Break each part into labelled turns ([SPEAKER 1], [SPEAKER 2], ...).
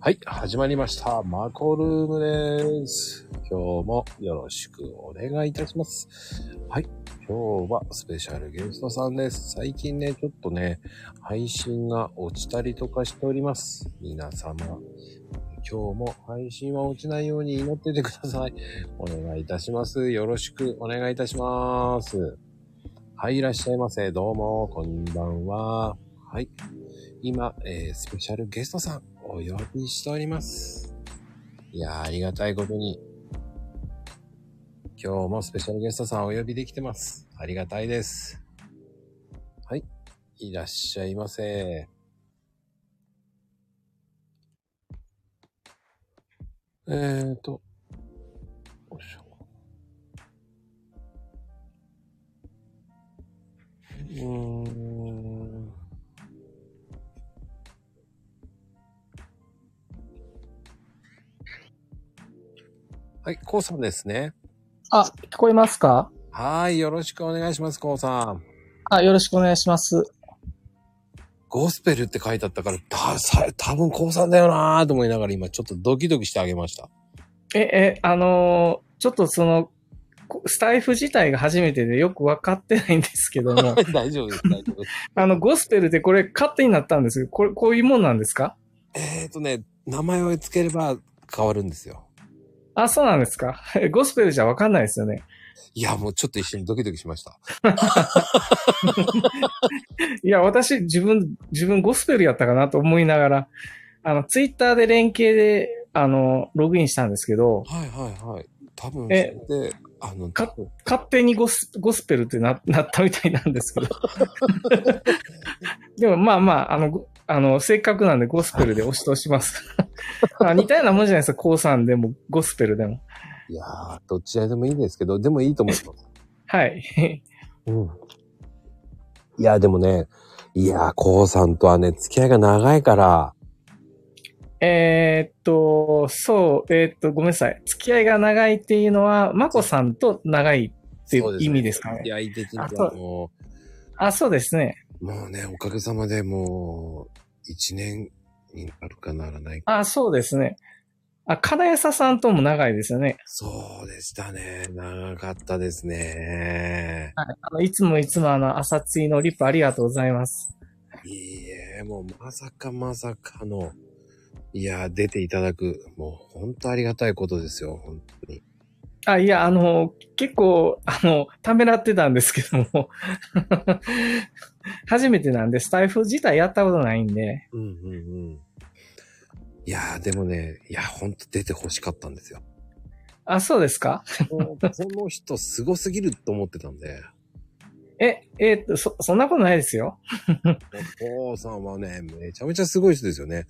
[SPEAKER 1] はい、始まりました。マコルームです。今日もよろしくお願いいたします。はい、今日はスペシャルゲストさんです。最近ね、ちょっとね、配信が落ちたりとかしております。皆様、今日も配信は落ちないように祈っててください。お願いいたします。よろしくお願いいたします。はい、いらっしゃいませ。どうも、こんばんは。はい。今、えースペシャルゲストさん、お呼びしております。いやー、ありがたいことに、今日もスペシャルゲストさんお呼びできてます。ありがたいです。はい。いらっしゃいませ。えーと、よいしょ。うーん。はい、コウさんですね。
[SPEAKER 2] あ、聞こえますか
[SPEAKER 1] はーい、よろしくお願いします、コウさん。
[SPEAKER 2] あ、よろしくお願いします。
[SPEAKER 1] ゴスペルって書いてあったから、た、さ、多分コウさんだよなーと思いながら今ちょっとドキドキしてあげま した。、
[SPEAKER 2] え、え、あのーちょっとその、こスタイフ自体が初めてでよくわかってないんですけど も
[SPEAKER 1] 大丈夫です、大丈夫です。
[SPEAKER 2] あの、ゴスペルでこれ勝手になったんですけど、これ、こういうもんなんですか
[SPEAKER 1] えーとね、名前を付ければ変わるんですよ。
[SPEAKER 2] あ、そうなんですか ゴスペルじゃわかんないですよね。
[SPEAKER 1] いや、もうちょっと一瞬ドキドキしました。
[SPEAKER 2] いや、私、自分、自分ゴスペルやったかなと思いながら、あの、ツイッターで連携で、あの、ログインしたんですけど、
[SPEAKER 1] はいはいはい。多分、
[SPEAKER 2] え
[SPEAKER 1] それで、あの、
[SPEAKER 2] か
[SPEAKER 1] 多分
[SPEAKER 2] 勝手にゴスゴスペルってななったみたいなんですけど。 でもまあまあ、あの、ごあの、せっかくなんでゴスペルで押し通します。 あ似たようなもんじゃないですか、コウさんでもゴスペルでも。
[SPEAKER 1] いやー、どっちらでもいいんですけど、でもいいと思います。
[SPEAKER 2] はい。
[SPEAKER 1] うん。いや、でもね、いやー、こうさんとはね、付き合いが長いから、
[SPEAKER 2] えーっと、そう、えーっと、ごめんなさい。付き合いが長いっていうのは、マコさんと長いってい
[SPEAKER 1] そう
[SPEAKER 2] う
[SPEAKER 1] ですね
[SPEAKER 2] 意味ですかね。
[SPEAKER 1] 付き合い的に
[SPEAKER 2] あそ
[SPEAKER 1] は
[SPEAKER 2] う
[SPEAKER 1] も
[SPEAKER 2] あ、そうですね。
[SPEAKER 1] う、もうね、おかげさまでもう、一年になるかならないか。
[SPEAKER 2] あ、そうですね。あ、金谷さんとも長いですよね。
[SPEAKER 1] そうでしたね。長かったですね。
[SPEAKER 2] あの、いつもいつもあの、朝ツイのリップありがとうございます。
[SPEAKER 1] いいえ、もうまさかまさかの、いやー、出ていただく、もう本当ありがたいことですよ、本当に。
[SPEAKER 2] あ、いや、あの、結構、あの、ためらってたんですけども、 初めてなんで、スタイフ自体やったことないんで、
[SPEAKER 1] うんうんうん。いやー、でもね、いや、ほんと出て欲しかったんですよ。
[SPEAKER 2] あ、そうですか
[SPEAKER 1] もうこの人すごすぎると思ってたんで、
[SPEAKER 2] え、えーっと、そ、そんなことないですよ。
[SPEAKER 1] お父さんはね、めちゃめちゃすごい人ですよね。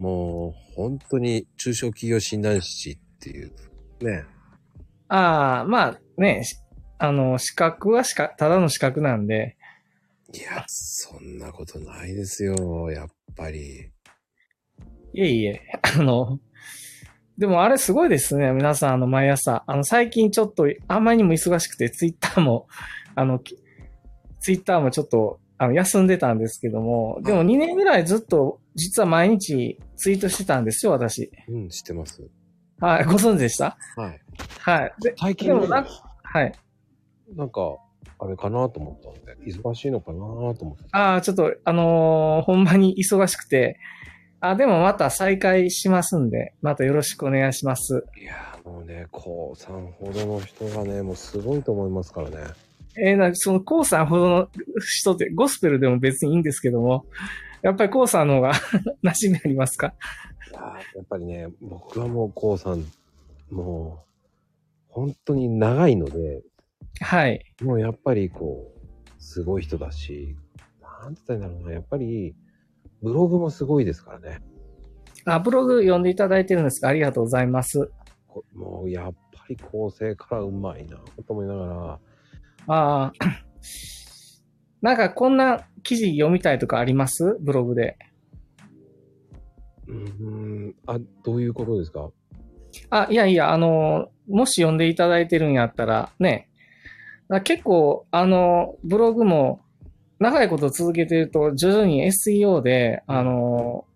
[SPEAKER 1] もう、本当に中小企業診断士っていう、ね。
[SPEAKER 2] ああ、まあ、ね、しあの、資格はしか、ただの資格なんで、
[SPEAKER 1] いや、そんなことないですよ、やっぱり。
[SPEAKER 2] いえいえ、 あの、でもあれすごいですね、皆さん、あの、毎朝。あの、最近ちょっと、あまりにも忙しくて、ツイッターも、 あの、きツイッターもちょっと、あの、休んでたんですけども、でも2年ぐらいずっと、実は毎日ツイートしてたんですよ、私。
[SPEAKER 1] うん、知ってます。
[SPEAKER 2] はい、ご存知でした
[SPEAKER 1] はい。
[SPEAKER 2] はい。で、
[SPEAKER 1] 最近
[SPEAKER 2] でもなん
[SPEAKER 1] な
[SPEAKER 2] か、はい。
[SPEAKER 1] なんか、あれかなと思ったんで、忙しいのかなと思って。
[SPEAKER 2] ああ、ちょっと、あのーほんまに忙しくて、あ、でもまた再開しますんで、またよろしくお願いします。
[SPEAKER 1] いや、もうね、こうさんほどの人がね、もうすごいと思いますからね。
[SPEAKER 2] えー、なその、コウさんほどの人って、ゴスペルでも別にいいんですけども、やっぱりコウさんの方が、 なしになりますか
[SPEAKER 1] いやーやっぱりね、僕はもう、こうさん、もう、本当に長いので、
[SPEAKER 2] はい。
[SPEAKER 1] もうやっぱりこう、すごい人だし、なんて言ったらいいんだろうな、やっぱり、ブログもすごいですからね。
[SPEAKER 2] あ、ブログ読んでいただいてるんですかありがとうございます。
[SPEAKER 1] こもう、やっぱり構成からうまいな、と思いながら、
[SPEAKER 2] ああ。なんか、こんな記事読みたいとかありますブログで。
[SPEAKER 1] うーん、あ、どういうことですか
[SPEAKER 2] あ、いやいや、あのーもし読んでいただいてるんやったら、ね、から結構、あの、ブログも長いこと続けてると、徐々に SEO で、あの、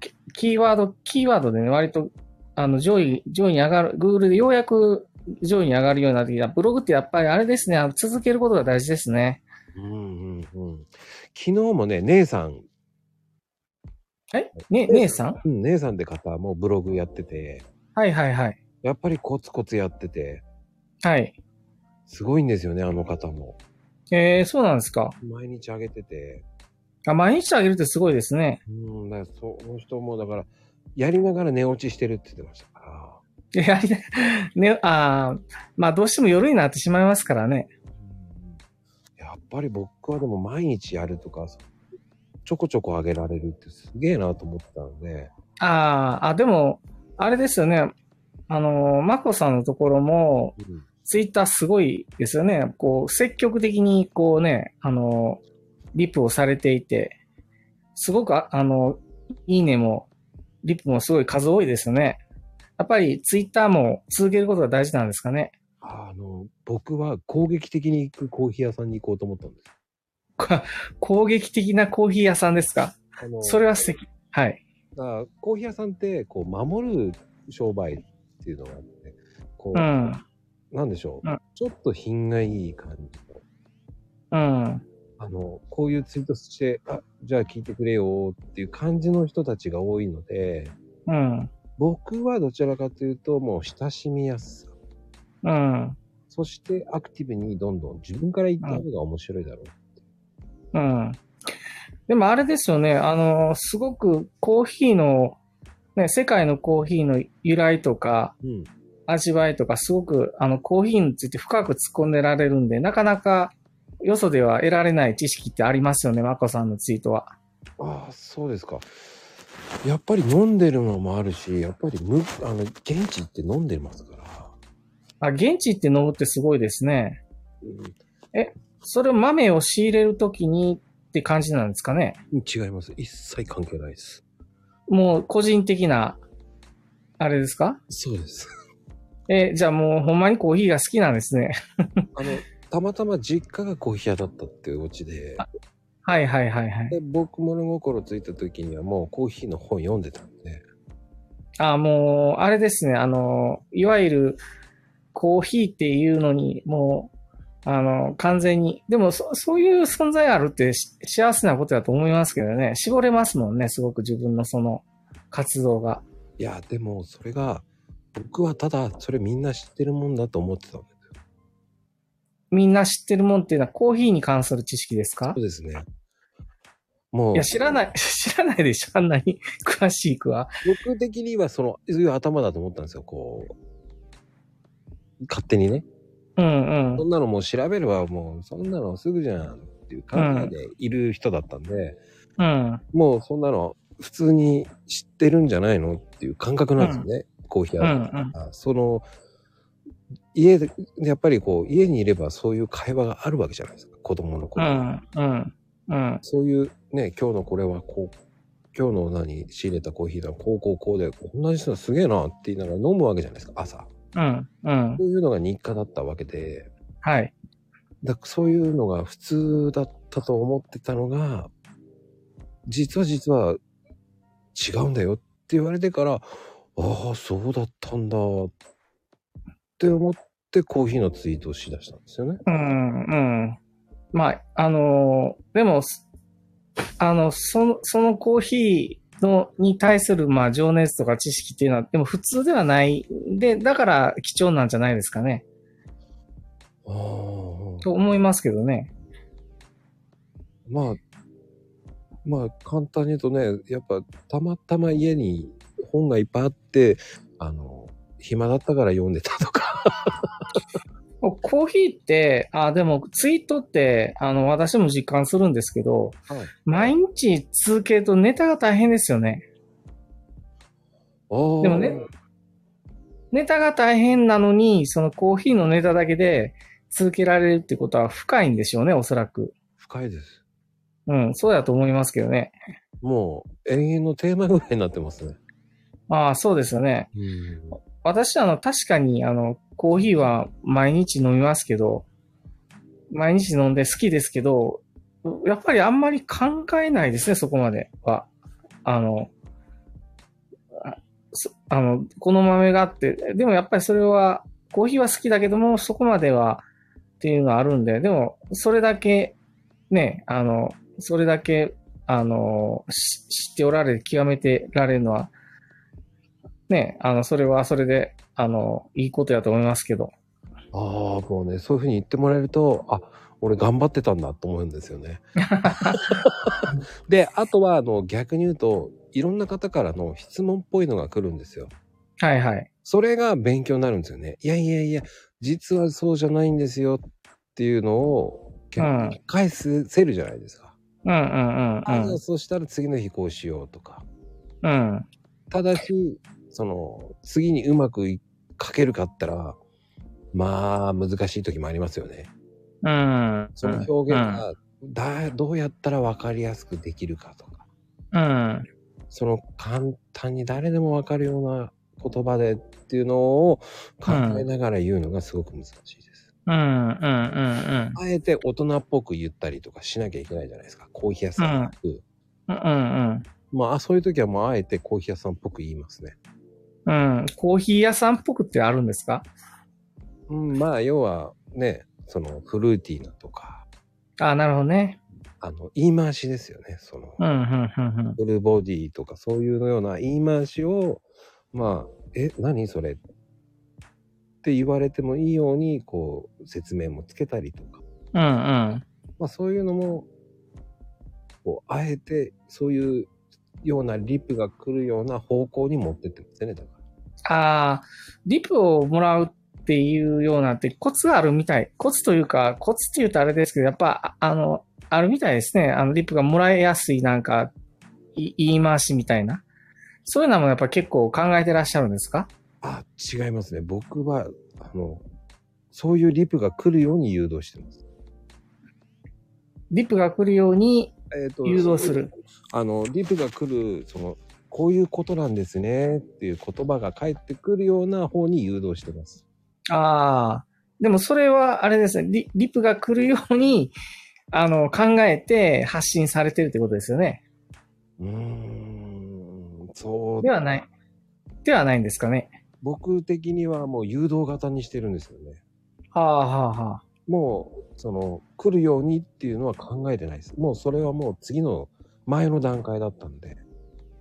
[SPEAKER 2] キキーワード、キーワードでね、割と、あの、上位、上位に上がる、Google でようやく上位に上がるようになってきた。ブログってやっぱりあれですね、あの続けることが大事ですね。
[SPEAKER 1] うんうんうん。昨日もね、姉さん、
[SPEAKER 2] えね、姉さん
[SPEAKER 1] うん姉さんって方もブログやってて、
[SPEAKER 2] はいはいはい。
[SPEAKER 1] やっぱりコツコツやってて、
[SPEAKER 2] はい。
[SPEAKER 1] すごいんですよね、あの方も。
[SPEAKER 2] えー、そうなんですか。
[SPEAKER 1] 毎日上げてて。
[SPEAKER 2] あ毎日あげるってすごいですね。
[SPEAKER 1] うん、だからその人も、だから、やりながら寝落ちしてるって言ってましたから。
[SPEAKER 2] いや、いやね、あーまあどうしても夜になってしまいますからね。
[SPEAKER 1] やっぱり僕はでも毎日やるとか、ちょこちょこ上げられるってすげえなと思ってたんで、
[SPEAKER 2] あーあ、でも、あれですよね。あのー、マコさんのところも、ツイッターすごいですよね。こう、積極的に、こうね、あのー、リプをされていて、すごくあ、あのー、いいねも、リプもすごい数多いですよね。やっぱりツイッターも続けることが大事なんですかね。
[SPEAKER 1] あの、僕は攻撃的に行くコーヒー屋さんに行こうと思ったんです。
[SPEAKER 2] こ攻撃的なコーヒー屋さんですか
[SPEAKER 1] あの
[SPEAKER 2] それは素敵。はい。
[SPEAKER 1] だからコーヒー屋さんって、こう、守る商売っていうのがあって、こ
[SPEAKER 2] う
[SPEAKER 1] う、
[SPEAKER 2] ん。
[SPEAKER 1] なんでしょう、
[SPEAKER 2] うん
[SPEAKER 1] ちょっと品がいい感じの
[SPEAKER 2] うん。
[SPEAKER 1] あの、こういうツイートして、あ、じゃあ聞いてくれよっていう感じの人たちが多いので、
[SPEAKER 2] うん。
[SPEAKER 1] 僕はどちらかというと、もう親しみやすさ。
[SPEAKER 2] うん。
[SPEAKER 1] そしてアクティブにどんどん自分から言った方が面白いだろう。
[SPEAKER 2] うん。でもあれですよね、あの、すごくコーヒーの、ね、世界のコーヒーの由来とか、
[SPEAKER 1] うん。
[SPEAKER 2] 味わいとか、すごく、あの、コーヒーについて深く突っ込んでられるんで、なかなか、よそでは得られない知識ってありますよね、マコさんのツイートは。
[SPEAKER 1] ああ、そうですか。やっぱり飲んでるのもあるし、やっぱりむ、あの、現地行って飲んでますから。
[SPEAKER 2] あ、現地行って飲むってすごいですね。
[SPEAKER 1] う
[SPEAKER 2] それを豆を仕入れるときにって感じなんですかね。
[SPEAKER 1] ん、違います。一切関係ないです。
[SPEAKER 2] もう個人的な、あれですか
[SPEAKER 1] そうです。
[SPEAKER 2] え、じゃあもうほんまにコーヒーが好きなんですね。
[SPEAKER 1] あの、たまたま実家がコーヒー屋だったっていうオチで、
[SPEAKER 2] はいはいはいはい。
[SPEAKER 1] で僕物心ついた時にはもうコーヒーの本読んでたんで、
[SPEAKER 2] あ、もう、あれですね。あの、いわゆる、コーヒーっていうのに、もう、あの、完全に。でも、そそういう存在あるってし幸せなことだと思いますけどね。絞れますもんね。すごく自分のその、活動が。
[SPEAKER 1] いや、でもそれが、僕はただそれみんな知ってるもんだと思ってたんですよ。
[SPEAKER 2] みんな知ってるもんっていうのは、コーヒーに関する知識ですか
[SPEAKER 1] そうですね。もう
[SPEAKER 2] いや、、知らない、 知らないでしょ。あんなに詳しくは。
[SPEAKER 1] 僕的にはその、そういう頭だと思ったんですよ、こう。勝手にね。
[SPEAKER 2] うんう
[SPEAKER 1] そ
[SPEAKER 2] ん。
[SPEAKER 1] んなのもう調べればもう、そんなのすぐじゃんっていう考えでいる人だったんで、
[SPEAKER 2] うん。
[SPEAKER 1] もうそんなの普通に知ってるんじゃないのっていう感覚なんですよね、コーヒー
[SPEAKER 2] う
[SPEAKER 1] 屋
[SPEAKER 2] んうん。
[SPEAKER 1] あその、家で、やっぱりこう、家にいればそういう会話があるわけじゃないですか、子供の
[SPEAKER 2] う
[SPEAKER 1] 頃。
[SPEAKER 2] ん。うん。うん。
[SPEAKER 1] そういうね、今日のこれはこう、今日の何、仕入れたコーヒーだ、こうこうこうで、同じ人すげえなって言いながら飲むわけじゃないですか、朝。
[SPEAKER 2] うん。うん
[SPEAKER 1] そ。ういうのが日課だったわけで、
[SPEAKER 2] はい。
[SPEAKER 1] だそういうのが普通だったと思ってたのが、実は実は違うんだよって言われてから、ああ、そうだったんだって思ってコーヒーのツイートをしだしたんですよね。
[SPEAKER 2] うん、うん。まあ、あのーでも、すあの、その、そのコーヒーの、に対する、まあ、情熱とか知識っていうのは、でも普通ではない。で、だから貴重なんじゃないですかね。
[SPEAKER 1] ああ。
[SPEAKER 2] と思いますけどね。
[SPEAKER 1] まあ、まあ、簡単に言うとね、やっぱ、たまたま家に本がいっぱいあって、あの、暇だったから読んでたとか。
[SPEAKER 2] コーヒーって、あ、でも、ツイートって、あの、私も実感するんですけど、
[SPEAKER 1] はい。
[SPEAKER 2] 毎日続けるとネタが大変ですよね。
[SPEAKER 1] ああ。
[SPEAKER 2] でもねネタが大変なのに、そのコーヒーのネタだけで続けられるってことは深いんでしょうね、おそらく。
[SPEAKER 1] 深いです。
[SPEAKER 2] うん、そうだと思いますけどね。
[SPEAKER 1] もう、永遠のテーマぐらいになってますね。
[SPEAKER 2] ああ、そうですよね。
[SPEAKER 1] うん。
[SPEAKER 2] 私、あの、確かに、あの、コーヒーは毎日飲みますけど、毎日飲んで好きですけど、やっぱりあんまり考えないですね、そこまでは。あの、あそあの、この豆があって、でもやっぱりそれは、コーヒーは好きだけども、そこまではっていうのはあるんで、でも、それだけ、ね、あの、それだけ、あの、し知っておられ、極めてられるのは、ね、あの、それはそれで、あの、いいことやと思いますけど。
[SPEAKER 1] ああ、もうね、そういうふうに言ってもらえると、あ、俺頑張ってたんだと思うんですよ ね。で、あとは、あの、逆に言うと、いろんな方からの質問っぽいのが来るんですよ。
[SPEAKER 2] はいはい。
[SPEAKER 1] それが勉強になるんですよね。いやいやいや、実はそうじゃないんですよっていうのを、結
[SPEAKER 2] うん
[SPEAKER 1] 構返せるじゃないですか。
[SPEAKER 2] うんうんう
[SPEAKER 1] あ
[SPEAKER 2] ん
[SPEAKER 1] じゃあそうしたら次の日こうしようとか。
[SPEAKER 2] うん。うん。
[SPEAKER 1] ただし、その、次にうまくいかけるかったら、まあ、難しい時もありますよね。
[SPEAKER 2] うん。
[SPEAKER 1] その表現が、だどうやったら分かりやすくできるかとか、
[SPEAKER 2] うん。
[SPEAKER 1] その簡単に誰でも分かるような言葉でっていうのを考えながら言うのがすごく難しいです。
[SPEAKER 2] うん。うん。うん。
[SPEAKER 1] あえて大人っぽく言ったりとかしなきゃいけないじゃないですか。コーヒー屋さんっぽく。
[SPEAKER 2] うん。うん。
[SPEAKER 1] まあ、そういう時はもうあえてコーヒー屋さんっぽく言いますね。
[SPEAKER 2] うん。うん。コーヒー屋さんっぽくってあるんですか
[SPEAKER 1] うん、まあ、要はね、そのフルーティーなとか、
[SPEAKER 2] あ、なるほどね。
[SPEAKER 1] あの、言い回しですよね。その、
[SPEAKER 2] うん。うん。うん。
[SPEAKER 1] フルボディとかそういうのような言い回しを、まあ、え、何それって言われてもいいように、こう、説明もつけたりとか、
[SPEAKER 2] うん。うん。
[SPEAKER 1] まあそういうのも、こう、あえてそういうようなリップが来るような方向に持ってってますね、だから。
[SPEAKER 2] ああ、リプをもらうっていうようなってコツがあるみたい。コツというか、コツって言うとあれですけど、やっぱ、ああの、あるみたいですね。あの、リプがもらいやすいなんか、い言い回しみたいな。そういうのもやっぱ結構考えてらっしゃるんですか
[SPEAKER 1] あ、違いますね。僕は、あの、そういうリップが来るように誘導してます。
[SPEAKER 2] リプが来るように
[SPEAKER 1] えーと
[SPEAKER 2] 誘導する。
[SPEAKER 1] あの、リプが来る、その、こういうことなんですねっていう言葉が返ってくるような方に誘導してます。
[SPEAKER 2] ああ。でもそれは、あれですねリ、リプが来るように、あの、考えて発信されてるってことですよね。
[SPEAKER 1] うーん、そう。
[SPEAKER 2] ではない。。ではないんですかね。
[SPEAKER 1] 僕的にはもう誘導型にしてるんですよね。
[SPEAKER 2] はあはあはあ。
[SPEAKER 1] もう、その、来るようにっていうのは考えてないです。もうそれはもう次の、前の段階だったんで、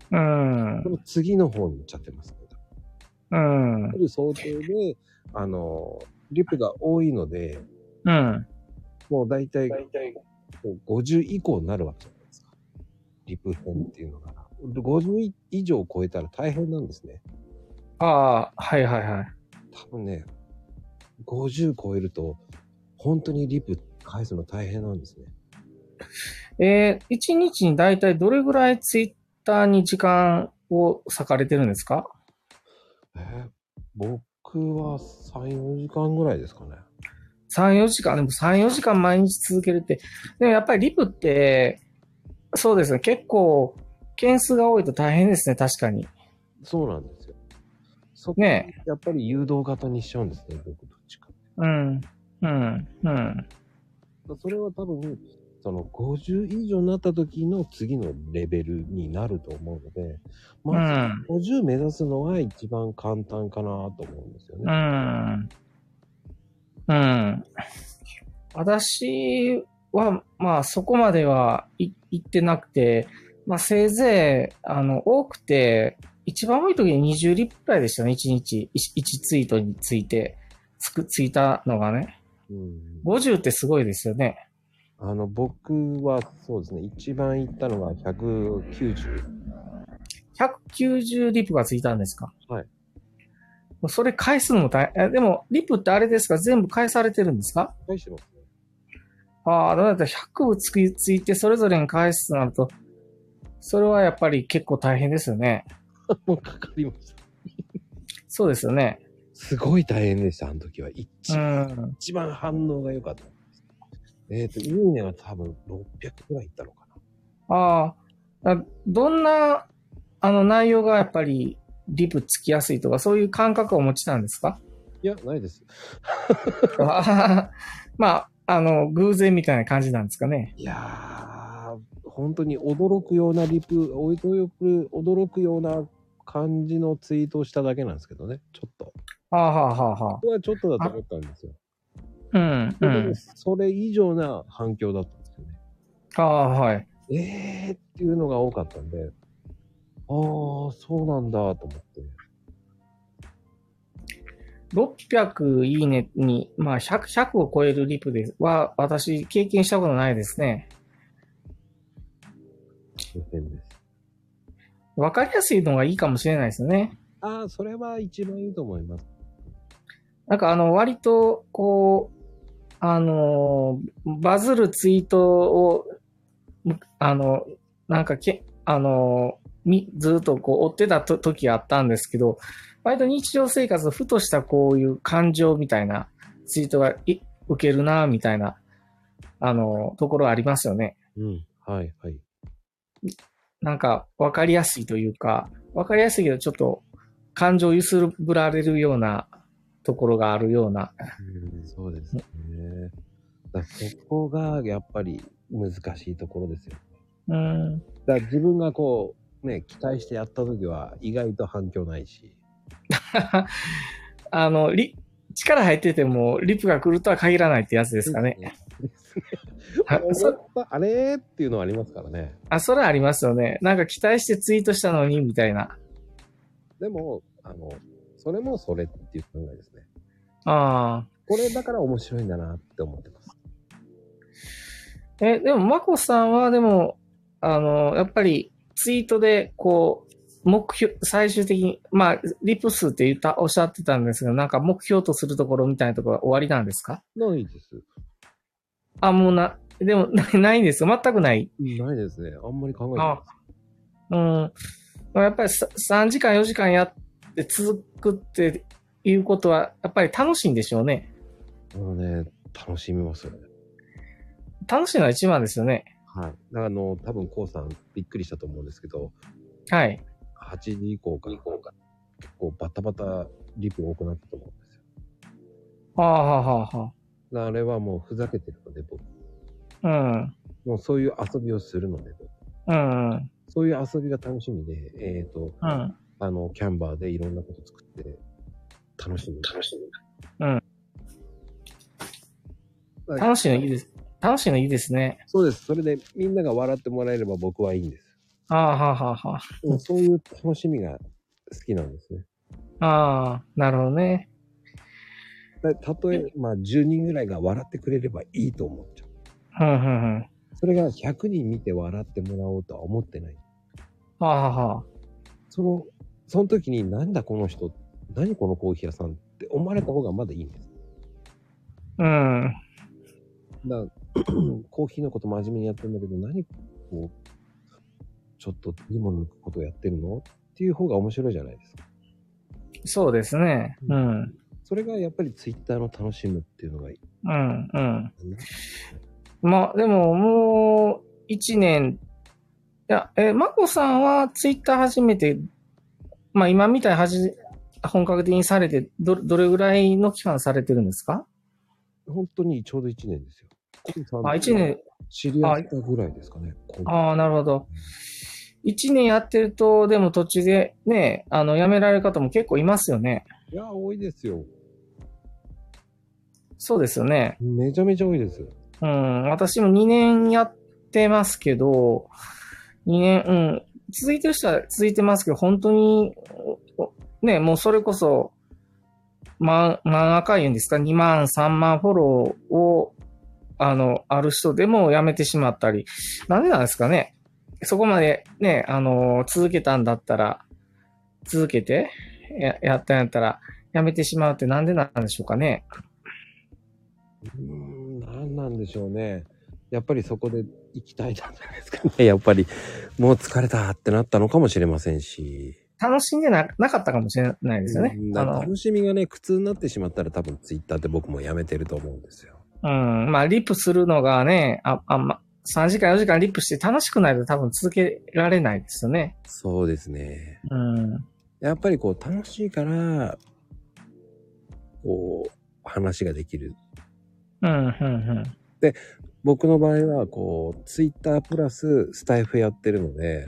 [SPEAKER 2] うん
[SPEAKER 1] そ。の次の方に行っちゃってます、ね。
[SPEAKER 2] うん。
[SPEAKER 1] 来る想定で、あの、リプが多いので、
[SPEAKER 2] うん。
[SPEAKER 1] もう大体、こう50以降になるわけじゃないですか。リプ編っていうのが。50以上超えたら大変なんですね。
[SPEAKER 2] ああ、はいはいはい。
[SPEAKER 1] 多分ね、50超えると、本当にリプ返すの大変なんですね。
[SPEAKER 2] えー、1日に大体どれぐらいツイッターに時間を割かれてるんですか
[SPEAKER 1] え僕は3、4時間ぐらいですかね。
[SPEAKER 2] 3、4時間、でも3、4時間毎日続けるって。でもやっぱりリプって、そうですね、結構、件数が多いと大変ですね、確かに。
[SPEAKER 1] そうなんですよ。そこ、
[SPEAKER 2] ね
[SPEAKER 1] やっぱり誘導型にしちゃうんですね、僕どっちか。
[SPEAKER 2] うん、うん、うん。
[SPEAKER 1] それは多分、その50以上になった時の次のレベルになると思うので、まず
[SPEAKER 2] うん、
[SPEAKER 1] 50目指すのは一番簡単かなと思うんですよ
[SPEAKER 2] う
[SPEAKER 1] ね。
[SPEAKER 2] ん。うん。私は、まあ、そこまではい行ってなくて、まあ、せいぜい、あの、多くて、一番多い時に20リップくらいでしたね、1日、1ツイートについて、つく、ついたのがね。
[SPEAKER 1] うん
[SPEAKER 2] 50ってすごいですよね。
[SPEAKER 1] あの、僕はそうですね、一番行ったのが190。
[SPEAKER 2] 190リップがついたんですか
[SPEAKER 1] はい。
[SPEAKER 2] もうそれ返すのも大変。えでも、リップってあれですか全部返されてるんですか
[SPEAKER 1] 返してますね。
[SPEAKER 2] ああ、だって100部つきついてそれぞれに返すとなると、それはやっぱり結構大変ですよね。
[SPEAKER 1] もうかかりました。
[SPEAKER 2] そうですよね。
[SPEAKER 1] すごい大変でした、あの時は。一
[SPEAKER 2] うん。
[SPEAKER 1] 一番反応が良かったです。えっ、と、いいねは多分600くらいいったのかな。
[SPEAKER 2] ああ、だどんな、あの内容がやっぱりリプつきやすいとか、そういう感覚をお持ちなんですか
[SPEAKER 1] いや、ないです。
[SPEAKER 2] あーまあ、あの、偶然みたいな感じなんですかね。
[SPEAKER 1] いやー、本当に驚くようなリプ、おいとよく驚くような感じのツイートをしただけなんですけどね、ちょっと。
[SPEAKER 2] はあ、はあはあは
[SPEAKER 1] 僕はちょっとだと思ったんですよ。
[SPEAKER 2] あ、うん、う
[SPEAKER 1] 本当
[SPEAKER 2] ん
[SPEAKER 1] に。それ以上な反響だったんですよね。
[SPEAKER 2] ああ、はい。
[SPEAKER 1] えーっていうのが多かったんで、あー、そうなんだと思って。
[SPEAKER 2] 600いいねに、まあ100、100を超えるリプでは、私、経験したことないですね。
[SPEAKER 1] 経験です。
[SPEAKER 2] わかりやすいのがいいかもしれないですね。
[SPEAKER 1] ああ、それは一番いいと思います。
[SPEAKER 2] なんかあの、割と、こう、あのー、バズるツイートを、むあの、なんかけ、あのー、み、ずっとこう追ってたと時があったんですけど、割と日常生活、ふとしたこういう感情みたいなツイートがい受けるな、みたいな、あのー、ところありますよね。
[SPEAKER 1] うん。はい、はい。
[SPEAKER 2] なんか分かりやすいというか、分かりやすいけどちょっと感情を揺すぶられるようなところがあるような。
[SPEAKER 1] そうですね。だそこがやっぱり難しいところですよ。
[SPEAKER 2] うん。
[SPEAKER 1] だから自分がこう、ね、期待してやった時は意外と反響ないし。
[SPEAKER 2] あの、リ、力入っててもリップが来るとは限らないってやつで
[SPEAKER 1] です
[SPEAKER 2] かね。。あ
[SPEAKER 1] 思
[SPEAKER 2] そ
[SPEAKER 1] ったあれっていうのはありますからね。
[SPEAKER 2] あ、それありますよね。なんか期待してツイートしたのに、みたいな。
[SPEAKER 1] でも、あの、それもそれっていう考えですね。
[SPEAKER 2] ああ。
[SPEAKER 1] これだから面白いんだなって思ってます。
[SPEAKER 2] え、でも、まこさんは、でも、あの、やっぱり、ツイートで、こう、目標、最終的に、まあ、リップ数って言った、おっしゃってたんですが、なんか目標とするところみたいなところは終わりなんですか
[SPEAKER 1] ないです。
[SPEAKER 2] あ、もうな、でも、 なないんですよ。全くない。
[SPEAKER 1] ないですね。あんまり考えてないです。
[SPEAKER 2] うん。やっぱりさ3時間、4時間やって続くっていうことは、やっぱり楽しいんでしょうね。
[SPEAKER 1] あのね、楽しみますよね。
[SPEAKER 2] 楽しいのは一番ですよね。
[SPEAKER 1] はい。だからあの、多分、こうさんびっくりしたと思うんですけど、
[SPEAKER 2] はい。
[SPEAKER 1] 8時以降か、結構バタバタリプ多くなったと思うんですよ。
[SPEAKER 2] はあはあはあ
[SPEAKER 1] だ
[SPEAKER 2] は
[SPEAKER 1] からあれはもうふざけてるので、僕。
[SPEAKER 2] あ。
[SPEAKER 1] もうそういう遊びをするので、
[SPEAKER 2] うん。うん。うん。
[SPEAKER 1] そういう遊びが楽しみで、えっ、と、あの、キャンバーでいろんなこと作って、楽しみ。楽しみ。
[SPEAKER 2] うん。楽しいのいいです。楽しいのいいですね。
[SPEAKER 1] そうです。それでみんなが笑ってもらえれば僕はいいんです。
[SPEAKER 2] ああ、はあ、はあ、は
[SPEAKER 1] でもそういう楽しみが好きなんですね。
[SPEAKER 2] あ。ああ、なるほどね。
[SPEAKER 1] だたとえ、まあ、10人ぐらいが笑ってくれればいいと思っちゃう。
[SPEAKER 2] ふんふんふん。は
[SPEAKER 1] それが100人見て笑ってもらおうとは思ってない。
[SPEAKER 2] あ、はあ、は
[SPEAKER 1] その、その時になんだこの人、何このコーヒー屋さんって思われた方がまだいいんです。
[SPEAKER 2] あ。うん。
[SPEAKER 1] だから、コーヒーのこと真面目にやってるんだけど、何こう、ちょっとリモンのことやってるのっていう方が面白いじゃないですか。
[SPEAKER 2] そうですね。うん。
[SPEAKER 1] それがやっぱりツイッターの楽しむっていうのがいい。
[SPEAKER 2] うん、うん。まあ、でも、もう、一年。いや、え、まこさんはツイッター初めて、まあ今みたいにはじ、本格的にされて、ど、どれぐらいの期間されてるんですか
[SPEAKER 1] 本当にちょうど1年ですよ。コビさんと
[SPEAKER 2] あ、一年。
[SPEAKER 1] 知り合ったぐらいですかね。こう
[SPEAKER 2] ああ、なるほど。一年やってると、でも途中でね、あの、辞められる方も結構いますよね。
[SPEAKER 1] いや、多いですよ。
[SPEAKER 2] そうですよね。
[SPEAKER 1] めちゃめちゃ多いです。
[SPEAKER 2] うん、私も2年やってますけど、2年、うん、続いてる人は続いてますけど、本当に、おおね、もうそれこそ、ま、漫画家いうんですか、2万、3万フォローを、あの、ある人でも辞めてしまったり、なんでなんですかね。そこまでね、あの、続けたんだったら、続けて、ややったんやったら、辞めてしまうってなんでなんでしょうかね。
[SPEAKER 1] うーん、なんなんでしょうね。やっぱりそこで行きたいなんじゃないですかね。やっぱり、もう疲れたってなったのかもしれませんし。
[SPEAKER 2] 楽しんでななかったかもしれないですよね
[SPEAKER 1] う。ん
[SPEAKER 2] あ
[SPEAKER 1] だから
[SPEAKER 2] の
[SPEAKER 1] 楽しみがね、苦痛になってしまったら多分ツイッターって僕もやめてると思うんですよ。
[SPEAKER 2] うん。まあ、リップするのがね、あ、あんま、3時間4時間リップして楽しくないと多分続けられないですよね。
[SPEAKER 1] そうですね。
[SPEAKER 2] うん。
[SPEAKER 1] やっぱりこう楽しいから、こう、話ができる。
[SPEAKER 2] うん、うん、
[SPEAKER 1] 僕の場合は、こう、ツイッタープラススタイフやってるので、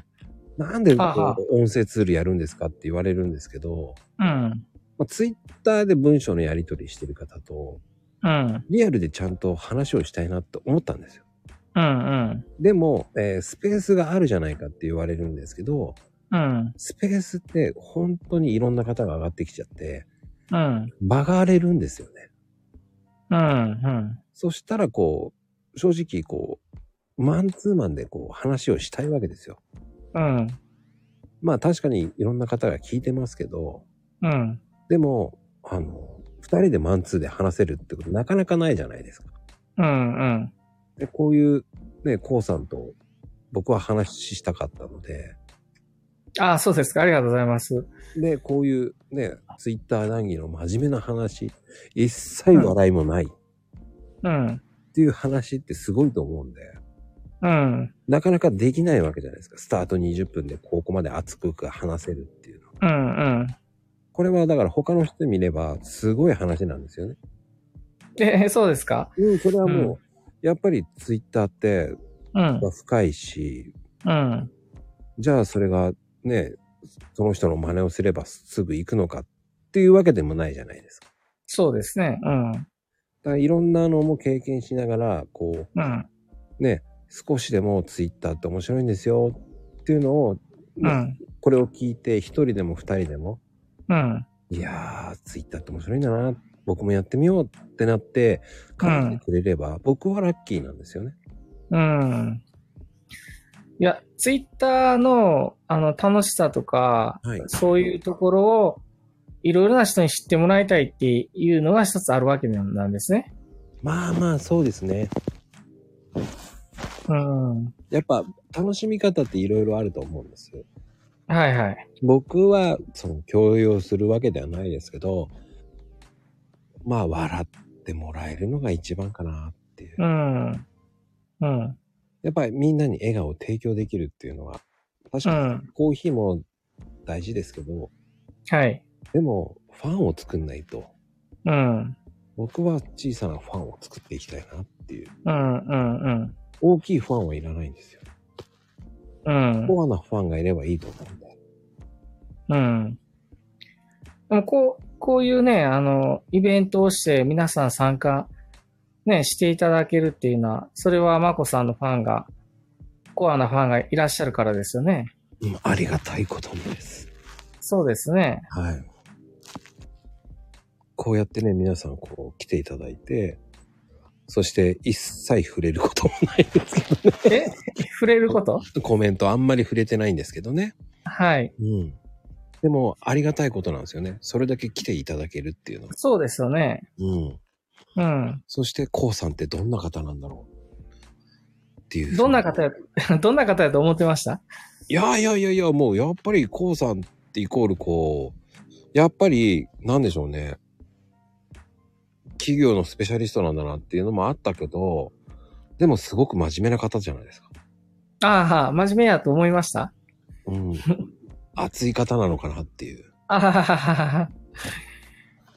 [SPEAKER 1] なんでこ
[SPEAKER 2] はあはあ
[SPEAKER 1] う音声ツールやるんですかって言われるんですけど、
[SPEAKER 2] うん。うん、
[SPEAKER 1] まあ、ツイッターで文章のやり取りしてる方と、
[SPEAKER 2] うん、
[SPEAKER 1] リアルでちゃんと話をしたいなって思ったんですよ。
[SPEAKER 2] うん、
[SPEAKER 1] でも、えースペースがあるじゃないかって言われるんですけど、
[SPEAKER 2] うん、
[SPEAKER 1] スペースって本当にいろんな方が上がってきちゃって、
[SPEAKER 2] うん、
[SPEAKER 1] 間が荒れるんですよね。
[SPEAKER 2] うん、
[SPEAKER 1] そしたらこう、正直こう、マンツーマンでこう話をしたいわけですよ。
[SPEAKER 2] うん、
[SPEAKER 1] まあ確かにいろんな方が聞いてますけど、
[SPEAKER 2] うん。
[SPEAKER 1] でも、あの、二人でマンツーで話せるってことなかなかないじゃないですか。
[SPEAKER 2] うん、うん。
[SPEAKER 1] で、こういうね、こうさんと僕は話したかったので、
[SPEAKER 2] あ、そうですか。ありがとうございます。
[SPEAKER 1] で、こういうね、ツイッター談義の真面目な話、一切笑いもないっ
[SPEAKER 2] うん、
[SPEAKER 1] ていう話ってすごいと思うんで、
[SPEAKER 2] うん、
[SPEAKER 1] なかなかできないわけじゃないですか。スタート20分でここまで熱く話せるっていうのは。
[SPEAKER 2] うん、うん。
[SPEAKER 1] これはだから他の人で見ればすごい話なんですよね。
[SPEAKER 2] え、そうですか
[SPEAKER 1] うん、それはもう、
[SPEAKER 2] うん
[SPEAKER 1] やっぱりツイッターって
[SPEAKER 2] うん、
[SPEAKER 1] 深いし、
[SPEAKER 2] うん、
[SPEAKER 1] じゃあそれがね、その人の真似をすればすぐ行くのかっていうわけでもないじゃないですか。
[SPEAKER 2] そうですね。うん、うん、
[SPEAKER 1] だからいろんなのも経験しながら、こ
[SPEAKER 2] うん、
[SPEAKER 1] う、ね、少しでもツイッターって面白いんですよっていうのを、
[SPEAKER 2] うん、
[SPEAKER 1] これを聞いて一人でも二人でも、
[SPEAKER 2] うん、
[SPEAKER 1] いやー、ツイッターって面白いんだな、僕もやってみようってなって、書いてくれれば、僕はラッキーなんですよね。
[SPEAKER 2] うん。いや、ツイッターの、あの、楽しさとか、
[SPEAKER 1] はい
[SPEAKER 2] そういうところを、いろいろな人に知ってもらいたいっていうのが一つあるわけなんですね。
[SPEAKER 1] まあまあ、そうですね。
[SPEAKER 2] うん。は
[SPEAKER 1] やっぱ、楽しみ方っていろいろあると思うんですよ。
[SPEAKER 2] いはい。
[SPEAKER 1] 僕は、その、強要するわけではないですけど、まあ、笑ってもらえるのが一番かなっていう
[SPEAKER 2] う。ん。うん。
[SPEAKER 1] やっぱりみんなに笑顔を提供できるっていうのは、確
[SPEAKER 2] う
[SPEAKER 1] かに
[SPEAKER 2] ん。
[SPEAKER 1] コーヒーも大事ですけど、
[SPEAKER 2] はい。
[SPEAKER 1] でも、ファンを作んないと、
[SPEAKER 2] うん。
[SPEAKER 1] 僕は小さなファンを作っていきたいなっていう。
[SPEAKER 2] うん。うん。
[SPEAKER 1] 大きいファンはいらないんですよ。
[SPEAKER 2] うん。
[SPEAKER 1] コアなファンがいればいいと思うんで。
[SPEAKER 2] うん。でもこう、こういうね、あの、イベントをして皆さん参加、ね、していただけるっていうのは、それはマコさんのファンが、コアなファンがいらっしゃるからですよね。
[SPEAKER 1] うんありがたいこともです。
[SPEAKER 2] そうですね。
[SPEAKER 1] はい。こうやってね、皆さんこう来ていただいて、そして一切触れることも ないんですけどね。
[SPEAKER 2] え触れること
[SPEAKER 1] コメントあんまり触れてないんですけどね。
[SPEAKER 2] はい。
[SPEAKER 1] うん。でも、ありがたいことなんですよね。それだけ来ていただけるっていうのは。
[SPEAKER 2] そうですよね。
[SPEAKER 1] うん。
[SPEAKER 2] うん。
[SPEAKER 1] そして、こうさんってどんな方なんだろうっていう。
[SPEAKER 2] どんな方や、 どんな方やと思ってました
[SPEAKER 1] いやいやいやいや、もうやっぱりこうさんってイコールこう、やっぱり、なんでしょうね。企業のスペシャリストなんだなっていうのもあったけど、でもすごく真面目な方じゃないですか。
[SPEAKER 2] ああ、はあ真面目やと思いました
[SPEAKER 1] うん。熱い方なのかなっていう。
[SPEAKER 2] あはははは。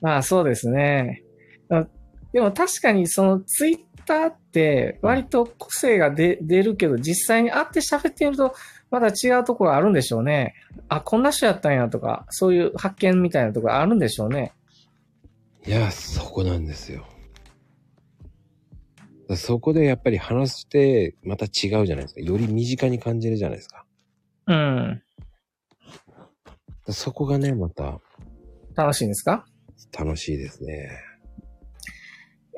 [SPEAKER 2] まあそうですね。あでも確かにそのツイッターって割と個性が出出るけど実際に会って喋ってみるとまだ違うところがあるんでしょうね。あ、こんな人やったんやとか、そういう発見みたいなところあるんでしょうね。
[SPEAKER 1] いや、そこなんですよ。そこでやっぱり話して、また違うじゃないですか。より身近に感じるじゃないですか。
[SPEAKER 2] うん。
[SPEAKER 1] そこがね、また
[SPEAKER 2] 楽しいんですか
[SPEAKER 1] 楽しいですね。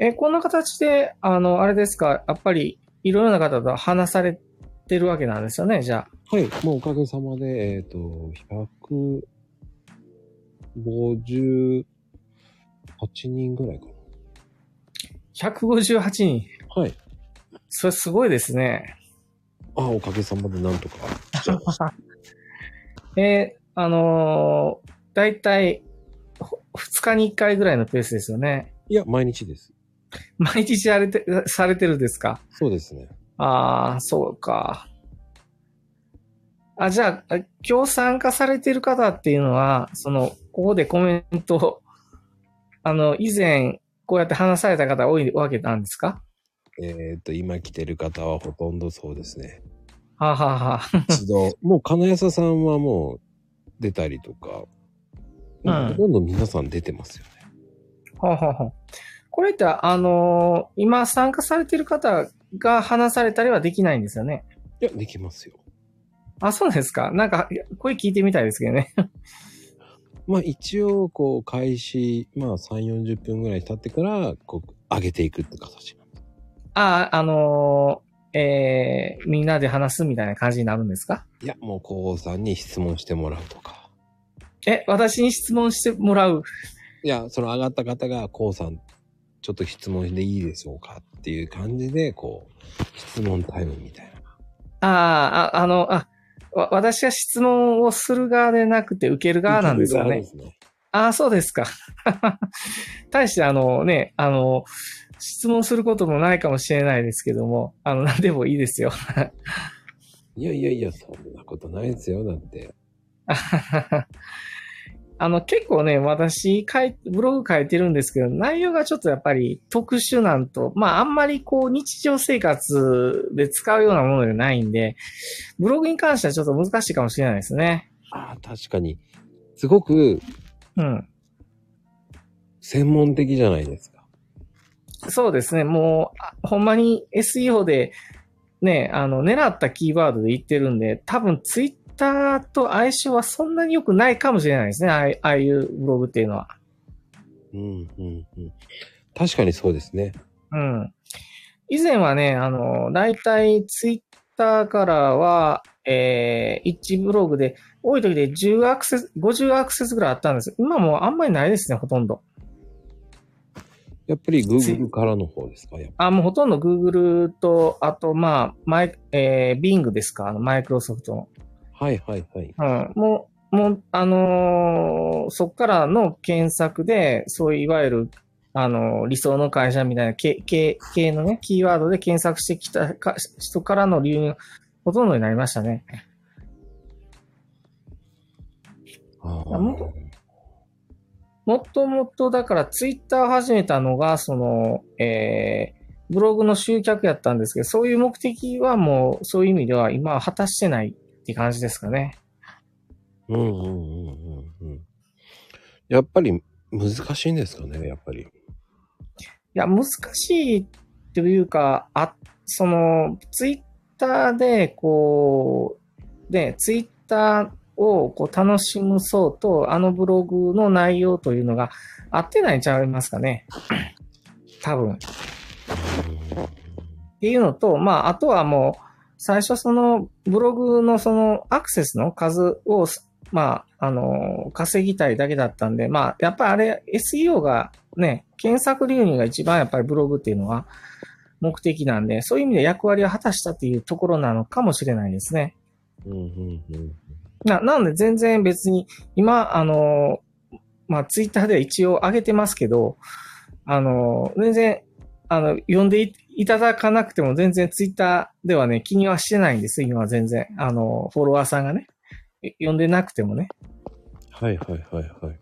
[SPEAKER 2] え、こんな形で、あの、あれですか、やっぱりいろいろな方と話されてるわけなんですよね、じゃ
[SPEAKER 1] はい、もうおかげさまで、えっ、と、158人ぐらいか
[SPEAKER 2] あ。158人。
[SPEAKER 1] な。はい。
[SPEAKER 2] それすごいですね。
[SPEAKER 1] あ、おかげさまでなんとか。
[SPEAKER 2] えーあのー、だいたい2日に1回ぐらいのペースですよね。
[SPEAKER 1] いや、毎日です。
[SPEAKER 2] 毎日されて、されてるですか
[SPEAKER 1] そうですね。
[SPEAKER 2] ああ、そうか。あ、じゃあ、あ今日参加されてる方っていうのは、その、ここでコメントをあの、以前、こうやって話された方多いわけなんですか
[SPEAKER 1] えっ、と、今来てる方はほとんどそうです ね。
[SPEAKER 2] はあ、はあはあ、
[SPEAKER 1] 一度、もう金谷さんはもう出たりとか、
[SPEAKER 2] うん
[SPEAKER 1] ほとんど皆さん出てますよね。
[SPEAKER 2] ほうほうほう。これって、あのー今参加されてる方が話されたりはできないんですよね。
[SPEAKER 1] いや、できますよ。
[SPEAKER 2] あ、そうなんですかなんか、いや声聞いてみたいですけどね。
[SPEAKER 1] まあ一応、こう、開始、まあ3、40分ぐらい経ってから、こう、上げていくって形。
[SPEAKER 2] あ、あのーえー、みんなで話すみたいな感じになるんですか
[SPEAKER 1] いや、もう、こうさんに質問してもらうとか。
[SPEAKER 2] え、私に質問してもらう。
[SPEAKER 1] いや、その上がった方が、こうさん、ちょっと質問でいいでしょうかっていう感じで、こう、質問タイムみたいな。
[SPEAKER 2] あーあ、あの、あ、わ私が質問をする側でなくて受ける側なんですよ
[SPEAKER 1] そう
[SPEAKER 2] ね。ああ、そうですか。 対して、あのね、あの、質問することもないかもしれないですけども、あの、何でもいいですよ。
[SPEAKER 1] いやいやいや、そんなことないですよ。だって。
[SPEAKER 2] あの、結構ね、私、書い、ブログ書いてるんですけど、内容がちょっとやっぱり特殊なんと、まあ、あんまりこう、日常生活で使うようなものではないんで、ブログに関してはちょっと難しいかもしれないですね。
[SPEAKER 1] ああ、確かに。すごく
[SPEAKER 2] うん。
[SPEAKER 1] 専門的じゃないですか。
[SPEAKER 2] そうですね、もう、あほんまに SEO で、ね、あの、狙ったキーワードで言ってるんで、多分ツイッターと相性はそんなに良くないかもしれないですね、ああいああいうブログっていうのは。
[SPEAKER 1] うん、うん、うん。確かにそうですね。
[SPEAKER 2] うん。以前はね、あの、だいたいツイッターからは、えー、1ブログで、多い時で10アクセス、50アクセスぐらいあったんです。今もうあんまりないですね、ほとんど。
[SPEAKER 1] やっぱり Google からの方ですかやっぱ
[SPEAKER 2] あ、もうほとんど Google と、あと、まあ、マイ、えー、Bing ですか、あの、マイクロソフトの。
[SPEAKER 1] はいはいはい。
[SPEAKER 2] うん。もう、もう、あのーそっからの検索で、そういういわゆる、あのー理想の会社みたいな系、系、系のね、キーワードで検索してきたか人からの流入がほとんどになりましたね。
[SPEAKER 1] ああ
[SPEAKER 2] あもっもともと、だから、ツイッターを始めたのが、その、えー、ブログの集客やったんですけど、そういう目的はもう、そういう意味では今は果たしてないって感じですかね。
[SPEAKER 1] うんうんうんうんうん。やっぱり難しいんですかねやっぱり。
[SPEAKER 2] いや、難しいというか、あ、その、ツイッターで、こう、で、ツイッターをこう楽しむ層と、あのブログの内容というのが合ってないんちゃいますかね。多分。っていうのと、まあ、あとはもう、最初そのブログのそのアクセスの数を、まあ、あの、稼ぎたいだけだったんで、まあ、やっぱりあれ、SEO がね、検索流入が一番やっぱりブログっていうのは目的なんで、そういう意味で役割を果たしたっていうところなのかもしれないですね。
[SPEAKER 1] うんうんうん。
[SPEAKER 2] な、なので全然別に、今、あの、まあ、ツイッターでは一応上げてますけど、あの、全然、あの、呼んでいいただかなくても全然ツイッターではね、気にはしてないんです、今は全然。あの、フォロワーさんがね、呼んでなくてもね。
[SPEAKER 1] はいはいはいはい。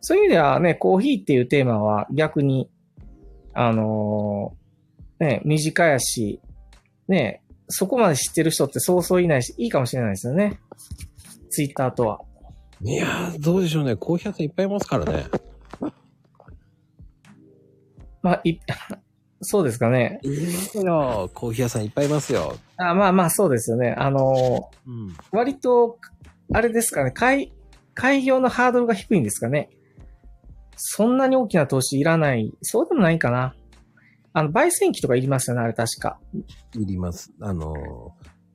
[SPEAKER 2] そういう意味ではね、コーヒーっていうテーマは逆に、あのーね、短いし、ね、そこまで知ってる人ってそうそういないし、いいかもしれないですよね。ツイッターとは。
[SPEAKER 1] いやー、どうでしょうね。コーヒー屋さんいっぱいいますからね。
[SPEAKER 2] まあ、い、 そうですかね。
[SPEAKER 1] いますよ。コーヒー屋さんいっぱいいますよ。
[SPEAKER 2] あまあまあ、そうですよね。あの
[SPEAKER 1] うん。
[SPEAKER 2] ー割と、あれですかね、開、開業のハードルが低いんですかね。そんなに大きな投資いらない。そうでもないかな。あの、焙煎機とかいりますよね、あれ確か。
[SPEAKER 1] いります。あの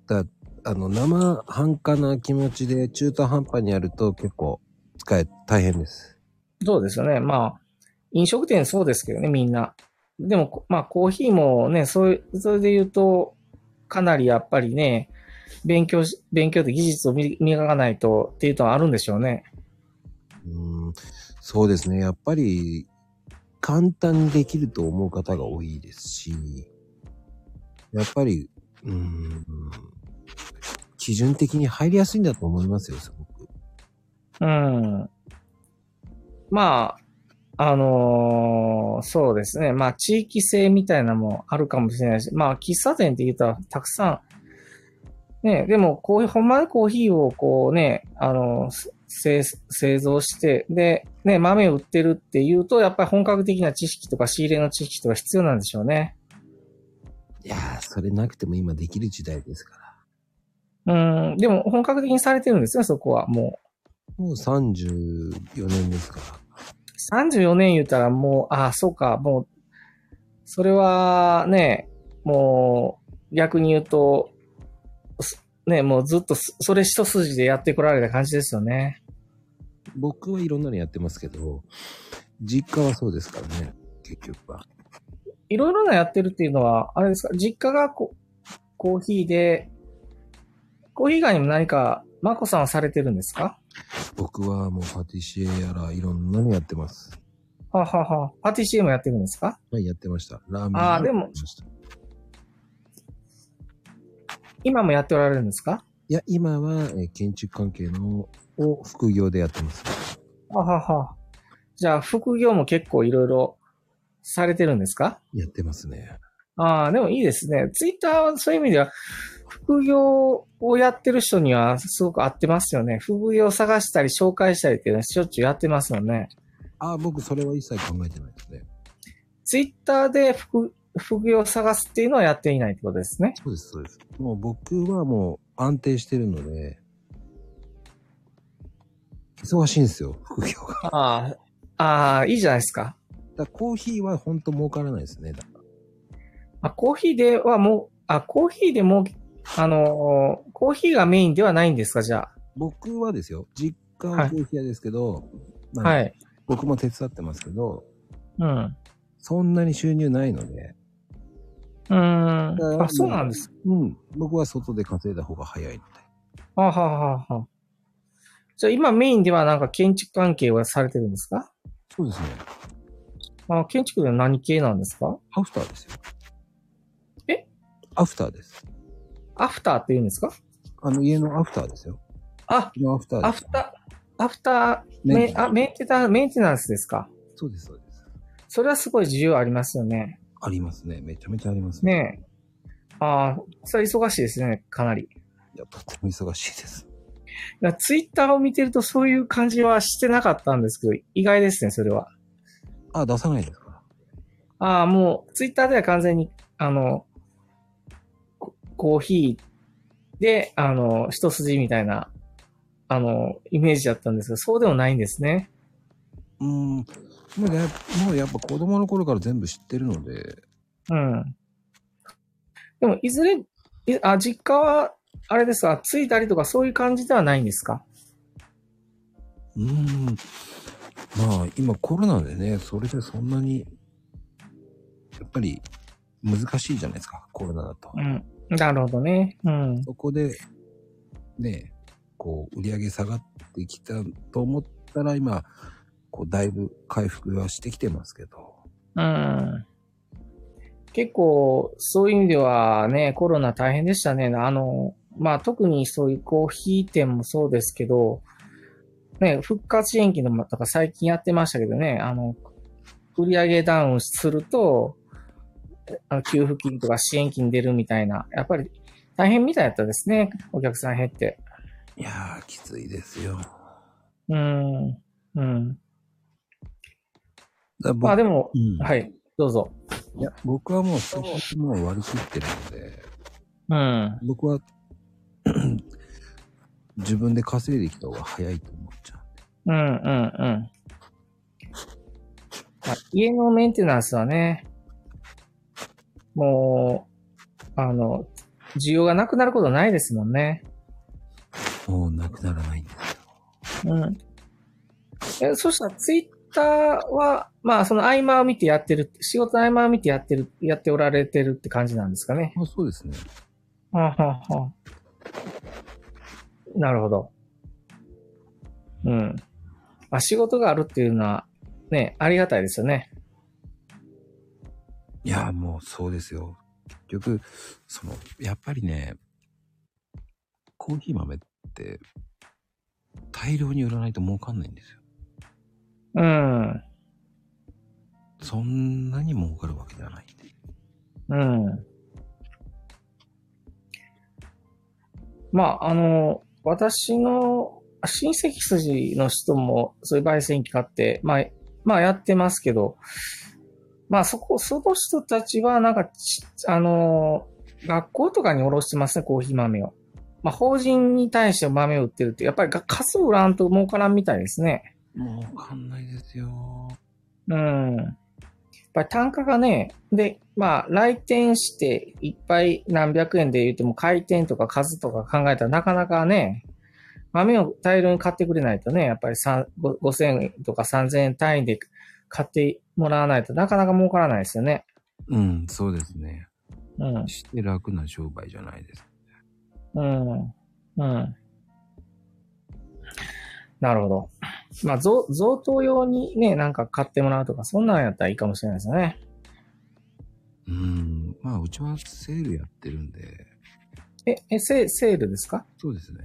[SPEAKER 1] ー、だ、あの、生半可な気持ちで中途半端にやると結構使え、大変です。
[SPEAKER 2] そうですよね。まあ、飲食店そうですけどね、みんな。でも、こまあ、コーヒーもね、そういう、それで言うと、かなりやっぱりね、勉強し、勉強で技術を磨磨かないとっていうのはあるんでしょうね。
[SPEAKER 1] うん。そうですね。やっぱり、簡単にできると思う方が多いですし、やっぱり、うん、基準的に入りやすいんだと思いますよ、すごく。
[SPEAKER 2] うん。まあ、あのーそうですね。まあ、地域性みたいなのもあるかもしれないし、まあ、喫茶店って言ったらたくさん、ね、でも、コーヒー、ほんまにコーヒーをこうね、あのー製、製造して、で、ね、豆を売ってるっていうと、やっぱり本格的な知識とか仕入れの知識とか必要なんでしょうね。
[SPEAKER 1] いやー、それなくても今できる時代ですから。
[SPEAKER 2] うん、でも本格的にされてるんですよ、そこは。も
[SPEAKER 1] もう34年ですから。
[SPEAKER 2] う、34年言ったらもう、ああ、そうか、もう、それはね、もう、逆に言うと、すね、もうずっとす、それ一筋でやってこられた感じですよね。
[SPEAKER 1] 僕はいろんなのやってますけど、実家はそうですからね、結局は。
[SPEAKER 2] いろいろなやってるっていうのは、あれですか、実家がこコーヒーで、コーヒー以外にも何か、マコさんはされてるんですか
[SPEAKER 1] 僕はもうパティシエやらいろんなのやってます。
[SPEAKER 2] はあはあはあパティシエもやってるんですか
[SPEAKER 1] はい、やってました。ラーメン。
[SPEAKER 2] あーでも
[SPEAKER 1] やってましたい
[SPEAKER 2] 今もやっておられるんですか
[SPEAKER 1] や、今は、えー建築関係のを副業でやってます。
[SPEAKER 2] ははは。じゃあ、副業も結構いろいろされてるんですか
[SPEAKER 1] やってますね。
[SPEAKER 2] ああ、でもいいですね。ツイッターはそういう意味では、副業をやってる人にはすごく合ってますよね。副業を探したり紹介したりっていうのはしょっちゅうやってますよね。
[SPEAKER 1] あー僕それは一切考えてないですね。
[SPEAKER 2] ツイッターで副副業を探すっていうのはやっていないってことですね。
[SPEAKER 1] そうです、そうです。もう僕はもう安定してるので、忙しいんですよ、副業 が。
[SPEAKER 2] ああ、ああ、いいじゃないですか。
[SPEAKER 1] だからコーヒーは本当儲からないですね。だから
[SPEAKER 2] あコーヒーではもう、あ、コーヒーでもう、あの、コーヒーがメインではないんですか、じゃ
[SPEAKER 1] 僕はですよ、実家
[SPEAKER 2] は
[SPEAKER 1] はいコーヒー屋ですけど、
[SPEAKER 2] あ。
[SPEAKER 1] まあ
[SPEAKER 2] はい。
[SPEAKER 1] 僕も手伝ってますけど、
[SPEAKER 2] うん。
[SPEAKER 1] そんなに収入ないので、だ
[SPEAKER 2] うー
[SPEAKER 1] か
[SPEAKER 2] ん。
[SPEAKER 1] ら
[SPEAKER 2] あ、そうなんです。
[SPEAKER 1] うん、僕は外で稼いだ方が早いので。
[SPEAKER 2] はあ、はあはあはあ、じゃあ今メインではなんか建築関係はされてるんですか
[SPEAKER 1] そうですね。
[SPEAKER 2] あ建築では何系なんですか
[SPEAKER 1] アフターですよ。
[SPEAKER 2] え
[SPEAKER 1] アフターです。
[SPEAKER 2] アフターって言うんですか
[SPEAKER 1] あの家のアフターですよ。
[SPEAKER 2] あ、
[SPEAKER 1] 家のアフター
[SPEAKER 2] ア
[SPEAKER 1] です
[SPEAKER 2] フ。ター、アフター、
[SPEAKER 1] メンテ
[SPEAKER 2] メあメンテナメンテナンスですか
[SPEAKER 1] そうです、そうです。
[SPEAKER 2] それはすごい自由ありますよね。
[SPEAKER 1] ありますね。めちゃめちゃありますね。
[SPEAKER 2] ねえ。ああ、それ忙しいですね、かなり。い
[SPEAKER 1] いや、とっても忙しいです。
[SPEAKER 2] やツイッターを見てるとそういう感じはしてなかったんですけど、意外ですね、それは。
[SPEAKER 1] あ、出さないですから。
[SPEAKER 2] ああ、もう、ツイッターでは完全に、あの、ココーヒーで、あの、一筋みたいな、あの、イメージだったんですが、そうでもないんですね。
[SPEAKER 1] うーん。もうね、もうやっぱ子供の頃から全部知ってるので、
[SPEAKER 2] うん。でも、いずれ、いあ、実家は、あれですか、ついたりとかそういう感じではないんですか
[SPEAKER 1] うーん。まあ、今コロナでね、それでそんなに、やっぱり難しいじゃないですか、コロナだと。
[SPEAKER 2] うん。なるほどね。うん。
[SPEAKER 1] そこで、ね、こう、売り上げ下がってきたと思ったら、今、こう、だいぶ回復はしてきてますけど。
[SPEAKER 2] うん。結構、そういう意味ではね、コロナ大変でしたね。あの、まあ、特にそういうコーヒー店もそうですけど、ね、復活延期のもとか最近やってましたけどね、あの、売上ダウンすると、あの給付金とか支援金出るみたいな、やっぱり大変みたいだったですね、お客さん減って。
[SPEAKER 1] いやー、きついですよ。だか
[SPEAKER 2] うん、うん。
[SPEAKER 1] ら僕
[SPEAKER 2] まあでも、
[SPEAKER 1] うん
[SPEAKER 2] はい、どうぞ。
[SPEAKER 1] いや、僕はもう、そこもう割り切ってるので、
[SPEAKER 2] うん。
[SPEAKER 1] 僕は、 自分で稼いできた方が早いと思っちゃ
[SPEAKER 2] うんうんうん。まあ家のメンテナンスはね、もう、あの、需要がなくなることないですもんね。
[SPEAKER 1] う。もうなくならないんですよ。
[SPEAKER 2] うん。えそしたらツイッターは、まあその合間を見てやってる、仕事の合間を見てやってる、やっておられてるって感じなんですかね。
[SPEAKER 1] まあそうですね。
[SPEAKER 2] はあはあはあなるほど。うん。まあ仕事があるっていうのは、ね、ありがたいですよね。
[SPEAKER 1] いや、もうそうですよ。結局、その、やっぱりね、コーヒー豆って、大量に売らないと儲かんないんですよ。
[SPEAKER 2] うん。
[SPEAKER 1] そんなに儲かるわけではないんで。
[SPEAKER 2] うん。まあ、あの、私の親戚筋の人も、そういう焙煎機買って、まあ、まあやってますけど、まあそこ、その人たちは、なんかち、あの、学校とかに卸してますね、コーヒー豆を。まあ法人に対して豆を売ってるって、やっぱりが数売らんと儲からんみたいですね。
[SPEAKER 1] 儲かんないですよ。
[SPEAKER 2] うん。やっぱり単価がね、で、まあ、来店していっぱい何百円で言っても回転とか数とか考えたらなかなかね、豆を大量に買ってくれないとね、やっぱりさんご5000円とか3000円単位で買ってもらわないとなかなか儲からないですよね。
[SPEAKER 1] うん、そうですね。
[SPEAKER 2] うん。
[SPEAKER 1] して楽な商売じゃないです。
[SPEAKER 2] うん。うん。なるほど。まあ、贈贈答用にね、なんか買ってもらうとか、そんなんやったらいいかもしれないですよね。
[SPEAKER 1] うん、まあ、うちはセールやってるんで、
[SPEAKER 2] え、え、セセールですか
[SPEAKER 1] そうですね。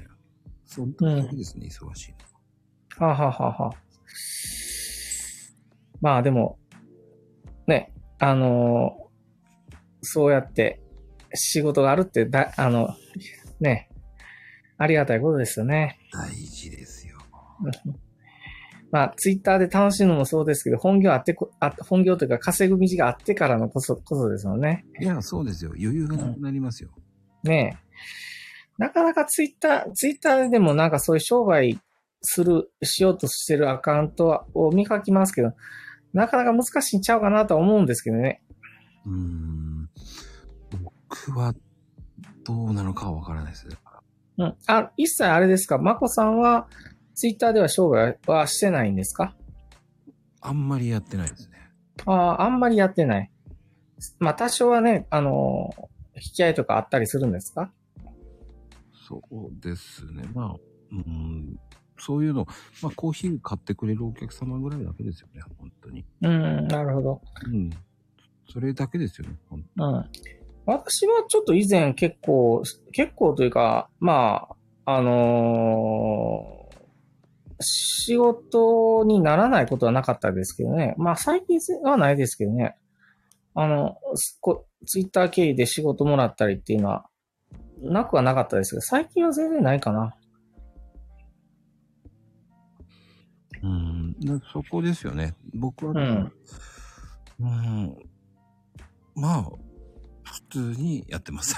[SPEAKER 1] そんなだけですね、忙しいの。
[SPEAKER 2] はあ、はあはあはあ、まあでも、ね、あのーそうやって仕事があるってだ、あの、ね、ありがたいことですよね。
[SPEAKER 1] 大事ですよ。
[SPEAKER 2] まあ、ツイッターで楽しいのもそうですけど、本業あってこ、あ本業というか稼ぐ道があってからのこそ、こそですもんね。
[SPEAKER 1] いや、そうですよ。余裕がなくなりますよ。
[SPEAKER 2] ねえ。なかなかツイッター、ツイッターでもなんかそういう商売する、しようとしてるアカウントを見かけますけど、なかなか難しいんちゃうかなとは思うんですけどね。
[SPEAKER 1] うーん。僕は、どうなのかはわからないです。
[SPEAKER 2] うん。あ、一切あれですか、まこさんはツイッターでは商売はしてないんですか
[SPEAKER 1] あんまりやってないですね。
[SPEAKER 2] ああ、あんまりやってない。まあ多少はね、あの引き合いとかあったりするんですか
[SPEAKER 1] そうですね。まあ、うん、そういうの、まあ、コーヒー買ってくれるお客様ぐらいだけですよね、本当に。
[SPEAKER 2] うん、なるほど。
[SPEAKER 1] うん。それだけですよね、ほん
[SPEAKER 2] うん。私はちょっと以前結構、結構というか、まあ、あのー仕事にならないことはなかったですけどね。まあ最近はないですけどね。あの、すこツイッター経由で仕事もらったりっていうのは、なくはなかったですけど、最近は全然ないかな。
[SPEAKER 1] うん。でそこですよね。僕は、
[SPEAKER 2] うん
[SPEAKER 1] うん。まあ、普通にやってます。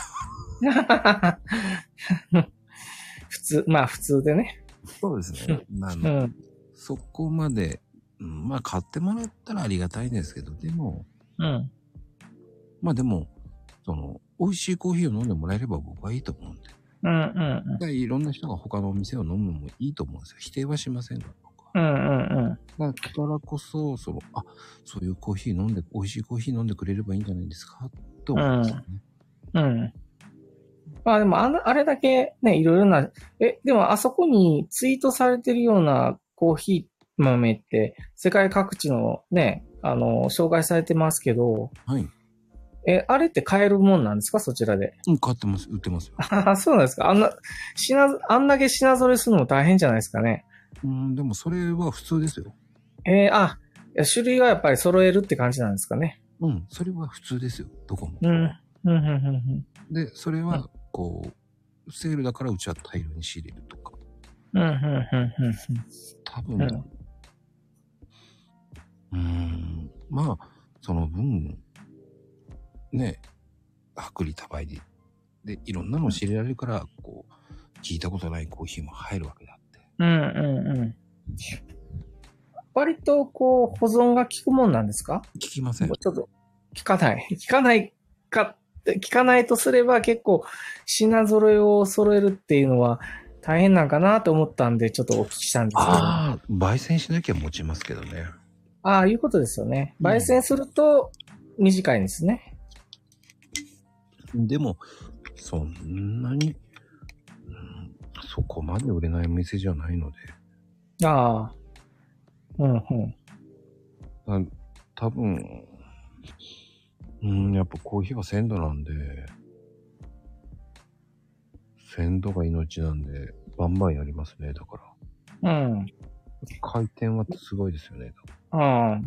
[SPEAKER 2] 普通、まあ普通でね。
[SPEAKER 1] そうです ね。あ
[SPEAKER 2] う
[SPEAKER 1] の、
[SPEAKER 2] ん。
[SPEAKER 1] そこまで、うんまあ、買ってもらったらありがたいんですけど、でも、
[SPEAKER 2] うん。
[SPEAKER 1] まあでも、その、美味しいコーヒーを飲んでもらえれば僕はいいと思うんで。
[SPEAKER 2] うんうん
[SPEAKER 1] でいろんな人が他のお店を飲むのもいいと思うんですよ。否定はしませんが、僕は。
[SPEAKER 2] うん。うんうんうん。
[SPEAKER 1] だからこそ、その、あ、そういうコーヒー飲んで、美味しいコーヒー飲んでくれればいいんじゃないですか、と思うんですよね。
[SPEAKER 2] うん。まあでもあの、あれだけね、いろいろな、え、でもあそこにツイートされてるようなコーヒー豆って、世界各地のね、あの、紹介されてますけど、
[SPEAKER 1] はい。
[SPEAKER 2] え、あれって買えるもんなんですかそちらで。
[SPEAKER 1] うん、買ってます。売ってますよ。
[SPEAKER 2] あそうなんですかあんな、品、あんだけ品揃えするのも大変じゃないですかね。
[SPEAKER 1] うん、でもそれは普通ですよ。
[SPEAKER 2] えーあ、いや種類はやっぱり揃えるって感じなんですかね。
[SPEAKER 1] うん、それは普通ですよ。どこも。
[SPEAKER 2] うん。うん、うん、うん
[SPEAKER 1] で、それは、こう、セールだからうちは大量に仕入れるとか。
[SPEAKER 2] うん、うん、うん、うん、うん。
[SPEAKER 1] 多分、うーん、まあ、その分、ね、薄利多売で、で、いろんなのを知れられるから、こう、聞いたことないコーヒーも入るわけだって。
[SPEAKER 2] うんうんうん。割とこう保存が効くもんなんですか
[SPEAKER 1] 聞きませ
[SPEAKER 2] ちょ
[SPEAKER 1] ん
[SPEAKER 2] っ。と効かない。 効かないか、効かないとすれば結構品揃えを揃えるっていうのは大変なんかなと思ったんでちょっとお聞きしたんですけど。あ
[SPEAKER 1] ああ、焙煎しなきゃ持ちますけどね。
[SPEAKER 2] あー、いうことですよね。
[SPEAKER 1] うん
[SPEAKER 2] 焙煎すると短いんですね。
[SPEAKER 1] でも、そんなに、うん、そこまで売れない店じゃないので、
[SPEAKER 2] ああ。うんうん。
[SPEAKER 1] あ多分、うん、やっぱコーヒーは鮮度なんで、鮮度が命なんで、バンバンやりますね、だから。
[SPEAKER 2] うん。
[SPEAKER 1] 回転はすごいですよね。
[SPEAKER 2] うん。ま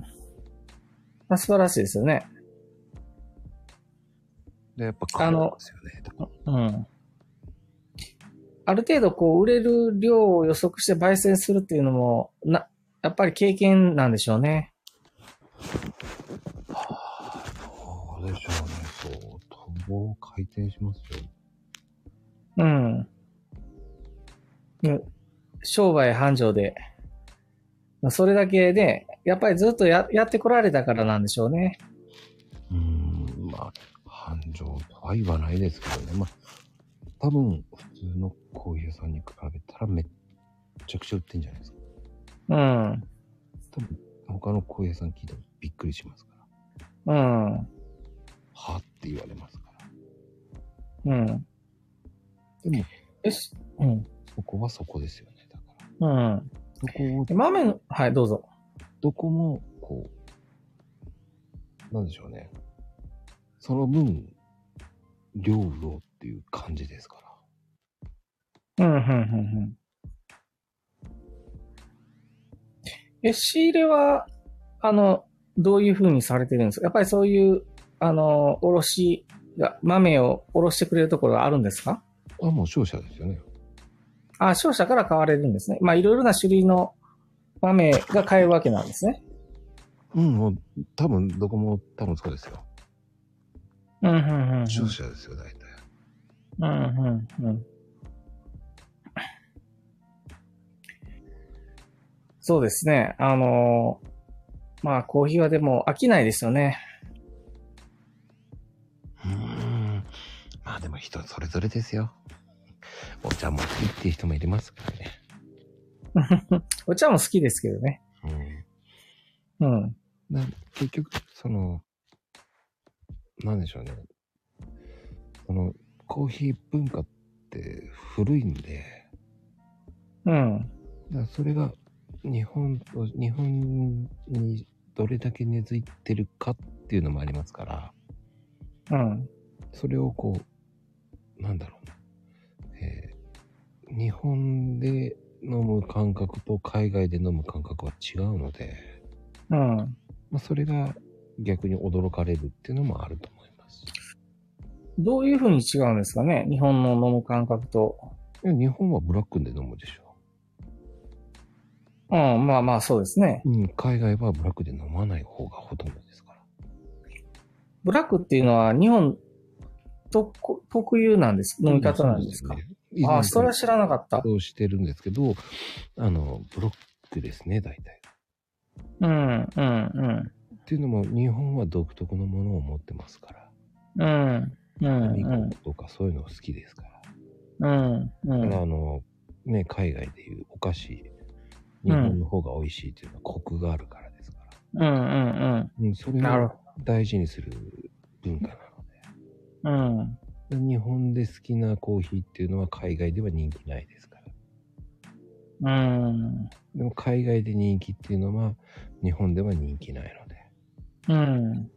[SPEAKER 2] あ、素晴らしいですよね。
[SPEAKER 1] で、やっぱ変わるんですよね。多分
[SPEAKER 2] うん。ある程度こう、売れる量を予測して焙煎するっていうのも、な、やっぱり経験なんでしょうね。
[SPEAKER 1] どうでしょうね。そう、トンボ回転しますよ。
[SPEAKER 2] うん。うん商売繁盛で。まあそれだけで、やっぱりずっとややってこられたからなんでしょうね。
[SPEAKER 1] うーん、まあ、繁盛とは言わないですけどね。まあ、多分、普通のコーヒー屋さんに比べたらめっちゃくちゃ売ってんじゃないですか。
[SPEAKER 2] うん。
[SPEAKER 1] 他のコーヒー屋さん聞いてもびっくりしますから。
[SPEAKER 2] うん。
[SPEAKER 1] はって言われますから。
[SPEAKER 2] うん。
[SPEAKER 1] でも、
[SPEAKER 2] よし。うん。
[SPEAKER 1] そこはそこですよね。だから、
[SPEAKER 2] うん。
[SPEAKER 1] そこを
[SPEAKER 2] で豆の、はい、どうぞ。
[SPEAKER 1] どこも、こう、なんでしょうね。その分、量売ろうっていう感じですから。
[SPEAKER 2] うん、うん、うん、うん。え、仕入れは、あの、どういう風にされてるんですかやっぱりそういう、あの、おろしが、豆をおろしてくれるところがあるんですか
[SPEAKER 1] あ、もう勝者ですよね。
[SPEAKER 2] あ、商社から買われるんですね。まあ、いろいろな種類の豆が買えるわけなんですね。
[SPEAKER 1] うん、もう、多分、どこも、多分そうですよ。
[SPEAKER 2] うん、うん、うん。うん
[SPEAKER 1] 勝者ですよ、大体。、
[SPEAKER 2] うん、うん。そうですね。あのーまあ、コーヒーはでも飽きないですよね。
[SPEAKER 1] うーん。まあでも人それぞれですよ。お茶も好きっていう人もいますからね。
[SPEAKER 2] お茶も好きですけどね。うん。
[SPEAKER 1] うん。な結局、その、なんでしょうね。その、コーヒー文化って古いんで、
[SPEAKER 2] うん。
[SPEAKER 1] だからそれが日本と、日本にどれだけ根付いてるかっていうのもありますから。
[SPEAKER 2] うん。
[SPEAKER 1] それをこう、なんだろうな。えー日本で飲む感覚と海外で飲む感覚は違うので、
[SPEAKER 2] うん。
[SPEAKER 1] まあ、それが逆に驚かれるっていうのもあると思います。
[SPEAKER 2] どういう風に違うんですかね日本の飲む感覚と。
[SPEAKER 1] いや日本はブラックで飲むでしょ。
[SPEAKER 2] うん。まあまあ、そうですね。
[SPEAKER 1] うん、海外はブラックで飲まない方がほとんどですから。
[SPEAKER 2] ブラックっていうのは日本とこ特有なんです。飲み方なんですか
[SPEAKER 1] そうですね
[SPEAKER 2] ああ、それは知らなかった。
[SPEAKER 1] そうしてるんですけど、あの、ブロックですね、大体。
[SPEAKER 2] うん、うん、うん。
[SPEAKER 1] っていうのも、日本は独特のものを持ってますから。
[SPEAKER 2] うん、う
[SPEAKER 1] ミコ
[SPEAKER 2] ん、
[SPEAKER 1] とかそういうの好きですから。
[SPEAKER 2] うん。う
[SPEAKER 1] だから
[SPEAKER 2] ん
[SPEAKER 1] あの、ね、海外でいうお菓子、日本の方が美味しいというのはコクがあるからですから。
[SPEAKER 2] うん、
[SPEAKER 1] うん、そ
[SPEAKER 2] うん。
[SPEAKER 1] れ
[SPEAKER 2] なる
[SPEAKER 1] を
[SPEAKER 2] ほ
[SPEAKER 1] 大事にする文化な
[SPEAKER 2] ど。うん。
[SPEAKER 1] ので。日本で好きなコーヒーっていうのは海外では人気ないですから。
[SPEAKER 2] うん、
[SPEAKER 1] でも海外で人気っていうのは日本では人気ないので。
[SPEAKER 2] うん。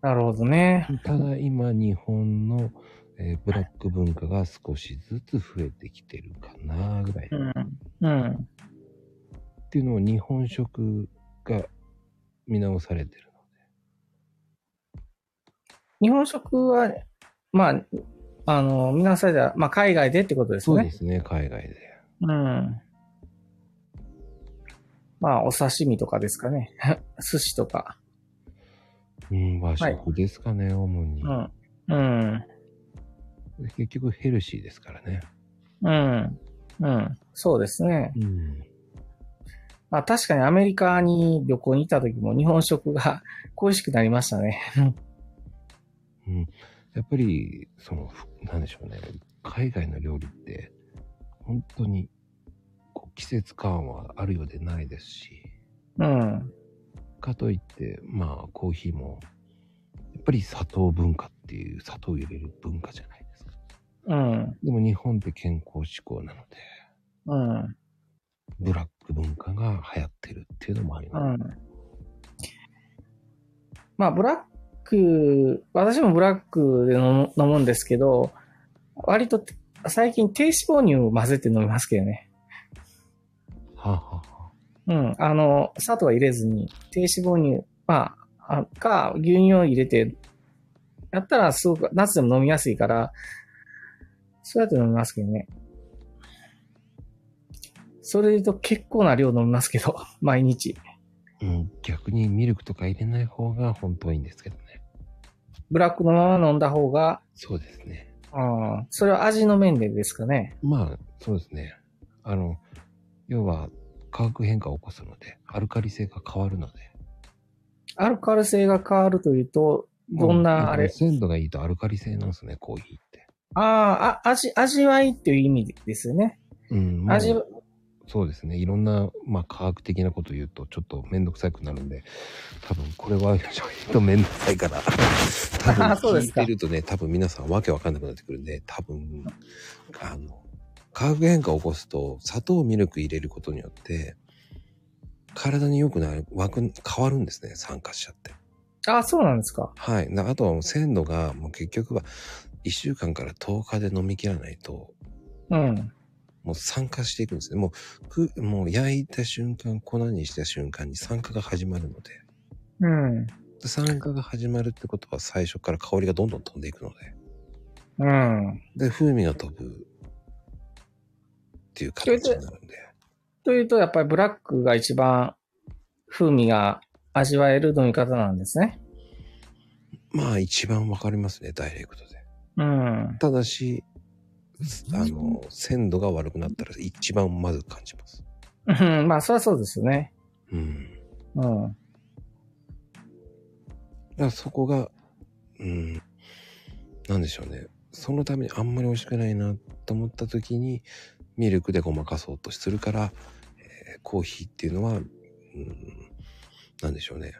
[SPEAKER 2] なるほどね。
[SPEAKER 1] ただ今日本の、えーブラック文化が少しずつ増えてきてるかなぐらい。
[SPEAKER 2] う
[SPEAKER 1] っ
[SPEAKER 2] ん、うん、
[SPEAKER 1] ていうのを日本食が見直されてる
[SPEAKER 2] 日本食は、まあ、あの、皆さんでは、まあ、海外でってことです
[SPEAKER 1] そ
[SPEAKER 2] ね。
[SPEAKER 1] うですね、海外で。
[SPEAKER 2] うん。まあ、お刺身とかですかね。 寿司とか。
[SPEAKER 1] うん、和食ですかね、主に、
[SPEAKER 2] うん。うん。
[SPEAKER 1] 結局ヘルシーですからね。
[SPEAKER 2] うん。うん。そうですね。
[SPEAKER 1] うん。
[SPEAKER 2] まあ、確かにアメリカに旅行に行った時も日本食が 恋しくなりましたね。
[SPEAKER 1] やっぱり、その、ふなんでしょうね。海外の料理って、本当に、こう季節感はあるようでないですし、
[SPEAKER 2] うん。
[SPEAKER 1] かといって、まあ、コーヒーも、やっぱり砂糖文化っていう、砂糖を入れる文化じゃないですか。
[SPEAKER 2] うん。
[SPEAKER 1] でも日本って健康志向なので、
[SPEAKER 2] うん。
[SPEAKER 1] ブラック文化が流行ってるっていうのもあり
[SPEAKER 2] う
[SPEAKER 1] ます。
[SPEAKER 2] ん。まあ、ブラック、私もブラックで飲む飲むんですけど、割と最近低脂肪乳を混ぜて飲みますけどね。
[SPEAKER 1] はあ、はあはあ
[SPEAKER 2] うん。あの、砂糖は入れずに、低脂肪乳、まあ、あか、牛乳を入れて、やったらすごく、夏でも飲みやすいから、そうやって飲みますけどね。それで言うと結構な量飲みますけど、毎日。
[SPEAKER 1] うん、逆にミルクとか入れない方が本当はいいんですけどね。
[SPEAKER 2] ブラックのまま飲んだ方が、
[SPEAKER 1] そうですね。
[SPEAKER 2] うん、それは味の面でですかね。
[SPEAKER 1] まあ、そうですね。あの、要は化学変化を起こすので、アルカリ性が変わるので。
[SPEAKER 2] アルカル性が変わるというと、どん
[SPEAKER 1] うん
[SPEAKER 2] な、あれ、
[SPEAKER 1] 鮮度がいいとアルカリ性なんですね、コーヒーって。
[SPEAKER 2] あーあ、味、味わいっていう意味ですよね。
[SPEAKER 1] うん、もう
[SPEAKER 2] 味、
[SPEAKER 1] そうですね。いろんな、まあ、科学的なこと言うと、ちょっとめんどくさくなるんで、多分これは、 ちょっとめんどくさいから、多
[SPEAKER 2] あーそう
[SPEAKER 1] 分聞
[SPEAKER 2] です
[SPEAKER 1] い
[SPEAKER 2] か
[SPEAKER 1] てるとね、多分皆さんわけわかんなくなってくるんで、多分、あの、化学変化を起こすと、砂糖、ミルク入れることによって、体に良くなる、枠、変わるんですね、酸化しちゃって。
[SPEAKER 2] あ、そうなんですか。
[SPEAKER 1] はい。なあとはもう鮮度が、もう結局は、1週間から10日で飲み切らないと、
[SPEAKER 2] うん。
[SPEAKER 1] もう酸化していくんですね。もう、く、もう焼いた瞬間、粉にした瞬間に酸化が始まるので。
[SPEAKER 2] うん。
[SPEAKER 1] で酸化が始まるってことは最初から香りがどんどん飛んでいくので。
[SPEAKER 2] うん。
[SPEAKER 1] で、風味が飛ぶ。っていう形になるんで。
[SPEAKER 2] というと、やっぱりブラックが一番風味が味わえる飲み方なんですね。
[SPEAKER 1] まあ一番わかりますね、ダイレクトで。
[SPEAKER 2] うん。
[SPEAKER 1] ただし、すあの、鮮度が悪くなったら一番まず感じます。
[SPEAKER 2] うんまあ、そりゃそうですよね。
[SPEAKER 1] うん。
[SPEAKER 2] うん。
[SPEAKER 1] だからそこが、うん、なんでしょうね。そのためにあんまり美味しくないなと思った時に、ミルクでごまかそうとするから、えーコーヒーっていうのは、うん、なんでしょうね。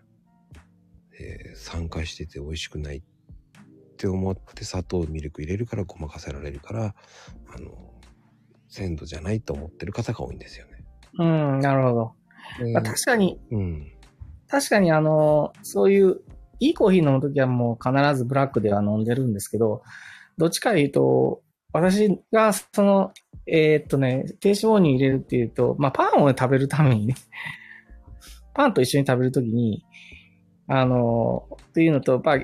[SPEAKER 1] えー酸化してて美味しくないって思って砂糖、ミルク入れるからごまかせられるから、あの、鮮度じゃないと思ってる方が多いんですよね。
[SPEAKER 2] うん、なるほど。
[SPEAKER 1] で
[SPEAKER 2] まあ、確かに、
[SPEAKER 1] うん。
[SPEAKER 2] 確かにあの、そういう、いいコーヒー飲むときはもう必ずブラックでは飲んでるんですけど、どっちか言うと、私がその、えーっとね、低脂肪に入れるっていうと、まあパンを食べるためにね、 パンと一緒に食べるときに、あの、っていうのと、まあ、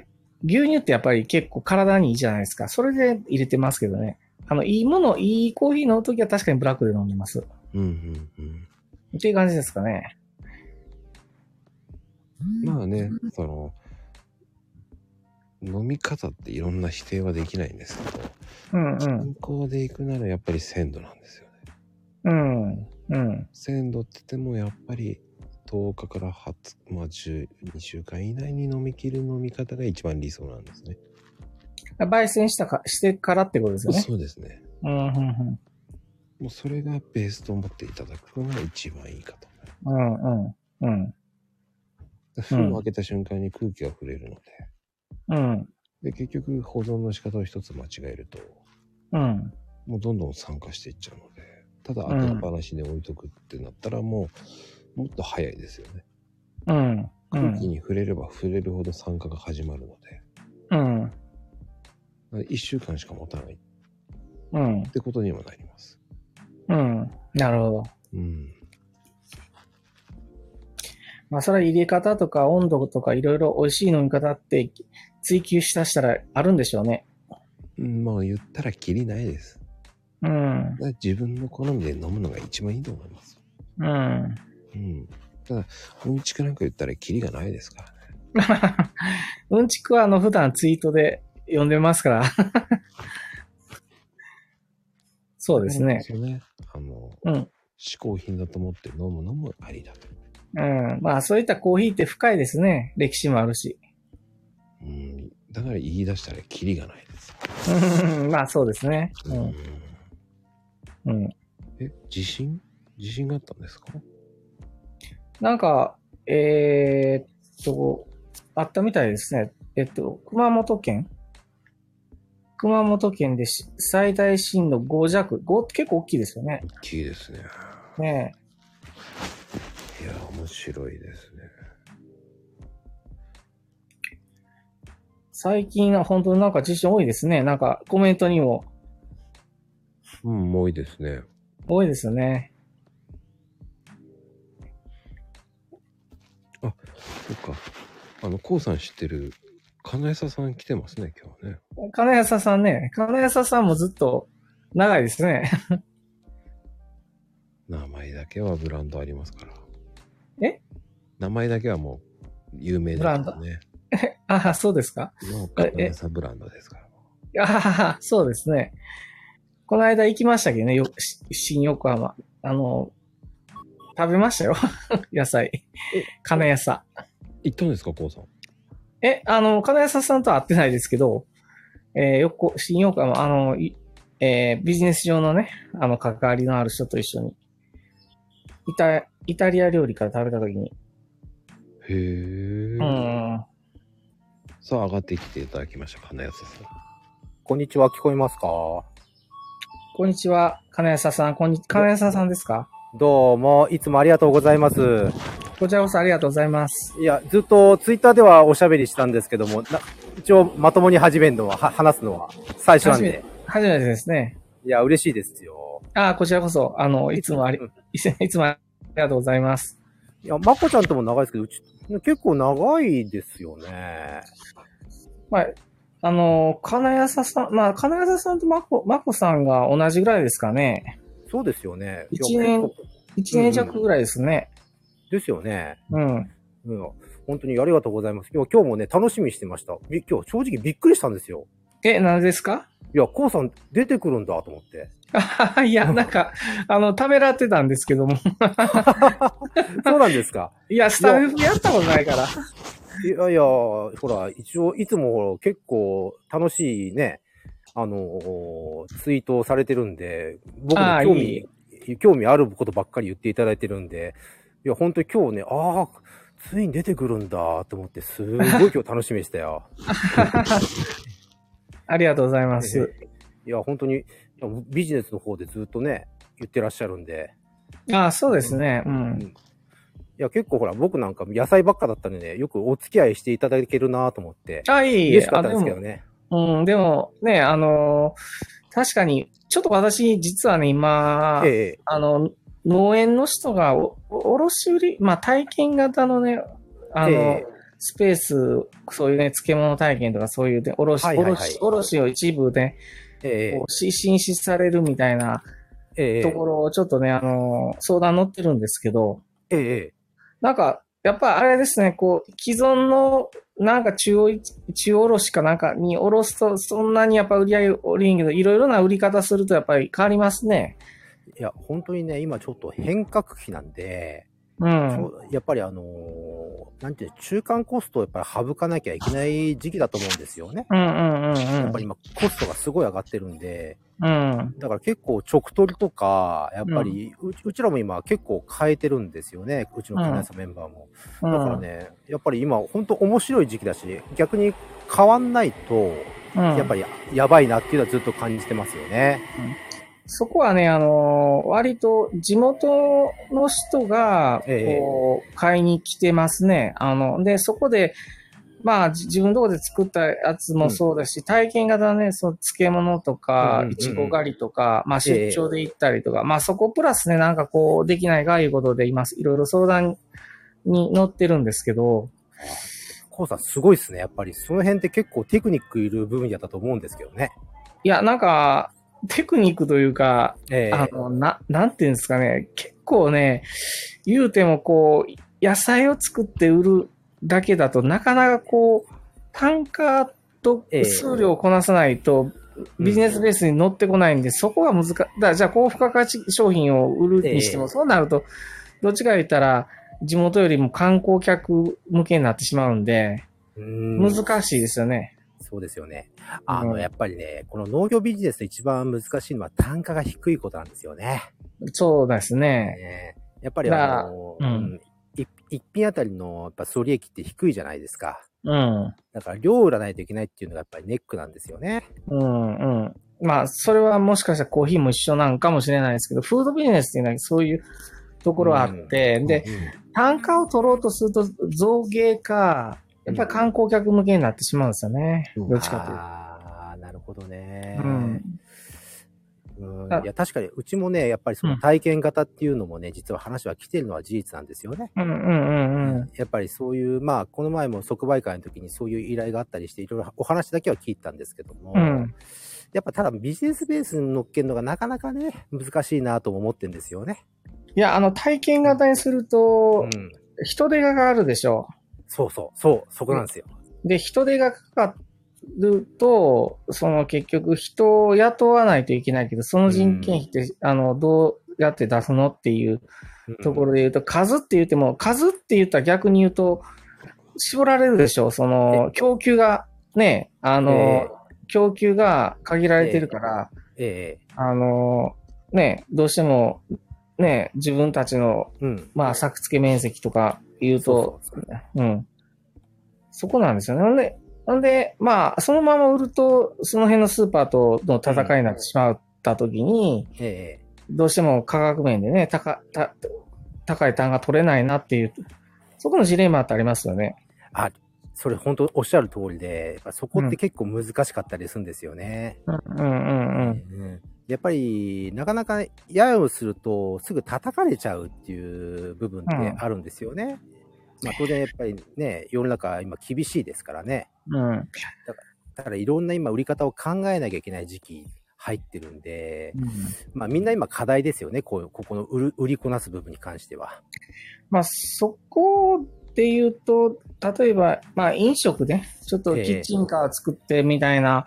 [SPEAKER 2] 牛乳ってやっぱり結構体にいいじゃないですか。それで入れてますけどね。あの、いいもの、いいコーヒー飲むときは確かにブラックで飲んでます。
[SPEAKER 1] うんうんうん。
[SPEAKER 2] っていう感じですかね。
[SPEAKER 1] まあね、その、飲み方っていろんな否定はできないんですけど、
[SPEAKER 2] うんうん。
[SPEAKER 1] 健康でいくならやっぱり鮮度なんですよね。
[SPEAKER 2] うん。うん。
[SPEAKER 1] 鮮度って言ってもやっぱり10日から20、まあ12週間以内に飲み切る飲み方が一番理想なんですね。
[SPEAKER 2] 焙煎したか、してからってことですよね。
[SPEAKER 1] そうですね。
[SPEAKER 2] うん、うん、
[SPEAKER 1] もうそれがベースと思っていただくのが一番いいかと。
[SPEAKER 2] うん。うん、うん、
[SPEAKER 1] で 封を開けた瞬間に空気が触れるので、
[SPEAKER 2] うん。
[SPEAKER 1] で、結局保存の仕方を一つ間違えると、
[SPEAKER 2] うん、
[SPEAKER 1] もうどんどん酸化していっちゃうので、ただ
[SPEAKER 2] うん
[SPEAKER 1] 開けっぱなしで置いとくってなったらもう、もっと早いですよね。
[SPEAKER 2] うん、う
[SPEAKER 1] 空気
[SPEAKER 2] ん。
[SPEAKER 1] に触れれば触れるほど酸化が始まるので、
[SPEAKER 2] うん、
[SPEAKER 1] だから一週間しか持たないっ
[SPEAKER 2] うん、
[SPEAKER 1] てことにもなります。
[SPEAKER 2] うん。なるほど。
[SPEAKER 1] うん。
[SPEAKER 2] まあ、それは入れ方とか温度とかいろいろ美味しい飲み方って追求したしたらあるんでしょうね。
[SPEAKER 1] うんまあ言ったらキリないです。
[SPEAKER 2] うん
[SPEAKER 1] だ、から自分の好みで飲むのが一番いいと思います。
[SPEAKER 2] うん。
[SPEAKER 1] うん。ただ、うんちくなんか言ったらキリがないですからね。
[SPEAKER 2] うんちくはあの普段ツイートで読んでますから。そうですね。
[SPEAKER 1] そうね。あの、
[SPEAKER 2] うん
[SPEAKER 1] 嗜好品だと思って飲むのもありだと。
[SPEAKER 2] うん。まあそういったコーヒーって深いですね。歴史もあるし。
[SPEAKER 1] うん。だから言い出したらキリがないです。
[SPEAKER 2] うん まあそうですね。
[SPEAKER 1] うん
[SPEAKER 2] うん。うん。
[SPEAKER 1] え、地震地震があったんですか
[SPEAKER 2] なんか、えーっと、あったみたいですね。えっと、熊本県熊本県でし最大震度5弱。5って結構大きいですよね。
[SPEAKER 1] 大きいですね。
[SPEAKER 2] ねえ
[SPEAKER 1] いや、面白いですね。
[SPEAKER 2] 最近は本当になんか地震多いですね。なんかコメントにも
[SPEAKER 1] うん、多いですね。
[SPEAKER 2] 多いですよね。
[SPEAKER 1] あの、コウさん知ってる、金谷さん来てますね、今日はね。
[SPEAKER 2] 金谷さんね、金谷さんもずっと長いですね。
[SPEAKER 1] 名前だけはブランドありますから。
[SPEAKER 2] え
[SPEAKER 1] 名前だけはもう、有名ですからね。
[SPEAKER 2] ああ、そうですか。
[SPEAKER 1] もう、金谷さんブランドですから。
[SPEAKER 2] ああ、 そうですね。この間行きましたけどね、よし新横浜。あの、食べましたよ。 野菜。金谷さん。
[SPEAKER 1] 行ったんですか、コウさん。
[SPEAKER 2] え、あの、金谷さんとは会ってないですけど、えー横、新横浜、あの、いえービジネス上のね、あの、関わりのある人と一緒に、イタ、イタリア料理から食べたときに、
[SPEAKER 1] へえ。
[SPEAKER 2] うん、
[SPEAKER 1] さあ、上がってきていただきました、金谷さん。
[SPEAKER 3] こんにちは、聞こえますか
[SPEAKER 2] こんにちは、金谷さん、こんに、金谷さんですか
[SPEAKER 3] どうも、いつもありがとうございます。
[SPEAKER 2] こちらこそありがとうございます。
[SPEAKER 3] いや、ずっとツイッターではおしゃべりしたんですけども、な一応まともに始めるのは、は話すのは最初なん
[SPEAKER 2] 初
[SPEAKER 3] で。
[SPEAKER 2] 初めてですね。
[SPEAKER 3] いや、嬉しいですよ。
[SPEAKER 2] ああ、こちらこそ、あの、いつもあり
[SPEAKER 3] うん、
[SPEAKER 2] いつもありがとうございます。
[SPEAKER 3] いや、まこちゃんとも長いですけど、うち、結構長いですよね。
[SPEAKER 2] まあ、あの、金谷さん、まあ、金谷さんとまこ、まこさんが同じぐらいですかね。
[SPEAKER 3] そうですよね。
[SPEAKER 2] 一年
[SPEAKER 3] いや結構
[SPEAKER 2] 一年弱ぐらいですね。
[SPEAKER 3] ですよね。
[SPEAKER 2] うん。
[SPEAKER 3] うん。本当にありがとうございます。今日今日もね、楽しみにしてました。び今日正直びっくりしたんですよ。
[SPEAKER 2] え、なぜですか
[SPEAKER 3] いや、こうさん出てくるんだと思って。
[SPEAKER 2] あいや、なん か、あの、ためらってたんですけども。
[SPEAKER 3] そうなんですか。
[SPEAKER 2] いや、スタッフやったことない から。
[SPEAKER 3] いやいや、ほら、一応、いつもほら結構楽しいね、あのーツイートをされてるんで、僕
[SPEAKER 2] あ
[SPEAKER 3] も
[SPEAKER 2] あ
[SPEAKER 3] 興
[SPEAKER 2] い
[SPEAKER 3] 味、興味あることばっかり言っていただいてるんで、いや、本当に今日ね、ああ、ついに出てくるんだと思って、すごい今日楽しみでしたよ。
[SPEAKER 2] ありがとうございます。
[SPEAKER 3] いや、本当に、ビジネスの方でずっとね、言ってらっしゃるんで、
[SPEAKER 2] ああ、そうですね。うん。
[SPEAKER 3] いや、結構ほら、僕なんか野菜ばっかだったんでね、よくお付き合いしていただけるなと思って、
[SPEAKER 2] あ、いい。
[SPEAKER 3] 嬉しかったんですけ
[SPEAKER 2] あ
[SPEAKER 3] どね。
[SPEAKER 2] も、うん、でも、ね、あのー確かに、ちょっと私、実はね、今、
[SPEAKER 3] ええ、
[SPEAKER 2] あの、農園の人がお、お卸売り、まあ、体験型のね、あの、
[SPEAKER 3] ええ
[SPEAKER 2] スペース、そういうね、漬物体験とかそういうね、おろし、
[SPEAKER 3] はいはいはい
[SPEAKER 2] おろし、おろしを一部で、
[SPEAKER 3] ええ
[SPEAKER 2] こうし進出されるみたいな
[SPEAKER 3] ええ、
[SPEAKER 2] ところをちょっとね、あの、相談乗ってるんですけど、
[SPEAKER 3] ええ、
[SPEAKER 2] なんか、やっぱあれですね、こう、既存の、なんか中央、中央卸かなんかにおろすと、そんなにやっぱ売り上げ降りんけど、いろいろな売り方するとやっぱり変わりますね。
[SPEAKER 3] いや、本当にね、今ちょっと変革期なんで、
[SPEAKER 2] う
[SPEAKER 3] ち
[SPEAKER 2] ん。
[SPEAKER 3] ょやっぱりあのーなんていうの中間コストをやっぱり省かなきゃいけない時期だと思うんですよね。
[SPEAKER 2] うんうんうん
[SPEAKER 3] やっぱり今コストがすごい上がってるんで、
[SPEAKER 2] うん。うん。
[SPEAKER 3] だから結構直取りとか、やっぱりうち、うちらも今結構変えてるんですよね。うちの金谷さんメンバーも。
[SPEAKER 2] だ
[SPEAKER 3] だからね、やっぱり今本当面白い時期だし、逆に変わんないと、やっぱりやばいなっていうのはずっと感じてますよね。
[SPEAKER 2] そこはね、あのー割と地元の人が、
[SPEAKER 3] ええ
[SPEAKER 2] こう、買いに来てますね。あの、で、そこで、まあ、じ自分のとこで作ったやつもそうだし、体験型ね、その漬物と
[SPEAKER 3] うんうん
[SPEAKER 2] か
[SPEAKER 3] う、ん
[SPEAKER 2] いちご狩りとか、まあ、
[SPEAKER 3] ええ
[SPEAKER 2] 出張で行ったりとか、まあ、そこプラスね、なんかこう、できないかいうことで今、いろいろ相談に乗ってるんですけど、
[SPEAKER 3] コウさんすごいですね。やっぱりその辺って結構テクニックいる分野だと思うんですけどね。
[SPEAKER 2] いや、なんか、テクニックというか、
[SPEAKER 3] ええ
[SPEAKER 2] あの、な、なんていうんですかね。結構ね、言うてもこう、野菜を作って売るだけだとなかなかこう、単価と
[SPEAKER 3] ええ
[SPEAKER 2] 数量をこなさないと、ビジネスベースに乗ってこないんで、そこが難しい。だからじゃあ、高付加価値商品を売るにしても、
[SPEAKER 3] ええ
[SPEAKER 2] そうなると、どっちか言ったら、地元よりも観光客向けになってしまうんで、
[SPEAKER 3] 難
[SPEAKER 2] 難しいですよね。
[SPEAKER 3] そうですよね。あの、
[SPEAKER 2] うん
[SPEAKER 3] やっぱりね、この農業ビジネスで一番難しいのは単価が低いことなんですよね。
[SPEAKER 2] そうですね。
[SPEAKER 3] ねやっぱり
[SPEAKER 2] だから
[SPEAKER 3] あの、
[SPEAKER 2] うん
[SPEAKER 3] うんい一品あたりのやっぱ総利益って低いじゃないですか。
[SPEAKER 2] うん。
[SPEAKER 3] だから量を売らないといけないっていうのがやっぱりネックなんですよね。
[SPEAKER 2] うんうん。まあ、それはもしかしたらコーヒーも一緒なんかもしれないですけど、フードビジネスっていうのはそういうところはあって、で、単価を取ろうとすると造形か、やっぱり観光客向けになってしまうんですよね。
[SPEAKER 1] うん
[SPEAKER 2] どっちか
[SPEAKER 3] ああー、なるほどね
[SPEAKER 2] というと。うん。
[SPEAKER 3] うん、
[SPEAKER 2] あ
[SPEAKER 3] いや、確かに、うちもね、やっぱりその
[SPEAKER 2] うん
[SPEAKER 3] 体験型っていうのもね、実は話は来てるのは事実なんですよね。
[SPEAKER 2] うんうんうん
[SPEAKER 3] やっぱりそういう、まあ、この前も即売会の時にそういう依頼があったりして、いろいろお話だけは聞いたんですけども、
[SPEAKER 2] うん
[SPEAKER 3] やっぱただビジネスベースに乗っけるのがなかなかね、難しいなとも思ってんですよね。
[SPEAKER 2] いや、あの、体験型にする
[SPEAKER 3] う
[SPEAKER 2] と、
[SPEAKER 3] ん。
[SPEAKER 2] 人手がかかるでしょ。
[SPEAKER 3] そうそう、そう、そこなんですよ。
[SPEAKER 2] で、人手がかかると、その結局人を雇わないといけないけど、その人件費って、あの、どうやって出すのっていうところで言うと、数って言っても、数って言ったら逆に言うと、絞られるでしょその、供給が、ね、あの、
[SPEAKER 3] え
[SPEAKER 2] 供給が限られてるから、
[SPEAKER 3] え
[SPEAKER 2] あの、ね、どうしても、ね、自分たちの、
[SPEAKER 3] えうん。
[SPEAKER 2] まあ、作付け面積とか言うと、
[SPEAKER 3] そうそうそ
[SPEAKER 2] う
[SPEAKER 3] う
[SPEAKER 2] ん。そこなんですよね。なんで、なんで、まあ、そのまま売ると、その辺のスーパーとの戦いになってしまった時に、
[SPEAKER 3] え
[SPEAKER 2] どうしても価格面でね、高、た、高い単価取れないなっていう、そこのジレンマってありますよね。
[SPEAKER 3] えあ、それ本当おっしゃる通りで、やっぱそこって結構難しかったりするんですよね。
[SPEAKER 2] うんうんうん。
[SPEAKER 3] うんやっぱり、なかなか、ややをすると、すぐ叩かれちゃうっていう部分ってあるんですよね。まあ、当然、やっぱりね、世の中、今、厳しいですからね。
[SPEAKER 2] うん。
[SPEAKER 3] だから、いろんな今、売り方を考えなきゃいけない時期入ってるんで、まあ、みんな今、課題ですよね。こうここの売る売りこなす部分に関しては。
[SPEAKER 2] まあ、そこで言うと、例えば、まあ、飲食ね、ちょっとキッチンカー作ってみたいな、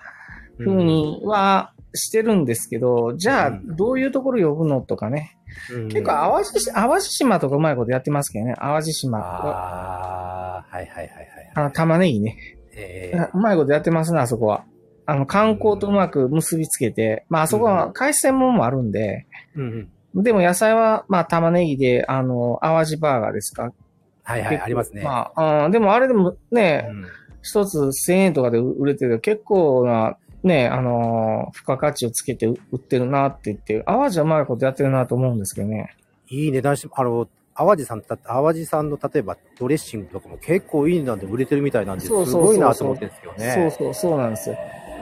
[SPEAKER 2] ふうにはしてるんですけど、じゃ
[SPEAKER 3] う
[SPEAKER 2] あ、
[SPEAKER 3] ん
[SPEAKER 2] どういうところ呼ぶのとかね。
[SPEAKER 3] うん、
[SPEAKER 2] 結構、淡路し、淡路島とかうまいことやってますけどね。淡路島。
[SPEAKER 3] ああ、はいはいはいはい。
[SPEAKER 2] あの、玉ねぎね。
[SPEAKER 3] え
[SPEAKER 2] うまいことやってますね、あそこは。あの、観光とうまく結びつけて、まあ、あそこ
[SPEAKER 3] う
[SPEAKER 2] は
[SPEAKER 3] ん
[SPEAKER 2] 海鮮もんもあるんで、
[SPEAKER 3] えうんうん。
[SPEAKER 2] でも野菜は、まあ、玉ねぎで、あの、淡路バーガーですか。
[SPEAKER 3] はいは
[SPEAKER 2] 結
[SPEAKER 3] い、
[SPEAKER 2] 構
[SPEAKER 3] ありますね。
[SPEAKER 2] まあ、あーでもあれでもね、
[SPEAKER 3] うん
[SPEAKER 2] 一つ1000円とかで売れてる結構な、ね、あのー付加価値をつけて売ってるなって言って、淡路はうまいことやってるなと思うんですけどね。
[SPEAKER 3] いい値段して、あの、淡路さん、た淡路さんの例えばドレッシングとかも結構いい値段で売れてるみたいなんで、す
[SPEAKER 2] そうそうそう
[SPEAKER 3] ごいなと思ってるんですよね。
[SPEAKER 2] そうそう、そうなんですよ。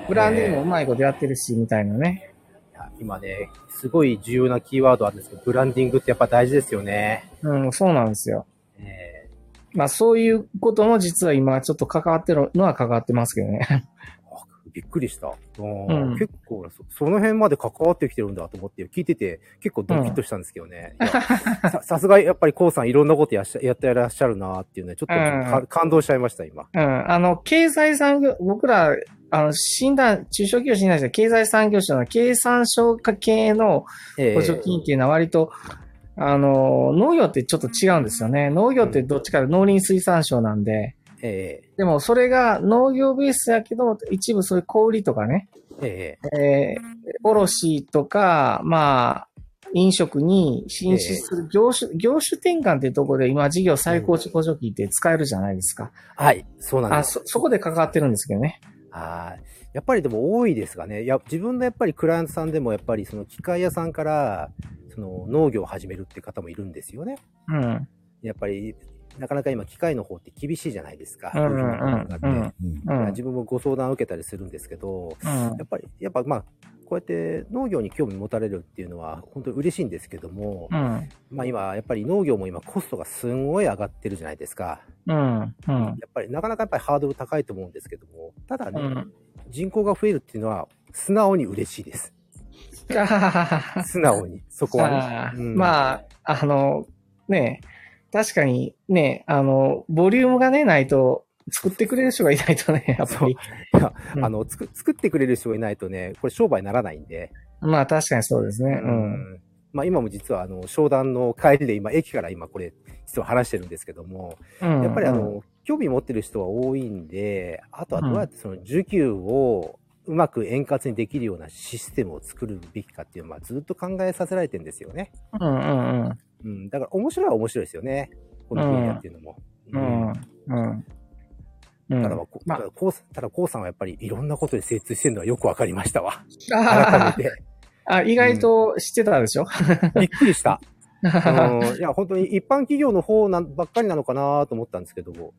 [SPEAKER 2] ブランディングもうまいことやってるし、みたいなね。
[SPEAKER 3] いや今ね、すごい重要なキーワードなんですけど、ブランディングってやっぱ大事ですよね。
[SPEAKER 2] うん、そうなんですよ。
[SPEAKER 3] えー
[SPEAKER 2] まあそういうことも実は今ちょっと関わってるのは関わってますけどね。
[SPEAKER 3] あびっくりした。うん
[SPEAKER 2] うん
[SPEAKER 3] 結構そ、その辺まで関わってきてるんだと思って、聞いてて、結構ドキッとしたんですけどね。いやさ さすがやっぱりこうさんいろんなことやっしゃやってらっしゃるなっていうね、ちょっとか、
[SPEAKER 2] うん
[SPEAKER 3] 感動しちゃいました、今。
[SPEAKER 2] うん、あの、経済産業、僕ら、あの、診断、中小企業診断して経済産業省の経産省家系の
[SPEAKER 3] え
[SPEAKER 2] 補助金っていうのは割と、あの、農業ってちょっと違うんですよね。農業ってどっちかで農林水産省なんで、
[SPEAKER 3] え
[SPEAKER 2] でもそれが農業ベースやけど、一部そういう小売りとかね、
[SPEAKER 3] ーえ
[SPEAKER 2] えー、卸とか、まあ、飲食に進出する業種、業種転換っていうところで今事業最高値補助金って使えるじゃないですか。
[SPEAKER 3] ーはい、そうなんです
[SPEAKER 2] あ、そ、そこで関わってるんですけどね。
[SPEAKER 3] はい。やっぱりでも多いですがね。いや、自分のやっぱりクライアントさんでもやっぱりその機械屋さんから、その農業を始めるって方もいるんですよね。
[SPEAKER 2] うん。
[SPEAKER 3] やっぱり、なかなか今機械の方って厳しいじゃないですか。
[SPEAKER 2] うんうん
[SPEAKER 3] 部品の
[SPEAKER 2] う
[SPEAKER 3] 値段
[SPEAKER 2] ん
[SPEAKER 3] が
[SPEAKER 2] う
[SPEAKER 3] ね
[SPEAKER 2] ん。
[SPEAKER 4] うん。
[SPEAKER 2] う
[SPEAKER 3] いや
[SPEAKER 2] ん。
[SPEAKER 3] 自分もご相談を受けたりするんですけど、
[SPEAKER 2] うん
[SPEAKER 3] やっぱり、やっぱまあ、こうやって農業に興味持たれるっていうのは本当に嬉しいんですけども、
[SPEAKER 2] うん。
[SPEAKER 3] まあ今、やっぱり農業も今コストがすんごい上がってるじゃないですか。
[SPEAKER 2] うん。うん。
[SPEAKER 3] やっぱりなかなかやっぱりハードル高いと思うんですけども、ただね、
[SPEAKER 2] うん。
[SPEAKER 3] 人口が増えるっていうのは、素直に嬉しいです。
[SPEAKER 2] あははは
[SPEAKER 3] 素直に、そこは
[SPEAKER 2] あ
[SPEAKER 3] ね。
[SPEAKER 2] ーまあ、あの、ね確かにね、あの、ボリュームがね、ないと、作ってくれる人がいないとね、やっぱり。うん
[SPEAKER 3] あ、あの、つく作ってくれる人がいないとね、これ商売にならないんで。
[SPEAKER 2] まあ確かにそうですね。うん。
[SPEAKER 3] うんまあ今も実はあの、商談の帰りで今、駅から今これ、実は話してるんですけども、
[SPEAKER 2] うん
[SPEAKER 3] やっぱりあ、の、興味持ってる人は多いんで、あとはどうやってその需給をうまく円滑にできるようなシステムを作るべきかっていうのはずっと考えさせられてるんですよね。
[SPEAKER 2] うんうんうん。
[SPEAKER 3] うん。だから面白いは面白いですよね。この分野っていうのも。
[SPEAKER 2] うん。うん。うん。
[SPEAKER 3] ただ、こ
[SPEAKER 2] まあ
[SPEAKER 3] ただこうさんただ、こうさんはやっぱりいろんなことで精通してるのはよくわかりました わ。改
[SPEAKER 2] あ
[SPEAKER 3] めて。
[SPEAKER 2] あ、意外と知ってたでしょ、
[SPEAKER 3] びっくり した。あ
[SPEAKER 2] あ
[SPEAKER 3] のいや、本当に一般企業の方なんばっかりなのかなと思ったんですけども。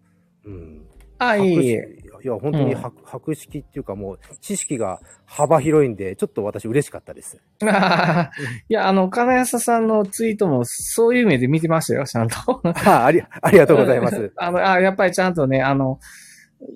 [SPEAKER 3] うん。
[SPEAKER 2] あ、いえいえ。
[SPEAKER 3] 博識いや、本当に博,、博識っていうかもう知識が幅広いんで、ちょっと私嬉しかったです。
[SPEAKER 2] いや、あの、金安さんのツイートもそういう目で見てましたよ、ちゃんと。あ
[SPEAKER 3] ああり、ありがとうございます。
[SPEAKER 2] あの、あやっぱりちゃんとね、あの、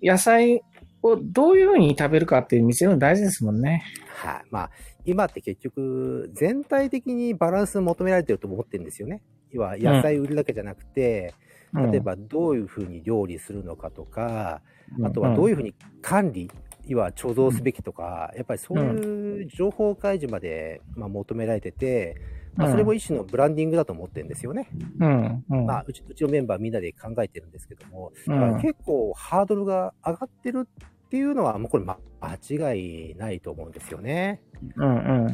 [SPEAKER 2] 野菜をどういうふうに食べるかって見せるの大事ですもんね。
[SPEAKER 3] はい。まあ、今って結局、全体的にバランス求められてると思ってるんですよね。要は、野菜売るだけじゃなくて、
[SPEAKER 2] うん
[SPEAKER 3] 例えばどういうふうに料理するのかとか、あと
[SPEAKER 2] う
[SPEAKER 3] は
[SPEAKER 2] ん
[SPEAKER 3] どういうふうに管理、要は貯蔵すべきとか、やっぱりそういう情報開示まで、まあ、求められてて、まあ、それも一種のブランディングだと思ってるんですよね。
[SPEAKER 2] うん、うん。
[SPEAKER 3] まあ、うちうちのメンバーみんなで考えてるんですけども、
[SPEAKER 2] う
[SPEAKER 3] だから
[SPEAKER 2] ん、
[SPEAKER 3] 結構ハードルが上がってるっていうのは、もうこれ、ま、間違いないと思うんですよね。
[SPEAKER 2] うん、うん。
[SPEAKER 3] うん、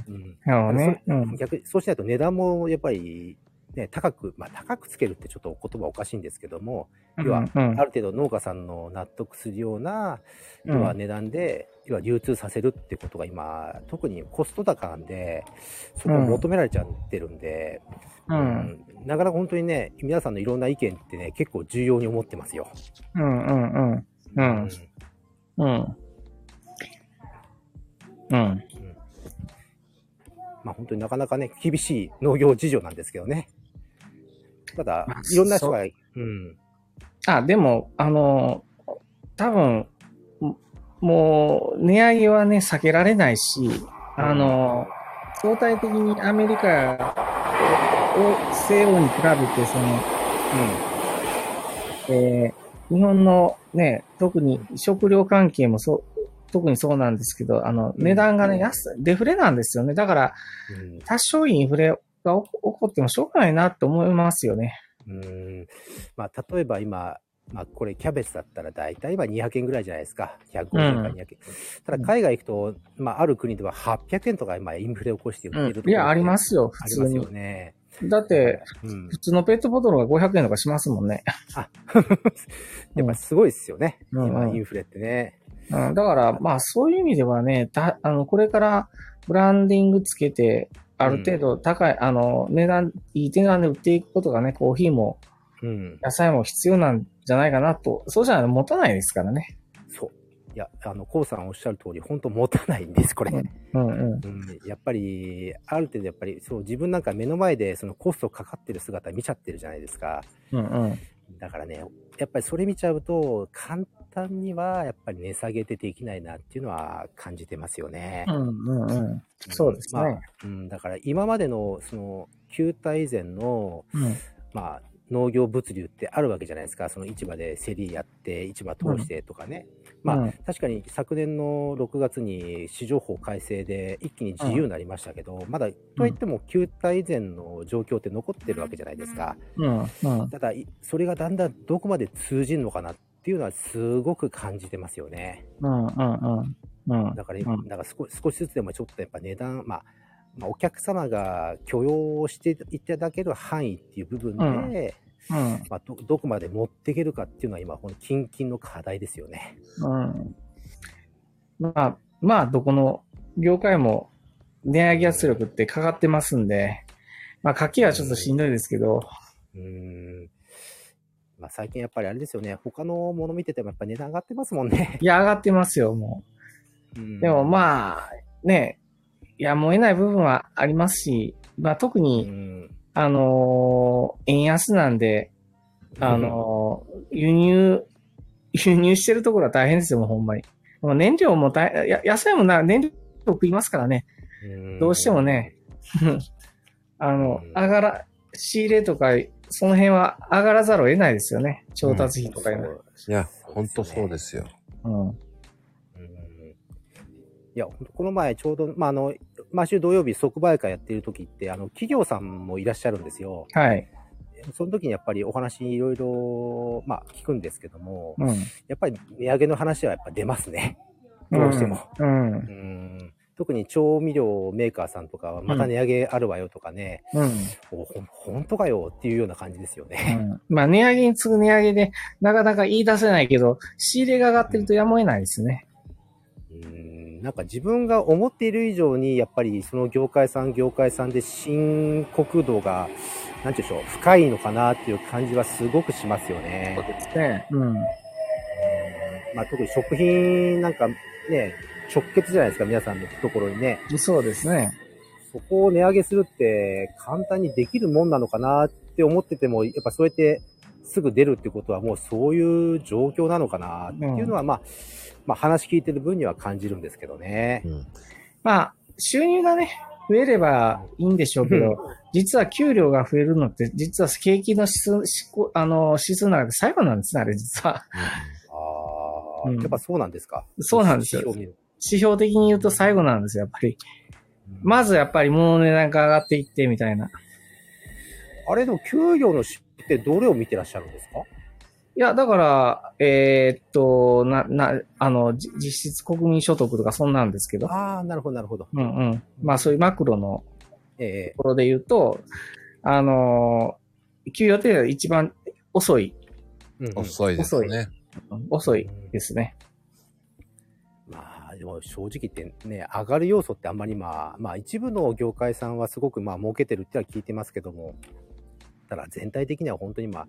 [SPEAKER 2] なるほどね。うん。
[SPEAKER 3] 逆にそうしないと値段もやっぱり、ね、高く、まあ、高くつけるってちょっと言葉おかしいんですけども、要は
[SPEAKER 2] うん、
[SPEAKER 3] ある程度農家さんの納得するような、
[SPEAKER 2] うん
[SPEAKER 3] 要は値段で、要は流通させるってことが今、特にコスト高なんで、そこを求められちゃってるんで、
[SPEAKER 2] うん、
[SPEAKER 3] うんなかなか本当にね、皆さんのいろんな意見ってね、結構重要に思ってますよ。
[SPEAKER 2] うん、うん、うん。う
[SPEAKER 3] うんん、
[SPEAKER 2] うん。うん。
[SPEAKER 3] まあ本当になかなかね、厳しい農業事情なんですけどね。ただ
[SPEAKER 2] まあ、
[SPEAKER 3] いろんな人が、うん、
[SPEAKER 2] あ、でも、あの、多分、ももう、値上げはね、避けられないし、あの、相対的にアメリカを、西欧に比べて、その、えー日本のね、特に食料関係もそう、特にそうなんですけど、あの、
[SPEAKER 3] うん
[SPEAKER 2] 値段がね、安い、デフレなんですよね。だから、
[SPEAKER 3] うん、
[SPEAKER 2] 多少インフレが起こ起こってもしょうがないなって思いますよね。
[SPEAKER 3] うーんまあ、例えば今、まあ、これキャベツだったら大体今200円ぐらいじゃないですか。150円か200円。ただ海外行くと、まあ、ある国では800円とか今インフレ起こして売ってるところって
[SPEAKER 2] いや、ありますよ、普
[SPEAKER 3] あり
[SPEAKER 2] 通
[SPEAKER 3] ます
[SPEAKER 2] に
[SPEAKER 3] よ。ね。
[SPEAKER 2] だって、
[SPEAKER 3] うん
[SPEAKER 2] 普通のペットボトルが500円とかしますもんね。
[SPEAKER 3] やっぱすごいですよね。
[SPEAKER 2] うん
[SPEAKER 3] 今インフレってね。
[SPEAKER 2] うん、だから、まあ、そういう意味ではね、だあのこれからブランディングつけて、ある程度高い、あの、値段、いい値段で売っていくことがね、コーヒーも
[SPEAKER 3] うん。
[SPEAKER 2] 野菜も必要なんじゃないかなと。そうじゃないと持たないですからね。
[SPEAKER 3] そう。いや、あの、コウさんおっしゃる通り、本当持たないんです、これ。
[SPEAKER 2] うんうん。
[SPEAKER 3] うん、やっぱり、ある程度やっぱり、そう、自分なんか目の前でそのコストかかってる姿見ちゃってるじゃないですか。
[SPEAKER 2] うんうん。
[SPEAKER 3] だからね、やっぱりそれ見ちゃうと、簡単にはやっぱり値下げってできないなっていうのは感じてますよね。
[SPEAKER 2] うんうんうん。そうですね
[SPEAKER 3] まあうん、だから今までのその旧態以前の、
[SPEAKER 2] うん
[SPEAKER 3] まあ、農業物流ってあるわけじゃないですか。その市場で競りやって、市場通してとかね。まあ、
[SPEAKER 2] うん
[SPEAKER 3] 確かに昨年の6月に市場法改正で一気に自由になりましたけど、まだといっても旧態以前の状況って残ってるわけじゃないですか。
[SPEAKER 2] うんうん。
[SPEAKER 3] ただ、いそれがだんだんどこまで通じるのかなっていうのはすごく感じてますよね。
[SPEAKER 2] うんうんうん。うん
[SPEAKER 3] だから、
[SPEAKER 2] うん
[SPEAKER 3] なんか少少しずつでもちょっとやっぱ値段、まあ、まあ、お客様が許容していただける範囲っていう部分で、
[SPEAKER 2] うん
[SPEAKER 3] まあ、どどこまで持っていけるかっていうのは今、この近々の課題ですよね。
[SPEAKER 2] うん。まあ、まあ、どこの業界も値上げ圧力ってかかってますんで、まあ、家計はちょっとしんどいですけど、
[SPEAKER 3] うーん。まあ、最近やっぱりあれですよね。他のもの見ててもやっぱ値段上がってますもんね。
[SPEAKER 2] いや、上がってますよ、もう。でも
[SPEAKER 3] あ、
[SPEAKER 2] まあ、ね、やむを得ない部分はありますし、まあ、特
[SPEAKER 3] う
[SPEAKER 2] に、
[SPEAKER 3] ん。
[SPEAKER 2] あのー円安なんで、あのー輸入、輸入してるところは大変ですよ、もうほんまに。もう燃料も大、や野菜もな、燃料食いますからね。
[SPEAKER 3] ん
[SPEAKER 2] どうしても、ね、 あの、上がら、仕入れとか、その辺は上がらざるを得ないですよね。調達費とかいうのは。
[SPEAKER 1] いや、ほんとそうですよ。
[SPEAKER 2] うん。
[SPEAKER 3] うんいや、ほんとこの前ちょうど、まあ、あの、毎週土曜日即売会やってる時って、あの、企業さんもいらっしゃるんですよ。
[SPEAKER 2] はい。
[SPEAKER 3] その時にやっぱりお話いろいろ、まあ、聞くんですけども、
[SPEAKER 2] うん。
[SPEAKER 3] やっぱり値上げの話はやっぱ出ますね。どうしても。
[SPEAKER 2] うん。う。
[SPEAKER 3] うんん特に調味料メーカーさんとかは、また値上げあるわよとかね、
[SPEAKER 2] うん。
[SPEAKER 3] おほん、本当かよっていうような感じですよ
[SPEAKER 2] う
[SPEAKER 3] ね。
[SPEAKER 2] んまあ、値上げに次ぐ値上げで、なかなか言い出せないけど、仕入れが上がってるとやむを得ないですね。
[SPEAKER 3] うんなんか自分が思っている以上に、やっぱりその業界さん業界さんで深刻度が、なんていうんでしょう、深いのかなっていう感じはすごくしますよね。
[SPEAKER 2] ですね。うん。
[SPEAKER 3] まあ、特に食品なんかね、直結じゃないですか、皆さんのところにね。
[SPEAKER 2] そうですね。
[SPEAKER 3] そこを値上げするって簡単にできるもんなのかなって思ってても、やっぱそうやってすぐ出るってことはもうそういう状況なのかなっていうのは、まあ、まあ話聞いてる分には感じるんですけどね。
[SPEAKER 2] まあ、収入がね、増えればいいんでしょうけど、実は給料が増えるのって、実は景気の指数、しこあの、指数の中で最後なんですね、あれ実は。
[SPEAKER 3] ああ、
[SPEAKER 2] うん
[SPEAKER 3] やっぱそうなんですか。
[SPEAKER 2] そうなんですよ
[SPEAKER 3] 指標を見る
[SPEAKER 2] 指標的に言うと最後なんですよ、やっぱり。まずやっぱり物の値段が上がっていって、みたいな。
[SPEAKER 3] あれでも給料の指標ってどれを見てらっしゃるんですか
[SPEAKER 2] いや、だから、えーっと、な、な、あの、じ実質国民所得とかそんなんですけど。
[SPEAKER 3] ああ、なるほど、なるほど。
[SPEAKER 2] うんうん。まあそういうマクロの
[SPEAKER 3] ええ
[SPEAKER 2] ところで言うと、あのー、給与っていうのは一番遅い、
[SPEAKER 3] うんうん
[SPEAKER 1] 遅いですね。。
[SPEAKER 2] 遅いですね。
[SPEAKER 3] まあ、でも正直言ってね、上がる要素ってあんまりまあ、まあ一部の業界さんはすごくまあ儲けてるってのは聞いてますけども、ただ全体的には本当にまあ、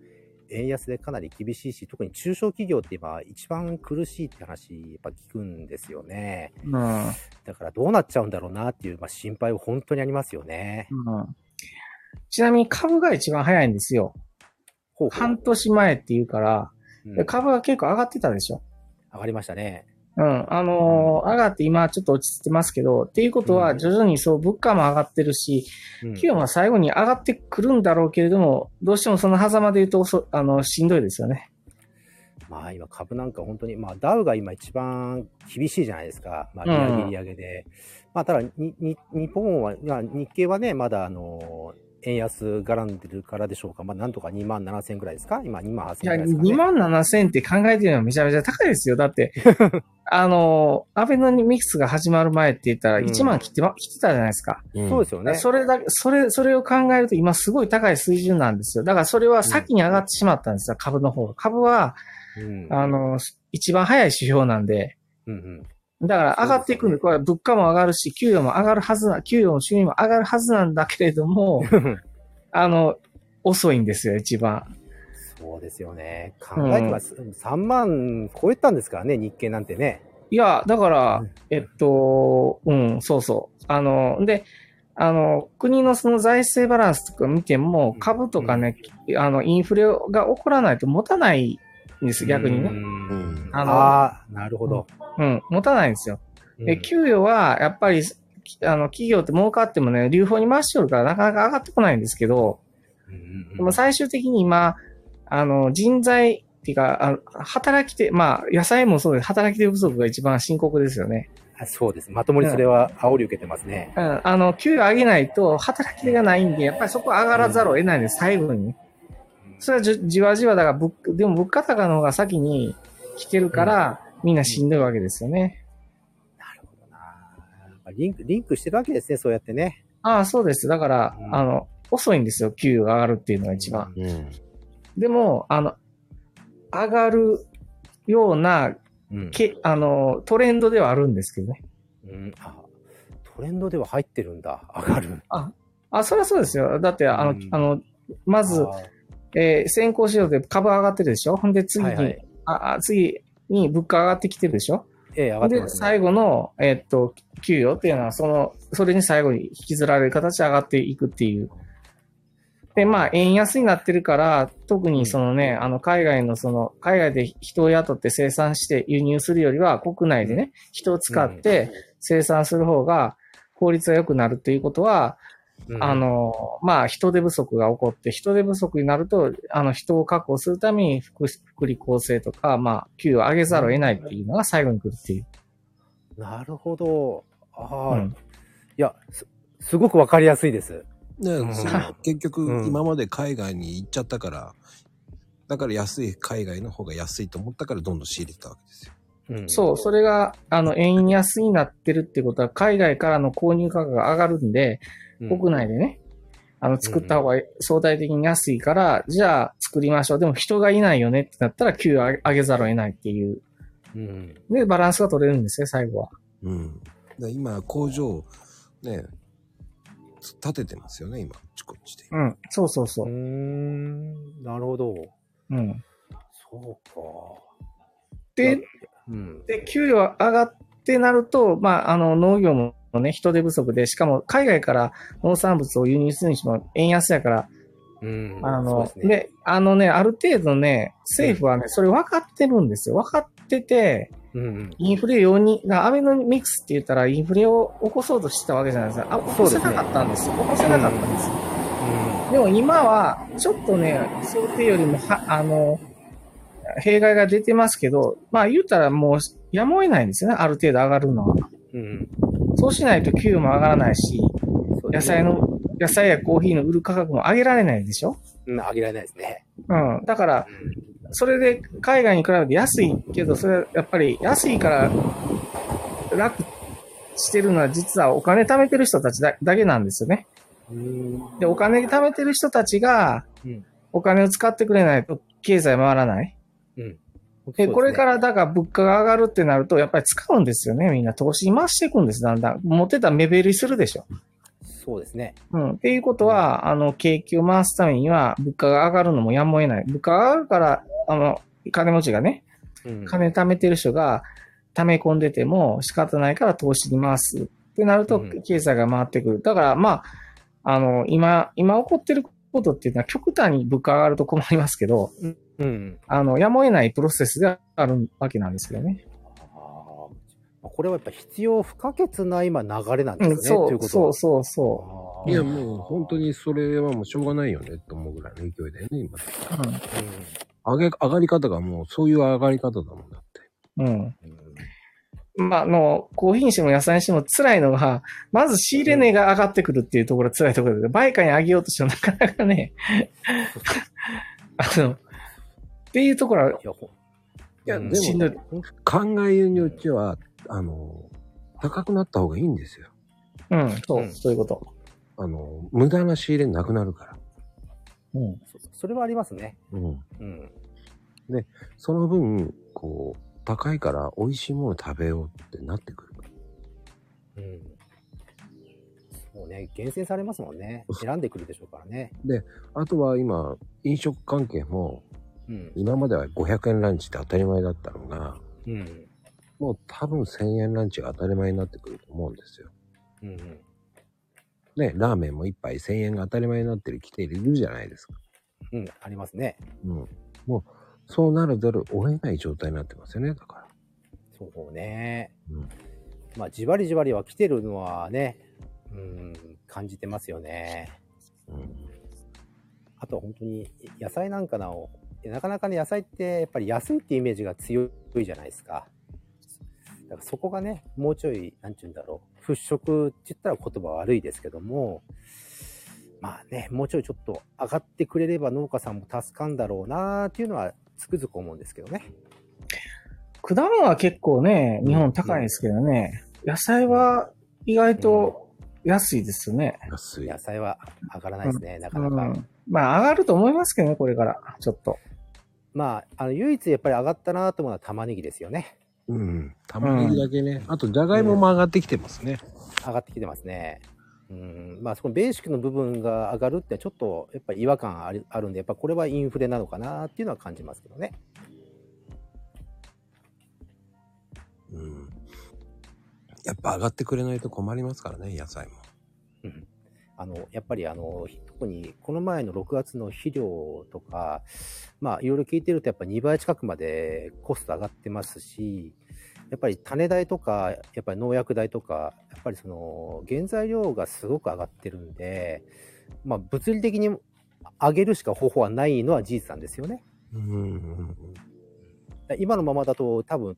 [SPEAKER 3] 円安でかなり厳しいし、特に中小企業って今一番苦しいって話やっぱ聞くんですよね。
[SPEAKER 2] うん。うん。
[SPEAKER 3] だからどうなっちゃうんだろうなっていう、まあ、心配は本当にありますよね。
[SPEAKER 2] ちなみに株が一番早いんですよ。
[SPEAKER 3] ほうほう
[SPEAKER 2] 半年前って言うから、
[SPEAKER 3] うん
[SPEAKER 2] で株が結構上がってたでしょ。
[SPEAKER 3] 上がりましたね。
[SPEAKER 2] うん。あのー上がって今ちょっと落ち着いてますけど、っていうこと
[SPEAKER 3] う
[SPEAKER 2] は
[SPEAKER 3] ん
[SPEAKER 2] 徐々にそう物価も上がってるし、
[SPEAKER 3] うん
[SPEAKER 2] 給与は最後に上がってくるんだろうけれども、どうしてもその狭間で言うとそ、あの、しんどいですよね。
[SPEAKER 3] まあ今株なんか本当に、まあダウが今一番厳しいじゃないですか。まあ利
[SPEAKER 2] うん
[SPEAKER 3] 上げ利上げで。まあただにに日本は、まあ日経はね、まだあの、円安絡んでるからでしょうか。まあなんとか2万7千ぐらいですか今2万8
[SPEAKER 2] い
[SPEAKER 3] 千ぐ
[SPEAKER 2] や、
[SPEAKER 3] らいですか、ね。
[SPEAKER 2] 2万7千って考えてるのはめちゃめちゃ高いですよ。だ って、あの、アベノミクスが始まる前って言ったら
[SPEAKER 3] うん
[SPEAKER 2] 1万切って,、ま、切ってたじゃないですか。
[SPEAKER 3] そうですすよね。
[SPEAKER 2] それだけ、それ、それを考えると今すごい高い水準なんですよ。だからそれは先に上がってしまったんですよ、株の方が。株は、
[SPEAKER 3] うん。
[SPEAKER 2] あの、一番早い指標なんで。
[SPEAKER 3] うんうん。
[SPEAKER 2] だから上がっていくんで、これは物価も上がるし、給与も上がるはずな、給与も収入も上がるはずなんだけれど も、あの、遅いんですよ、一番。
[SPEAKER 3] そうですよね。考えてます。3万超えたんですからね、日経なんてね。
[SPEAKER 2] いや、だから、
[SPEAKER 3] うん
[SPEAKER 2] えっと、うん、そうそう。あの、で、あの、国のその財政バランスとか見ても、株とかね、あの、インフレが起こらないと持たないんです、逆に
[SPEAKER 3] う
[SPEAKER 2] ね。
[SPEAKER 3] ん
[SPEAKER 1] うん
[SPEAKER 2] あの
[SPEAKER 3] ああ、なるほど。
[SPEAKER 2] うん、持たないんですよ。で、給与は、やっぱり、あの、企業って儲かってもね、流法に回しておるから、なかなか上がってこないんですけど、でも
[SPEAKER 3] さ
[SPEAKER 2] 最終的に今、あの、人材っていうか、あ働き手、まあ、野菜もそうです。働き手不足が一番深刻ですよね。
[SPEAKER 3] そうです。まともにそれは煽り受けてますね。
[SPEAKER 2] うん、あの、給与上げないと働き手がないんで、やっぱりそこ上がらざるを得ないんです、最後に。それはじゅじわじわだから、物でも物価高の方が先に来てるから、みんなしんどいわけですよね。
[SPEAKER 3] なるほどな。やっぱリンク、リンクしてるわけですね、そうやってね。
[SPEAKER 2] ああ、そうです。だから
[SPEAKER 3] う、ん
[SPEAKER 2] あの、遅いんですよ、給与が上がるっていうのが一番。
[SPEAKER 1] うん。
[SPEAKER 2] でも、あの、上がるような、
[SPEAKER 3] うん
[SPEAKER 2] け、あの、トレンドではあるんですけどね。
[SPEAKER 3] うんあトレンドでは入ってるんだ、上がる。
[SPEAKER 2] あ、そりゃそうですよ。だって、あの、
[SPEAKER 3] うん
[SPEAKER 2] あの、まず
[SPEAKER 3] あ、ー
[SPEAKER 2] えー先行指標で株上がってるでしょほんで次に、
[SPEAKER 3] はいはい
[SPEAKER 2] あ、あ次に物価上がってきてるでしょ
[SPEAKER 3] ええ、上がって
[SPEAKER 2] で、
[SPEAKER 3] ます、ね。
[SPEAKER 2] 最後の、えーっと、給与っていうのは、その、それに最後に引きずられる形で上がっていくっていう。で、まあ、円安になってるから、特にそのね、あの、海外のその、海外で人を雇って生産して輸入するよりは、国内でね、人を使って生産する方が、効率が良くなるということは、
[SPEAKER 3] うん
[SPEAKER 2] あ、の、まあ、人手不足が起こって、人手不足になると、あの、人を確保するために福祉、福利厚生とか、まあ、給与を上げざるを得ないっていうのが最後に来るっていう。
[SPEAKER 3] なるほど。ああ、
[SPEAKER 2] うん
[SPEAKER 3] いや、すすごくわかりやすいです。
[SPEAKER 1] ね、それ は結
[SPEAKER 3] う
[SPEAKER 1] 局
[SPEAKER 3] ん
[SPEAKER 1] 今まで海外に行っちゃったから、だから安い海外の方が安いと思ったからどんどん仕入れたわけですよ。
[SPEAKER 3] うん、
[SPEAKER 2] そう、それが、あの、円安になってるってことは、海外からの購入価格が上がるんで、
[SPEAKER 3] うん
[SPEAKER 2] 国内でね、あの、作った方が相対的に安いから、じゃあ作りましょう。でも人がいないよねってなったら、給与上げ上げざるを得ないっていう。
[SPEAKER 3] うん。
[SPEAKER 2] で、バランスが取れるんですよ、最後は。
[SPEAKER 1] うん。で今、工場、ね、建ててますよね、今、ちこっちで。
[SPEAKER 2] うん、そうそうそう
[SPEAKER 3] ー
[SPEAKER 2] う。
[SPEAKER 3] ん、なるほど。
[SPEAKER 2] うん。
[SPEAKER 3] そうか。
[SPEAKER 2] で
[SPEAKER 3] いや、うん。
[SPEAKER 2] で、給料上がってなると、まあ、あの、農業もね、人手不足で、しかも海外から農産物を輸入するにしても円安やから、
[SPEAKER 3] うん。
[SPEAKER 2] あの
[SPEAKER 3] そ、うです
[SPEAKER 2] ね
[SPEAKER 3] ね。
[SPEAKER 2] あのね、ある程度ね、政府はね、それ分かってるんですよ。分かってて、
[SPEAKER 3] うんうん。
[SPEAKER 2] インフレ容認、なアベノミクスって言ったらインフレを起こそうとしてたわけじゃないですか。あ、起こせなかったんですよ。起こせなかったんですよ。でも今は、ちょっとね、想定よりもは、あの、弊害が出てますけど、まあ言うたらもう、やむを得ないんですよね、ある程度上がるのは。
[SPEAKER 3] うん。
[SPEAKER 2] そうしないと給与も上がらないし、
[SPEAKER 3] そう
[SPEAKER 2] 野
[SPEAKER 3] ですね
[SPEAKER 2] 菜。の、野菜やコーヒーの売る価格も上げられないでしょ
[SPEAKER 3] うん、上げられないですね。
[SPEAKER 2] うん。だから、それで海外に比べて安いけど、それはやっぱり安いから楽してるのは実はお金貯めてる人たちだだけなんですよね。
[SPEAKER 3] うん。
[SPEAKER 2] で、お金貯めてる人たちが
[SPEAKER 3] うん、、
[SPEAKER 2] お金を使ってくれないと経済回らない。で、これかららだから物価が上がるってなると、やっぱり使うんですよね、みんな。投資に回していくんです、だんだん。持ってたら目減りするでしょ。
[SPEAKER 3] そうですね。
[SPEAKER 2] うん。っていうことは、あの、景気を回すためには、物価が上がるのもやむを得ない。物価が上がるから、あの、金持ちがね、
[SPEAKER 3] うん。
[SPEAKER 2] 金貯めてる人が貯め込んでても仕方ないから投資に回すってなると
[SPEAKER 3] うん
[SPEAKER 2] 経済が回ってくる。だからまあ、あの、今、今起こってることっていうのは極端に物価が上がると困りますけど、
[SPEAKER 3] うん。
[SPEAKER 2] あの、やむを得ないプロセスであるわけなんですよね。
[SPEAKER 3] あーこれはやっぱ必要不可欠な今流れなんです
[SPEAKER 2] う
[SPEAKER 3] よ
[SPEAKER 2] ん、そ
[SPEAKER 3] ね。という
[SPEAKER 2] う、
[SPEAKER 3] こと
[SPEAKER 2] そう、そう、そう。
[SPEAKER 3] あー
[SPEAKER 1] いや、もう本当にそれはもうしょうがないよねって思うぐらいの勢いだよね、今。上げ、上がり方がもうそういう上がり方だもんだって。
[SPEAKER 2] うん。
[SPEAKER 3] うん
[SPEAKER 2] まあ、あの、コーヒーにしても野菜にしても辛いのが、まず仕入れ値が上がってくるっていうところが辛いところで、売価に上げようとしてもなかなかね、あの、っていうところはい
[SPEAKER 3] や、ほ
[SPEAKER 1] いや、で
[SPEAKER 3] うん
[SPEAKER 1] も、
[SPEAKER 2] しんどい。
[SPEAKER 1] 考えによっては、あの、高くなった方がいいんですよ。
[SPEAKER 2] うん、そう、
[SPEAKER 3] うん
[SPEAKER 2] そういうこと。
[SPEAKER 1] あの、無駄な仕入れなくなるから。
[SPEAKER 2] うん。
[SPEAKER 3] そそれはありますね。
[SPEAKER 1] うん。
[SPEAKER 3] うん。
[SPEAKER 1] その分、こう、高いから美味しいもの食べようってなってくる。
[SPEAKER 3] うん。そうね、厳選されますもんね。選んでくるでしょうからね。
[SPEAKER 1] あとは今、飲食関係も、
[SPEAKER 3] うん。
[SPEAKER 1] 今までは500円ランチって当たり前だったのが、
[SPEAKER 3] うん。
[SPEAKER 1] もう多分1000円ランチが当たり前になってくると思うんですよ。
[SPEAKER 3] うん。
[SPEAKER 1] ね、ラーメンも一杯1000円が当たり前になってる規定でいるじゃないですか。
[SPEAKER 3] うん。ありますね。
[SPEAKER 1] うん。もう、そうならざるを得ない状態になってますよね、だから。
[SPEAKER 3] そうね。
[SPEAKER 1] うん
[SPEAKER 3] まあ、じわりじわりは来てるのはね、うん、感じてますよね。
[SPEAKER 1] うん。
[SPEAKER 3] あとは本当に野菜なんかなを、なかなかね、野菜ってやっぱり安いってイメージが強いじゃないですか。だからそこがね、もうちょい、なんて言うんだろう、払拭って言ったら言葉悪いですけども、まあね、もうちょいちょっと上がってくれれば農家さんも助かんだろうなっていうのはつくづく思うんですけどね。
[SPEAKER 2] 果物は結構ね、日本高いですけどね、野菜は意外と安いですよね。
[SPEAKER 1] 安い。
[SPEAKER 3] 野菜は上がらないですね、なか
[SPEAKER 2] う
[SPEAKER 3] なか。
[SPEAKER 2] ん。まあ、上がると思いますけどね、これから。ちょっと。
[SPEAKER 3] まあ、あの、唯一やっぱり上がったなと思うのは玉ねぎですよね。
[SPEAKER 1] うん。玉ねぎだけね。あと、じゃがいもも上がってきてますね。
[SPEAKER 3] 上がってきてますね。うん、まあ、そこのベーシックの部分が上がるってちょっとやっぱり違和感あるあるんで、やっぱこれはインフレなのかなっていうのは感じますけどね。
[SPEAKER 1] うん。やっぱ上がってくれないと困りますからね、野菜も。
[SPEAKER 3] うんあの、やっぱりあの、特にこの前の6月の肥料とか、まあ、いろいろ聞いてるとやっぱ2倍近くまでコスト上がってますし、やっぱり種代とか、やっぱり農薬代とか、やっぱりその、原材料がすごく上がってるんで、まあ、物理的に上げるしか方法はないのは事実なんですよね。
[SPEAKER 1] うんうん
[SPEAKER 3] 今のままだと多分、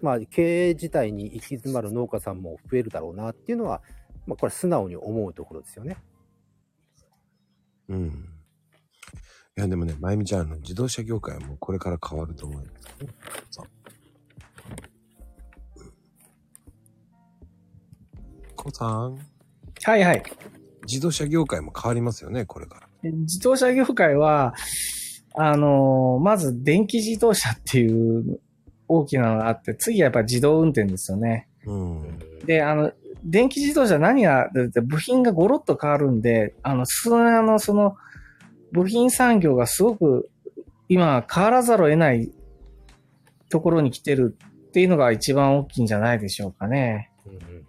[SPEAKER 3] まあ、経営自体に行き詰まる農家さんも増えるだろうなっていうのは、まあ、これは素直に思うところですよね。
[SPEAKER 1] うん。うん。いや、でもね、まゆみちゃん、あの自動車業界はもうこれから変わると思うよ。そう。こうさん、
[SPEAKER 2] はいはい。
[SPEAKER 1] 自動車業界も変わりますよね、これから。
[SPEAKER 2] 自動車業界は、あの、まず電気自動車っていう大きなのがあって、次はやっぱり自動運転ですよね。
[SPEAKER 1] うん。
[SPEAKER 2] で、あの、電気自動車何が、だって部品がゴロッと変わるんで、あの、その、あの、その、部品産業がすごく今変わらざるを得ないところに来てるっていうのが一番大きいんじゃないでしょうかね。
[SPEAKER 3] うんうんうんうん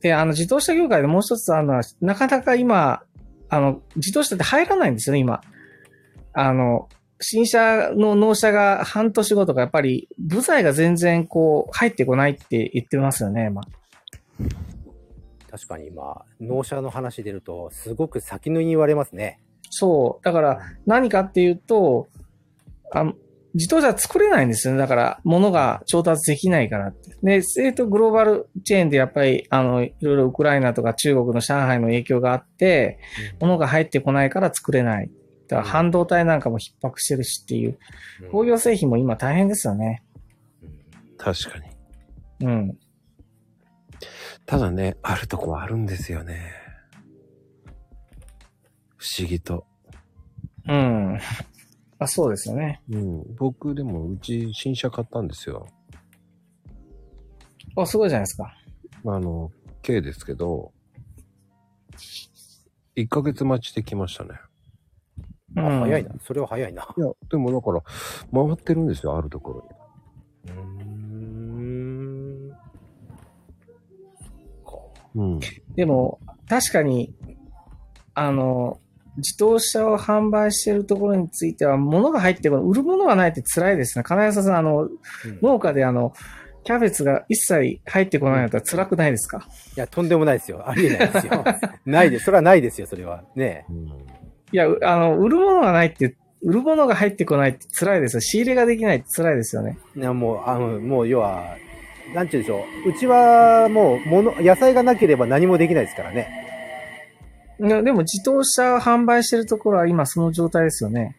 [SPEAKER 2] で、あの、自動車業界でもう一つあるのは、なかなか今、あの、自動車って入らないんですよね、今。あの、新車の納車が半年後とか、やっぱり部材が全然こう、入ってこないって言ってますよね、今。
[SPEAKER 3] 確かに今、納車の話出ると、すごく先の言われますね。
[SPEAKER 2] そう。だから、何かっていうと、あの自動車作れないんですよね。だから、物が調達できないからって。で、えっと、グローバルチェーンでやっぱり、あの、いろいろウクライナとか中国の上海の影響があって、物が入ってこないから作れない。だから半導体なんかも逼迫してるしっていう、
[SPEAKER 3] うん
[SPEAKER 2] 工業製品も今大変ですよね。
[SPEAKER 3] うん
[SPEAKER 1] 確かに。
[SPEAKER 2] うん。
[SPEAKER 1] ただね、あるとこはあるんですよね。不思議と。
[SPEAKER 2] うん。あそうですよね。
[SPEAKER 1] うん。僕でもうち新車買ったんですよ。
[SPEAKER 2] あ、すごいじゃないですか。
[SPEAKER 1] あの、K ですけど、1ヶ月待ちで来ましたね。
[SPEAKER 2] うん、
[SPEAKER 3] あ早いな。それは早いな。
[SPEAKER 1] いや、でもだから、回ってるんですよ、あるところに。
[SPEAKER 3] うーん。
[SPEAKER 1] うん。
[SPEAKER 2] でも、確かに、あの、自動車を販売しているところについては、物が入ってこない、売るものがないって辛いですね。金谷さん、あの、
[SPEAKER 3] うんい
[SPEAKER 2] 農家であの、キャベツが一切入ってこないのだったら辛くないですか
[SPEAKER 3] や、とんでもないですよ。ありえないですよ。 ないです。それはないですよ、それは。ね
[SPEAKER 1] うん
[SPEAKER 2] いや、うあの、売るものがないって、売るものが入ってこないって辛いですよ。仕入れができないって辛いですよね。
[SPEAKER 3] え。いやもう、あの、もう、要は、なんちゅうでしょう。うちは、もう、もの、野菜がなければ何もできないですからね。
[SPEAKER 2] いやでも自動車を販売してるところは今その状態ですよね。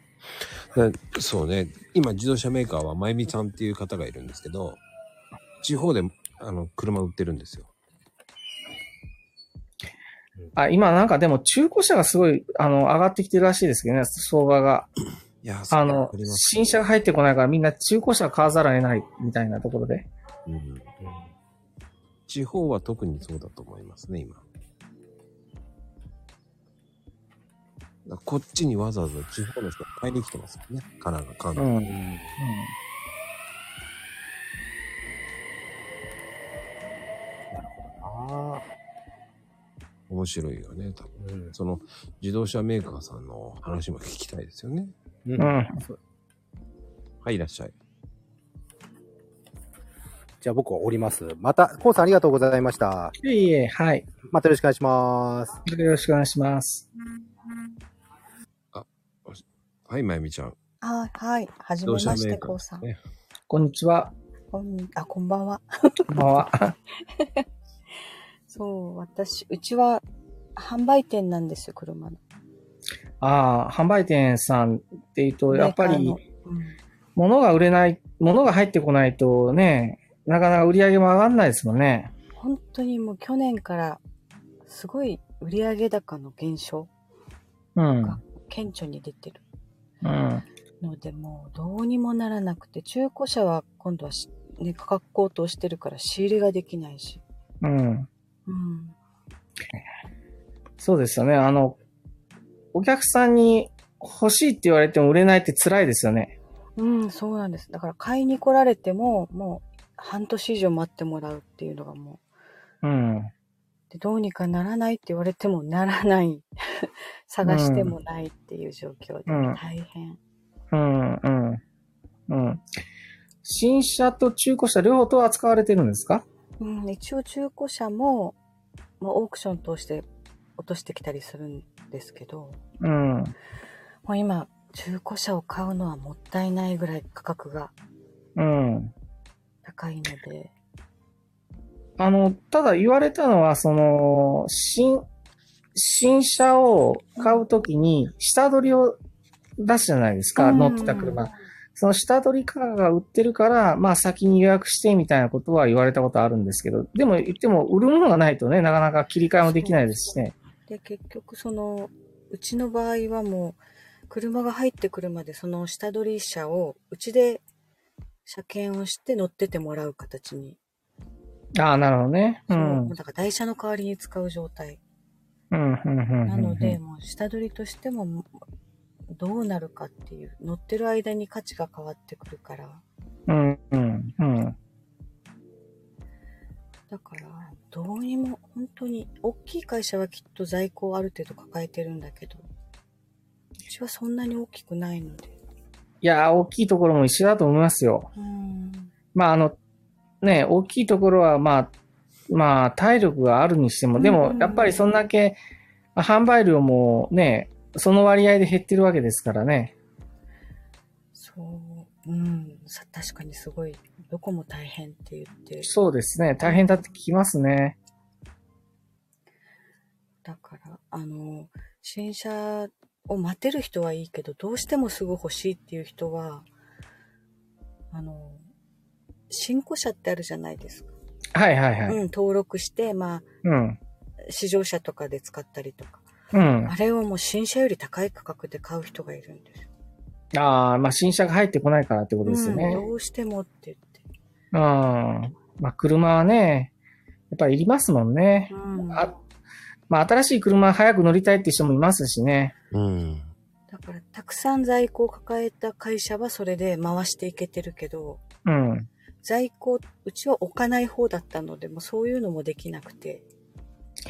[SPEAKER 1] だそうね。今、自動車メーカーは、まゆみさんっていう方がいるんですけど、地方で、あの、車売ってるんですよ。
[SPEAKER 2] あ、今なんかでも中古車がすごい、あの、上がってきてるらしいですけどね、相場が。
[SPEAKER 1] いや、
[SPEAKER 2] あの
[SPEAKER 1] それ、は
[SPEAKER 2] 新車が入ってこないからみんな中古車買わざるを得ないみたいなところで。
[SPEAKER 1] うん地方は特にそうだと思いますね、今。だこっちにわざわざ地方の人が買いに来てますよね。神奈川、
[SPEAKER 2] う
[SPEAKER 1] 関
[SPEAKER 2] ん。うん
[SPEAKER 3] ああ。
[SPEAKER 1] 面白いよね、多分。
[SPEAKER 3] うん。
[SPEAKER 1] その、自動車メーカーさんの話も聞きたいですよね。
[SPEAKER 3] う。
[SPEAKER 2] うんん。
[SPEAKER 1] はい、いらっしゃい。
[SPEAKER 3] じゃあ僕は降ります。また、コウさんありがとうございました。
[SPEAKER 2] いえいえ、はい。
[SPEAKER 3] またよろしくお願いします。
[SPEAKER 2] よろしくお願いします。
[SPEAKER 1] はい、まゆみちゃん。
[SPEAKER 5] はい、はい。はじ
[SPEAKER 1] 自動
[SPEAKER 5] め
[SPEAKER 1] 車
[SPEAKER 5] まし
[SPEAKER 1] メ
[SPEAKER 5] て、
[SPEAKER 1] ーカ
[SPEAKER 5] こ
[SPEAKER 1] ー
[SPEAKER 5] うさん。
[SPEAKER 1] ね。
[SPEAKER 2] こんにちは。
[SPEAKER 5] こんあ、こんばんは。
[SPEAKER 2] こんばんは。
[SPEAKER 5] そう、私、うちは販売店なんですよ、車の。
[SPEAKER 2] ああ、販売店さんっていうと、やっぱ
[SPEAKER 5] メ
[SPEAKER 2] り
[SPEAKER 5] ーカーの、うん
[SPEAKER 2] 物が売れない、物が入ってこないとね、なかなか売り上げも上がんないですもんね。
[SPEAKER 5] 本当にもう去年から、すごい売上高の減少
[SPEAKER 2] うん。
[SPEAKER 5] が顕著に出てる
[SPEAKER 2] うん。
[SPEAKER 5] ので、もうどうにもならなくて、中古車は今度はし、ね、価格高騰してるから仕入れができないし。
[SPEAKER 2] うん。
[SPEAKER 5] うん。
[SPEAKER 2] そうですよね。あの、お客さんに欲しいって言われても売れないって辛いですよね。
[SPEAKER 5] うん、そうなんです。だから買いに来られても、もう半年以上待ってもらうっていうのがもう、
[SPEAKER 2] うん。
[SPEAKER 5] でどうにかならないって言われてもならない。 探してもないっていう状況で、
[SPEAKER 2] うん
[SPEAKER 5] 大変。
[SPEAKER 2] うん、うん。うん。新車と中古車両方と扱われてるんですか
[SPEAKER 5] うん、一応中古車も、まあ、オークション通して落としてきたりするんですけど、
[SPEAKER 2] うん。
[SPEAKER 5] もう今、中古車を買うのはもったいないぐらい価格が
[SPEAKER 2] うん。
[SPEAKER 5] 高いので、
[SPEAKER 2] あの、ただ言われたのは、その、新、新車を買うときに、下取りを出すじゃないですか、乗ってた車。その下取りカーが売ってるから、まあ先に予約してみたいなことは言われたことあるんですけど、でも言っても売るものがないとね、なかなか切り替えもできないですしね。
[SPEAKER 5] で、結局その、うちの場合はもう、車が入ってくるまでその下取り車を、うちで車検をして乗っててもらう形に
[SPEAKER 2] ああ、なるほどね。う
[SPEAKER 5] そ
[SPEAKER 2] ん。
[SPEAKER 5] う、
[SPEAKER 2] うん
[SPEAKER 5] もう、だから台車の代わりに使う状態。
[SPEAKER 2] うん、うん。うん
[SPEAKER 5] なので、、もう下取りとしても、どうなるかっていう、乗ってる間に価値が変わってくるから、
[SPEAKER 2] うん、うん、うん。
[SPEAKER 5] だから、どうにも、本当に、大きい会社はきっと在庫をある程度抱えてるんだけど、うちはそんなに大きくないので。
[SPEAKER 2] いや、大きいところも一緒だと思いますよ。
[SPEAKER 5] うん。
[SPEAKER 2] まあ、あの、ね、大きいところは、まあ、まあ、体力があるにしても、で
[SPEAKER 5] うんう
[SPEAKER 2] も
[SPEAKER 5] ん、
[SPEAKER 2] やっぱりそんだけ、販売量もね、その割合で減ってるわけですからね。
[SPEAKER 5] そう、うん。さ確かにすごい、どこも大変って言って、
[SPEAKER 2] そうですね。大変だって聞きますね。
[SPEAKER 5] だから、あの、新車を待てる人はいいけど、どうしてもすぐ欲しいっていう人は、あの、新古車ってあるじゃないですか。
[SPEAKER 2] はいはいは
[SPEAKER 5] うん
[SPEAKER 2] い。、
[SPEAKER 5] 登録して、まあ、
[SPEAKER 2] うん。
[SPEAKER 5] 試乗車とかで使ったりとか。
[SPEAKER 2] うん。
[SPEAKER 5] あれをもう新車より高い価格で買う人がいるんですよ。
[SPEAKER 2] ああ、まあ、新車が入ってこないからってことですよね。
[SPEAKER 5] うんどうしてもって言って。
[SPEAKER 2] うん。まあ、車はね、やっぱりいりますもんね。
[SPEAKER 5] うん、
[SPEAKER 2] あまあ、新しい車早く乗りたいって人もいますしね。
[SPEAKER 1] うん。
[SPEAKER 5] だから、たくさん在庫を抱えた会社はそれで回していけてるけど、
[SPEAKER 2] うん。
[SPEAKER 5] 在庫、うちは置かない方だったので、もうそういうのもできなくて。
[SPEAKER 2] い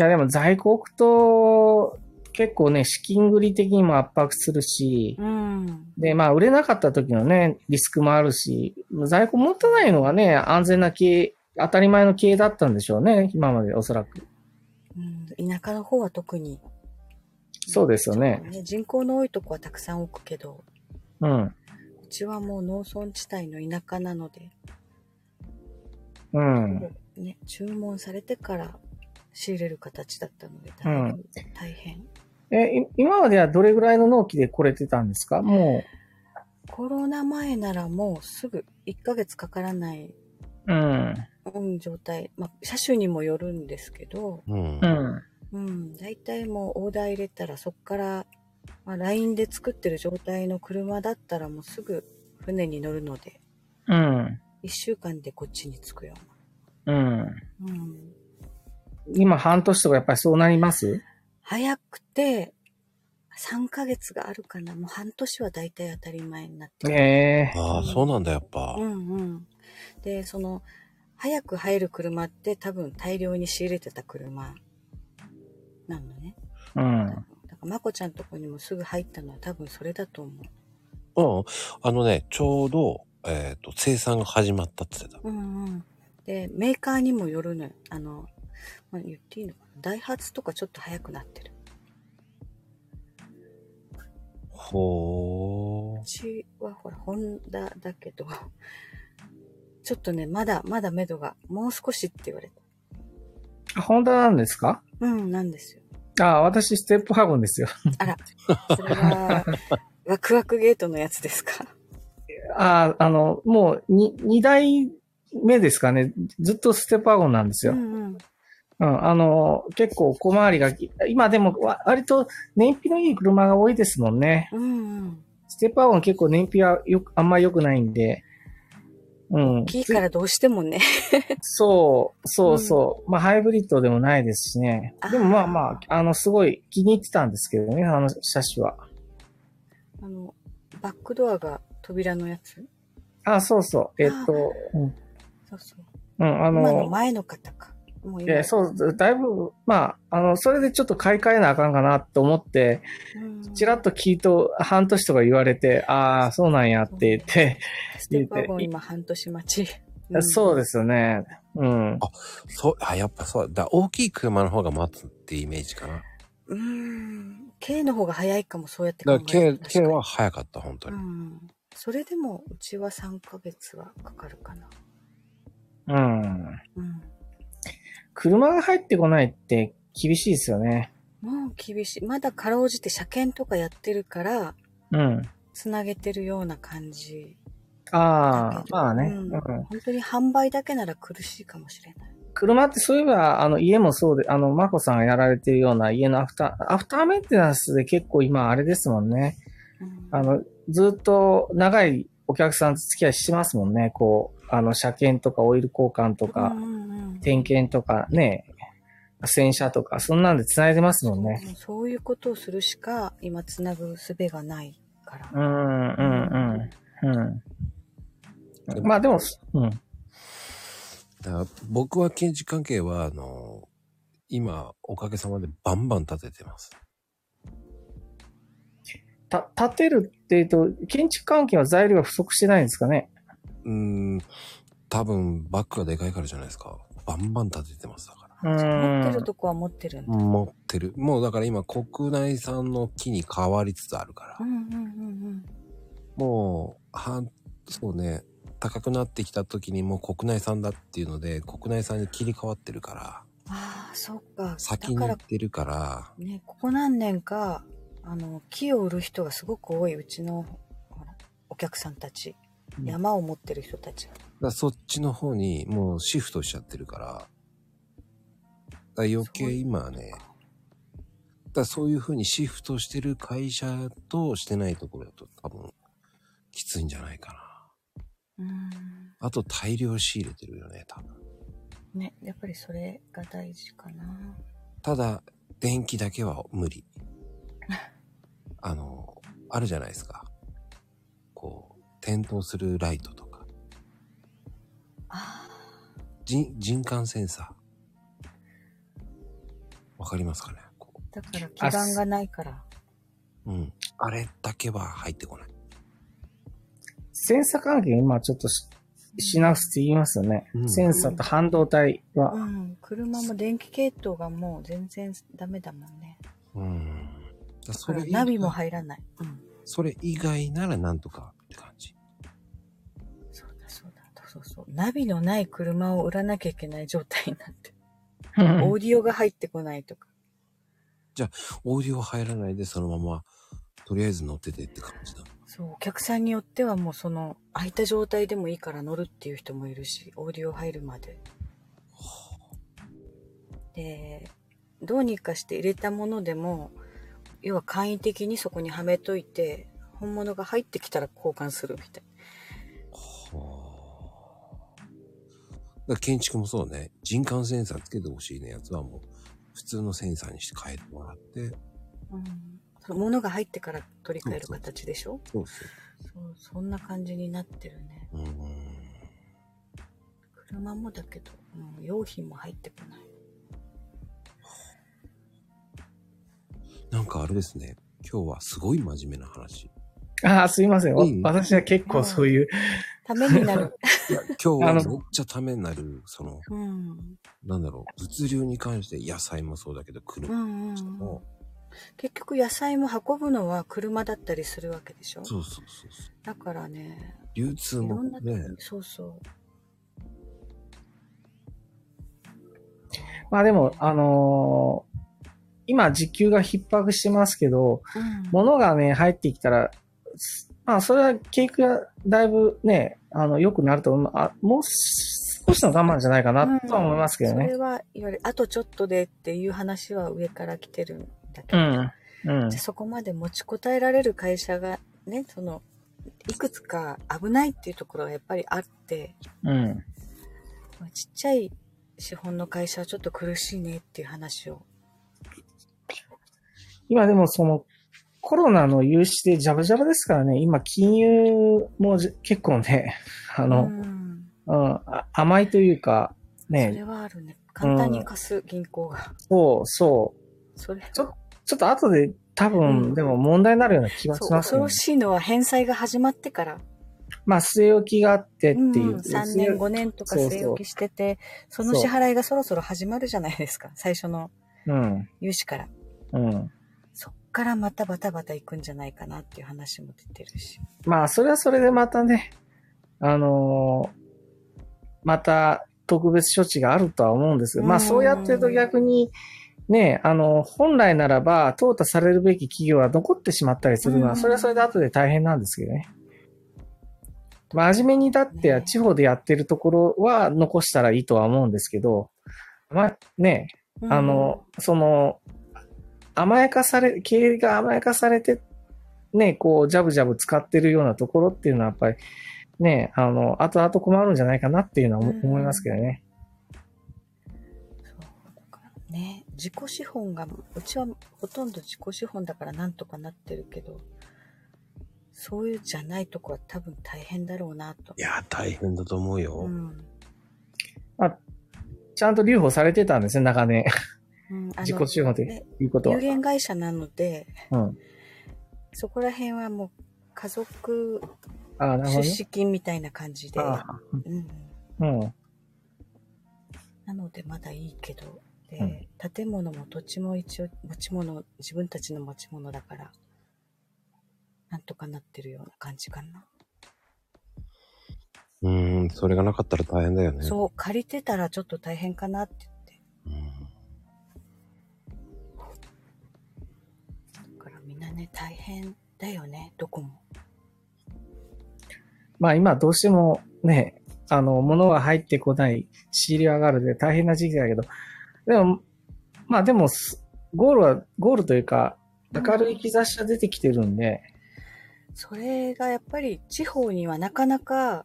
[SPEAKER 2] や、でも在庫置くと、結構ね、資金繰り的にも圧迫するし、
[SPEAKER 5] うん。
[SPEAKER 2] で、まあ、売れなかった時のね、リスクもあるし、在庫持たないのがね、安全な経営、当たり前の経営だったんでしょうね、今までおそらく。
[SPEAKER 5] うん、田舎の方は特に。
[SPEAKER 2] そうですよね
[SPEAKER 5] ちょっと人口の多いとこはたくさん置くけど、
[SPEAKER 2] うん。
[SPEAKER 5] うちはもう農村地帯の田舎なので、
[SPEAKER 2] うん。
[SPEAKER 5] ね、注文されてから仕入れる形だったので、大変。
[SPEAKER 2] う
[SPEAKER 5] 大変
[SPEAKER 2] え、い今まではどれぐらいの納期で来れてたんですかも
[SPEAKER 5] コロナ前ならもうすぐ1ヶ月かからない、
[SPEAKER 2] う。うん。
[SPEAKER 5] うん、状態。まあ、車種にもよるんですけど、
[SPEAKER 1] うん
[SPEAKER 2] う。ん。
[SPEAKER 5] うん、大体もうオーダー入れたらそっから、まあ、LINE で作ってる状態の車だったらもうすぐ船に乗るので、
[SPEAKER 2] うん。
[SPEAKER 5] 1週間でこっちに着くよ
[SPEAKER 2] うん。
[SPEAKER 5] うな。うん。
[SPEAKER 2] 今半年とかやっぱりそうなります
[SPEAKER 5] 早くて、3ヶ月があるかな。もう半年は大体当たり前になってる
[SPEAKER 2] ええ
[SPEAKER 1] ああ、そうなんだ、やっぱ
[SPEAKER 5] う。んうん。で、その、早く入る車って多分大量に仕入れてた車なのね。
[SPEAKER 2] うん。
[SPEAKER 5] だから、まこちゃんとこにもすぐ入ったのは多分それだと思
[SPEAKER 1] うん。あのね、ちょうど、えっ、と、生産が始まったって言ってた。
[SPEAKER 5] う。うんうん。で、メーカーにもよるのよ。あの、まあ、言っていいのかな。ダイハツとかちょっと早くなってる。
[SPEAKER 1] ほー
[SPEAKER 5] う。ちはほら、ホンダだけど、ちょっとね、まだ、まだ目処が、もう少しって言われた。
[SPEAKER 2] あホンダなんですか
[SPEAKER 5] うん、なんですよ。
[SPEAKER 2] あ、私、ステップハゴンですよ。
[SPEAKER 5] それは、 ワクワクゲートのやつですか
[SPEAKER 2] あ、あの、もう、に、二代目ですかね。ずっとステップハゴンなんです
[SPEAKER 5] う
[SPEAKER 2] よ。
[SPEAKER 5] んうん。
[SPEAKER 2] うん、あの、結構小回りが、今でもわ割と燃費のいい車が多いですもんね。
[SPEAKER 5] うんうん。
[SPEAKER 2] ステップハゴン結構燃費はよく、あんまり良くないんで。うん。
[SPEAKER 5] 大きいからどうしてもね。
[SPEAKER 2] そう、そうそう。まあ、ハイブリッドでもないですしね
[SPEAKER 5] あー。
[SPEAKER 2] でもまあまあ、あの、すごい気に入ってたんですけどね、あの車種は。
[SPEAKER 5] あの、バックドアが扉のやつ
[SPEAKER 2] あ、そうそう。えっと、うん
[SPEAKER 5] そうそう。
[SPEAKER 2] うん、あ
[SPEAKER 5] 今の
[SPEAKER 2] の、
[SPEAKER 5] 前の方か。もう今。
[SPEAKER 2] えーそう、だいぶ、まあ、あの、それでちょっと買い替えなあかんかなと思って、
[SPEAKER 5] うん
[SPEAKER 2] ちらっと聞いと、半年とか言われて、ああ、そうなんやって言って、
[SPEAKER 5] ステップワゴン今半年待ち。ん
[SPEAKER 2] そうですよね。うん。
[SPEAKER 1] そう、あ、やっぱそうだ。大きい車の方が待つってイメージかな。
[SPEAKER 5] うーん。K の方が早いかも、そうやって考え
[SPEAKER 1] だ
[SPEAKER 5] る
[SPEAKER 1] か
[SPEAKER 5] と
[SPEAKER 1] ら、K、
[SPEAKER 5] 確か
[SPEAKER 1] K
[SPEAKER 5] に
[SPEAKER 1] は早かった、本当
[SPEAKER 5] う
[SPEAKER 1] に。
[SPEAKER 5] ん。それでも、うちは3ヶ月はかかるかな。
[SPEAKER 2] うん。
[SPEAKER 5] うん。
[SPEAKER 2] 車が入ってこないって厳しいですよね。
[SPEAKER 5] もう厳しい。まだかろうじて車検とかやってるから、
[SPEAKER 2] うん。
[SPEAKER 5] つなげてるような感じ。
[SPEAKER 2] ああ
[SPEAKER 5] だ、けど
[SPEAKER 2] まあね。
[SPEAKER 5] うん
[SPEAKER 2] うん
[SPEAKER 5] 本当に販売だけなら苦しいかもしれない。
[SPEAKER 2] 車ってそういえば、あの、家もそうで、あの、マコさんがやられてるような家のアフター、アフターメンテナンスで結構今あれですもんね。
[SPEAKER 5] うん
[SPEAKER 2] あの、ずっと長いお客さんと付き合いしてますもんね。こう、あの、車検とかオイル交換と
[SPEAKER 5] うん
[SPEAKER 2] か、
[SPEAKER 5] うんうん
[SPEAKER 2] 点検とかね。戦車とか、そんなんで繋いでますもんね。
[SPEAKER 5] もうそういうことをするしか、今つなぐ術がないから。
[SPEAKER 2] うん、うん、うん。うん。まあでも、うん。
[SPEAKER 1] だから僕は建築関係は、あの、今、おかげさまでバンバン建ててます。
[SPEAKER 2] た、建てるっていうと、建築関係は材料が不足してないんですかね。
[SPEAKER 1] うーん、多分、バッグがでかいからじゃないですか。バンバン建ててます、だから。
[SPEAKER 2] う
[SPEAKER 5] 持って
[SPEAKER 2] ん
[SPEAKER 5] る。とこは持ってるんだ。
[SPEAKER 1] 持ってる。もうだから今、国内産の木に変わりつつあるから
[SPEAKER 5] う。んうんうん
[SPEAKER 1] もう、はん、そうね、高くなってきた時にもう国内産だっていうので、国内産に切り替わってるから、
[SPEAKER 5] うん。ああ、そっか。
[SPEAKER 1] 先に
[SPEAKER 5] だか
[SPEAKER 1] 行っ
[SPEAKER 5] ら
[SPEAKER 1] てるから、
[SPEAKER 5] ね、ここ何年か、あの、木を売る人がすごく多い、うちのほらお客さんたち。
[SPEAKER 2] うん
[SPEAKER 5] 山を持ってる人たち。
[SPEAKER 1] だからそっちの方にもうシフトしちゃってるから、だから余計今はね、だからそういう風にシフトしてる会社としてないところだと多分きついんじゃないか
[SPEAKER 5] うーん。
[SPEAKER 1] な。あと大量仕入れてるよね、多分。
[SPEAKER 5] ね、やっぱりそれが大事かな。
[SPEAKER 1] ただ、電気だけは無理。あの、あるじゃないですか。こう、点灯するライトとか、
[SPEAKER 5] あ
[SPEAKER 1] 人、人感センサー。わかりますかねこ
[SPEAKER 5] あ、だから基盤がないから。
[SPEAKER 1] ううん。あれだけは入ってこない。
[SPEAKER 2] センサ関係今ちょっとし、品薄って言いますよね。
[SPEAKER 1] うん
[SPEAKER 2] センサと半導体は
[SPEAKER 5] う。ん、車も電気系統がもう全然ダメだもんね。
[SPEAKER 1] うん。だそれ以外
[SPEAKER 5] ナビも入らない。うん。
[SPEAKER 1] それ以外ならなんとかって感じ。
[SPEAKER 5] そうだそうだ。そうそうそう。ナビのない車を売らなきゃいけない状態になって。
[SPEAKER 2] うん
[SPEAKER 5] オーディオが入ってこないとか。
[SPEAKER 1] オーディオ入らないでそのまま、とりあえず乗っててって感じだ。
[SPEAKER 5] そう、お客さんによってはもうその、空いた状態でもいいから乗るっていう人もいるし、オーディオ入るまで。で、どうにかして入れたものでも、要は簡易的にそこにはめといて、本物が入ってきたら交換するみたい
[SPEAKER 1] だから建築もそうね。人感センサーつけてほしいね。やつはもう、普通のセンサーにして変えてもらって。
[SPEAKER 5] な。うん。その物が入ってから取り替える形でしょ
[SPEAKER 1] そうそう。
[SPEAKER 5] そう、そんな感じになってるね。
[SPEAKER 1] うん。
[SPEAKER 5] 車もだけど、うん、用品も入ってこない。
[SPEAKER 1] なんかあれですね。今日はすごい真面目な 話。
[SPEAKER 2] ああ、すいません。わ
[SPEAKER 1] うん
[SPEAKER 2] 私は結構そういう、
[SPEAKER 5] ためになる。
[SPEAKER 1] いや、今日は
[SPEAKER 2] あ
[SPEAKER 1] めっ
[SPEAKER 2] の
[SPEAKER 1] ちゃためになる、その、
[SPEAKER 5] うん。
[SPEAKER 1] なんだろう、物流に関して野菜もそうだけど、
[SPEAKER 5] う
[SPEAKER 1] 車
[SPEAKER 5] んうん、うん
[SPEAKER 1] も。
[SPEAKER 5] 結局野菜も運ぶのは車だったりするわけでしょ
[SPEAKER 1] そうそうそうそう。
[SPEAKER 5] だからね
[SPEAKER 1] 流通
[SPEAKER 5] いろ
[SPEAKER 1] も
[SPEAKER 5] んなとこ
[SPEAKER 1] ね
[SPEAKER 5] に、そうそう
[SPEAKER 2] まあでも、あのー今時給が逼迫してますけど、
[SPEAKER 5] うん
[SPEAKER 2] 物がね、入ってきたら、すまあそれは景気がだいぶね、あの、良くなると思う。あもう少しの我慢じゃないかなとは思いますけど
[SPEAKER 5] そ
[SPEAKER 2] ね
[SPEAKER 5] れ。は言われあとちょっとでっていう話は上から来てるんだけ
[SPEAKER 2] う
[SPEAKER 5] ど、
[SPEAKER 2] ん。うん
[SPEAKER 5] で。そこまで持ちこたえられる会社がねそのいくつか危ないっていうところはやっぱりあって
[SPEAKER 2] うん。
[SPEAKER 5] まあちっちゃい資本の会社はちょっと苦しいねっていう話を
[SPEAKER 2] 今でもその、コロナの融資でジャブジャブですからね、今金融もじ結構ね、あ
[SPEAKER 5] あ
[SPEAKER 2] の、
[SPEAKER 5] うん、
[SPEAKER 2] うん、あ甘いというか、
[SPEAKER 5] それ
[SPEAKER 2] ね、
[SPEAKER 5] はあるね簡単に貸す銀行が、
[SPEAKER 2] そう、そう、
[SPEAKER 5] それ
[SPEAKER 2] ちょちょっと後で多分、
[SPEAKER 5] うん
[SPEAKER 2] でも問題になるような気がし
[SPEAKER 5] そう
[SPEAKER 2] ます
[SPEAKER 5] 恐
[SPEAKER 2] よ
[SPEAKER 5] ろ
[SPEAKER 2] ね。
[SPEAKER 5] しいのは返済が始まってから、
[SPEAKER 2] まあ、据え置きがあってって
[SPEAKER 5] うん
[SPEAKER 2] いう。
[SPEAKER 5] 3年
[SPEAKER 2] 後。
[SPEAKER 5] 5年とか
[SPEAKER 2] そうそう
[SPEAKER 5] 据え置きしててその支払いがそろそろ始まるじゃないですか最初の
[SPEAKER 2] うん。
[SPEAKER 5] 融資から
[SPEAKER 2] うん。
[SPEAKER 5] そっからまたバタバタ行くんじゃないかなっていう話も出てるし
[SPEAKER 2] まあ、それはそれでまたね、あのーまた特別処置があるとは思うんですけど、ま
[SPEAKER 5] う
[SPEAKER 2] あ、
[SPEAKER 5] ん
[SPEAKER 2] そうやってると逆に、ね、あの、本来ならば、淘汰されるべき企業は残ってしまったりするの
[SPEAKER 5] う
[SPEAKER 2] は、
[SPEAKER 5] ん
[SPEAKER 2] それはそれで後で大変なんですけどね。真面目にだって
[SPEAKER 5] ね、
[SPEAKER 2] 地方でやってるところは残したらいいとは思うんですけど、まあ、ね、あの、その、甘やかされ、経営が甘やかされて、ね、こう、ジャブジャブ使ってるようなところっていうのは、やっぱり、ね、あの、後々困るんじゃないかなっていうのは思
[SPEAKER 5] うん
[SPEAKER 2] 思いますけどね。
[SPEAKER 5] うんそうだからね自己資本が、うちはほとんど自己資本だからなんとかなってるけど、そういうじゃないとこは多分大変だろうなと
[SPEAKER 1] い。や、大変だと思うよ。
[SPEAKER 5] うん。
[SPEAKER 2] ちゃんと留保されてたんですね、中根。
[SPEAKER 5] うん、あの
[SPEAKER 2] 自己資本と
[SPEAKER 5] ね
[SPEAKER 2] いうことは
[SPEAKER 5] 有。限会社なので、
[SPEAKER 2] うん。
[SPEAKER 5] そこら辺はもう家族
[SPEAKER 2] ああ、なるほ
[SPEAKER 5] 出
[SPEAKER 2] どね。
[SPEAKER 5] 資金みたいな感じで、
[SPEAKER 2] あ
[SPEAKER 5] うん、
[SPEAKER 2] あうん。
[SPEAKER 5] なのでまだいいけど、で、
[SPEAKER 2] うん
[SPEAKER 5] 建物も土地も一応持ち物、自分たちの持ち物だから、なんとかなってるような感じかな。
[SPEAKER 1] うーん、それがなかったら大変だよね。
[SPEAKER 5] そう、借りてたらちょっと大変かなって言って。
[SPEAKER 1] うん。
[SPEAKER 5] だからみんなね、大変だよね、どこも。
[SPEAKER 2] まあ今どうしてもね、あの、物が入ってこない、仕入れ上がるで大変な時期だけど、でも、まあでもす、ゴールは、ゴールというか、明るい兆しが出てきてるんで、
[SPEAKER 5] それがやっぱり地方にはなかなか、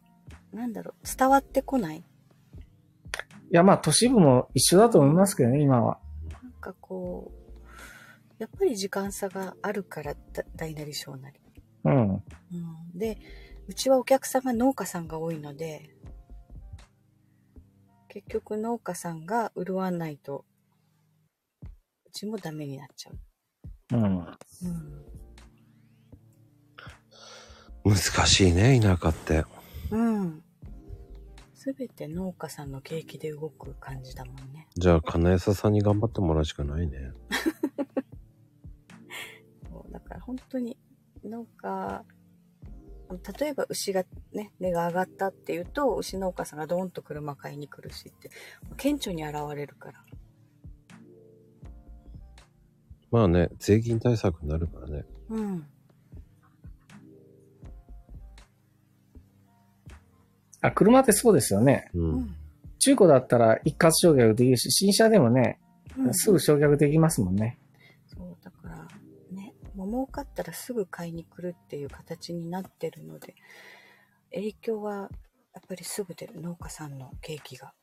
[SPEAKER 5] なんだろう、伝わってこない。
[SPEAKER 2] いやまあ都市部も一緒だと思いますけどね、今は。
[SPEAKER 5] なんかこう、やっぱり時間差があるからだ大なり小なり。
[SPEAKER 2] うん。
[SPEAKER 5] うん、でうちはお客さんが農家さんが多いので結局農家さんが潤わないとうちもダメになっちゃう、
[SPEAKER 2] うん。
[SPEAKER 1] 難しいね、田舎って。
[SPEAKER 5] うんうん、全て農家さんの景気で動く感じだもんね
[SPEAKER 1] じゃあ、金谷さんに頑張ってもらうしかないね。
[SPEAKER 5] そうだから本当に農家あの例えば牛がね値が上がったっていうと牛農家さんがドーンと車買いに来るしって顕著に現れるから
[SPEAKER 1] まあね、税金対策になるからね。
[SPEAKER 5] うん
[SPEAKER 2] あ、車ってそうですよね。
[SPEAKER 1] う。
[SPEAKER 5] うんん、
[SPEAKER 2] 中古だったら一括償却できるし、新車でもね、
[SPEAKER 5] うん、
[SPEAKER 2] すぐ償却できますもんね。
[SPEAKER 5] そう、だから、ね、もう儲かったらすぐ買いに来るっていう形になってるので、影響はやっぱりすぐ出る、農家さんの景気が。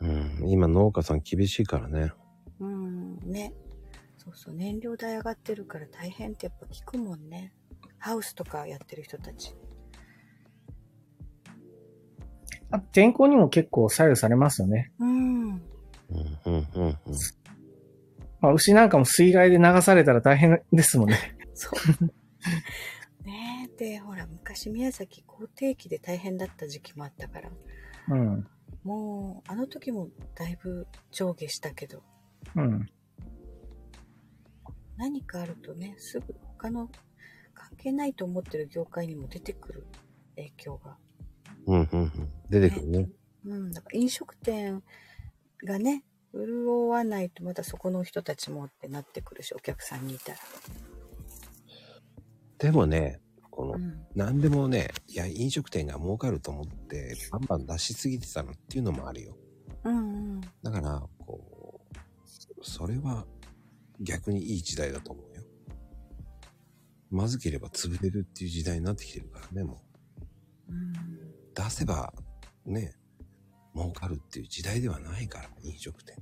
[SPEAKER 1] うん、今、農家さん厳しいからね。
[SPEAKER 5] うん、ね。そうそう、燃料代上がってるから大変ってやっぱ聞くもんね。ハウスとかやってる人たち。
[SPEAKER 2] あ天候にも結構左右されますよね。
[SPEAKER 5] うん。
[SPEAKER 1] うん、うん、うん。うん
[SPEAKER 2] まあ牛なんかも水害で流されたら大変ですもんね。
[SPEAKER 5] そう。 ねえ、で、ほら、昔宮崎好定期で大変だった時期もあったから、
[SPEAKER 2] うん。
[SPEAKER 5] もう、あの時もだいぶ上下したけど、
[SPEAKER 2] うん。
[SPEAKER 5] 何かあるとね、すぐ他の関係ないと思ってる業界にも出てくる影響が。
[SPEAKER 1] うん、うんうん。出てくるね。
[SPEAKER 5] うん、だから飲食店がね、潤わないとまたそこの人たちもってなってくるし、お客さんにいたら。
[SPEAKER 1] でもね、この
[SPEAKER 5] う、ん。
[SPEAKER 1] 何でもね、いや、飲食店が儲かると思って、バンバン出しすぎてたのっていうのもあるよ。
[SPEAKER 5] うんうん。
[SPEAKER 1] だから、こう、それは逆にいい時代だと思うよ。まずければ潰れるっていう時代になってきてるからね、も
[SPEAKER 5] うん
[SPEAKER 1] う。出せば、ね、儲かるっていう時代ではないから、飲食店。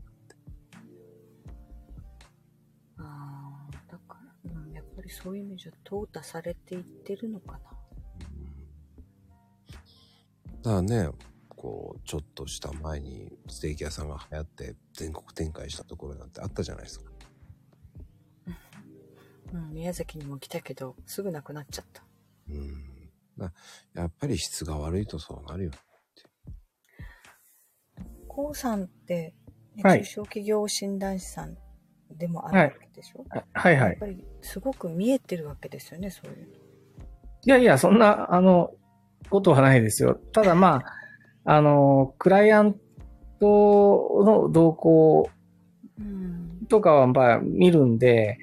[SPEAKER 5] ああ、だから、うん、やっぱりそういう意味じゃ、淘汰されていってるのかな。
[SPEAKER 1] うんだからね、こう、ちょっとした前にステーキ屋さんが流行って全国展開したところなんてあったじゃないですか。
[SPEAKER 5] うん、宮崎にも来たけど、すぐなくなっちゃった。
[SPEAKER 1] うん。だやっぱり質が悪いとそうなるよ。
[SPEAKER 5] こうさんって、ね
[SPEAKER 2] はい
[SPEAKER 5] 中小企業診断士さんでもある
[SPEAKER 2] は
[SPEAKER 5] わ
[SPEAKER 2] い
[SPEAKER 5] けでしょ、
[SPEAKER 2] あはいは
[SPEAKER 5] やっ
[SPEAKER 2] い。
[SPEAKER 5] ぱりすごく見えてるわけですよね、そういう
[SPEAKER 2] いやいや、そんな、あの、ことはないですよ。ただまあ、あの、クライアントの動向
[SPEAKER 5] の。うん。
[SPEAKER 2] とかはまあ見るんで、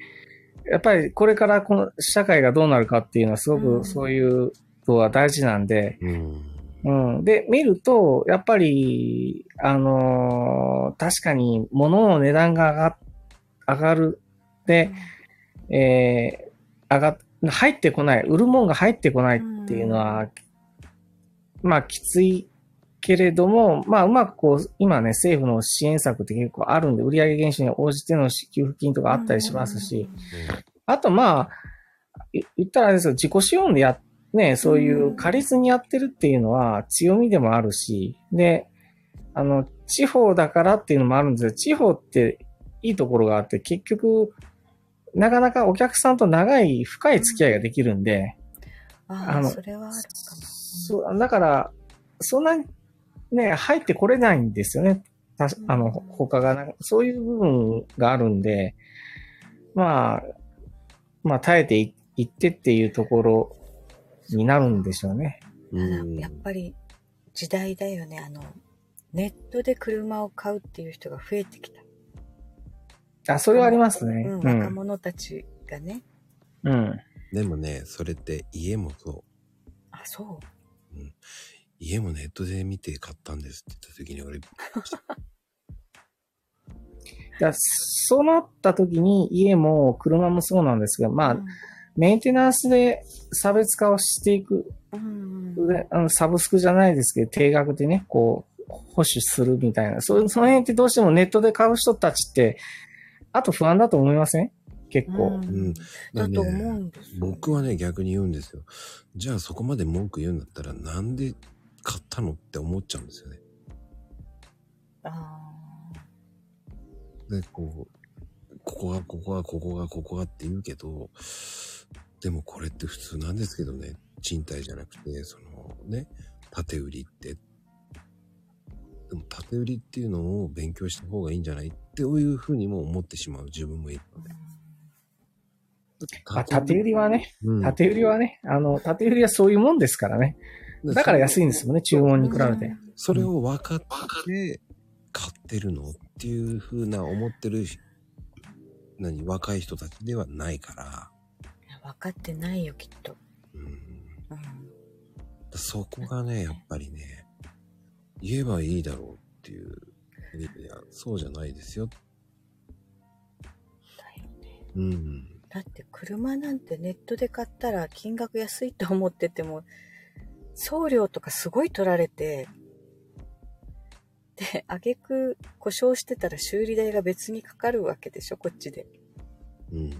[SPEAKER 2] やっぱりこれからこの社会がどうなるかっていうのはすご
[SPEAKER 5] うん
[SPEAKER 2] くそういうのは大事なんで、
[SPEAKER 1] うん。
[SPEAKER 2] うん。で、見ると、やっぱり、あの確かに物の値段が上が、上がる。で、えー上がっ、入ってこない、売るもんが入ってこないっていうのは、まあ、きつい、けれども、まあ、うまくこう、今ね、政府の支援策って結構あるんで、売上減少に応じての支給付金とかあったりしますし、あとまあ、い言ったらあれですよ、自己資本でや、ね、そういう
[SPEAKER 5] うん
[SPEAKER 2] 仮立にやってるっていうのは強みでもあるし、で、あの、地方だからっていうのもあるんですよ。地方っていいところがあって、結局、なかなかお客さんと長い深い付き合いができるんで、
[SPEAKER 5] あ
[SPEAKER 2] あ
[SPEAKER 5] あ、
[SPEAKER 2] の
[SPEAKER 5] それはあるか
[SPEAKER 2] そう、だから、そんなにね、入ってこれないんですよね。たしあの、他がな、そういう部分があるんで、まあ、まあ、耐えていいってっていうところになるんでしょうね。
[SPEAKER 1] う
[SPEAKER 5] も。ただ
[SPEAKER 1] ん
[SPEAKER 5] やっぱり時代だよね。あの、ネットで車を買うっていう人が増えてきた。
[SPEAKER 2] あ、それはありますね。
[SPEAKER 5] うん、
[SPEAKER 2] う
[SPEAKER 5] 若
[SPEAKER 2] ん。
[SPEAKER 5] 者たちがね。
[SPEAKER 2] うん。
[SPEAKER 1] でもね、それって家もそう。
[SPEAKER 5] あ、そう。
[SPEAKER 1] 家もネットで見て買ったんですって言った時に俺、
[SPEAKER 2] だそうなった時に家も車もそうなんですが、まあ、メンテナンスで差別化をしていく
[SPEAKER 5] うん。うん。
[SPEAKER 2] であのサブスクじゃないですけど、定額でね、こう、保守するみたいな。そその辺ってどうしてもネットで買う人たちって、あと不安だと思いません結構。
[SPEAKER 1] うん
[SPEAKER 5] だと思
[SPEAKER 1] ね
[SPEAKER 5] うんですよ
[SPEAKER 1] 僕はね、逆に言うんですよ。じゃあそこまで文句言うんだったらなんで買ったのって思っちゃうんですよね。
[SPEAKER 5] あ
[SPEAKER 1] で、こう、ここが、ここが、ここが、ここがって言うけど、でもこれって普通なんですけどね、賃貸じゃなくて、そのね、縦売りって。でも縦売りっていうのを勉強した方がいいんじゃないっていうふうにも思ってしまう自分もいるので。
[SPEAKER 2] まあ、縦売りはね、
[SPEAKER 1] うん
[SPEAKER 2] 縦売りはね、あの、縦売りはそういうもんですからね。だから安いんですもんね、注文に比べて。
[SPEAKER 1] それを分かって買ってるのっていう風な思ってるし何若い人たちではないから、
[SPEAKER 5] いや分かってないよ、きっと。
[SPEAKER 1] うん、
[SPEAKER 5] うん。
[SPEAKER 1] そこがねやっぱりね言えばいいだろうっていういやそうじゃないですよ、
[SPEAKER 5] だよね。
[SPEAKER 1] うん、
[SPEAKER 5] だって車なんてネットで買ったら金額安いと思ってても、送料とかすごい取られて、で、あげく故障してたら修理代が別にかかるわけでしょ、こっちで。
[SPEAKER 1] うん、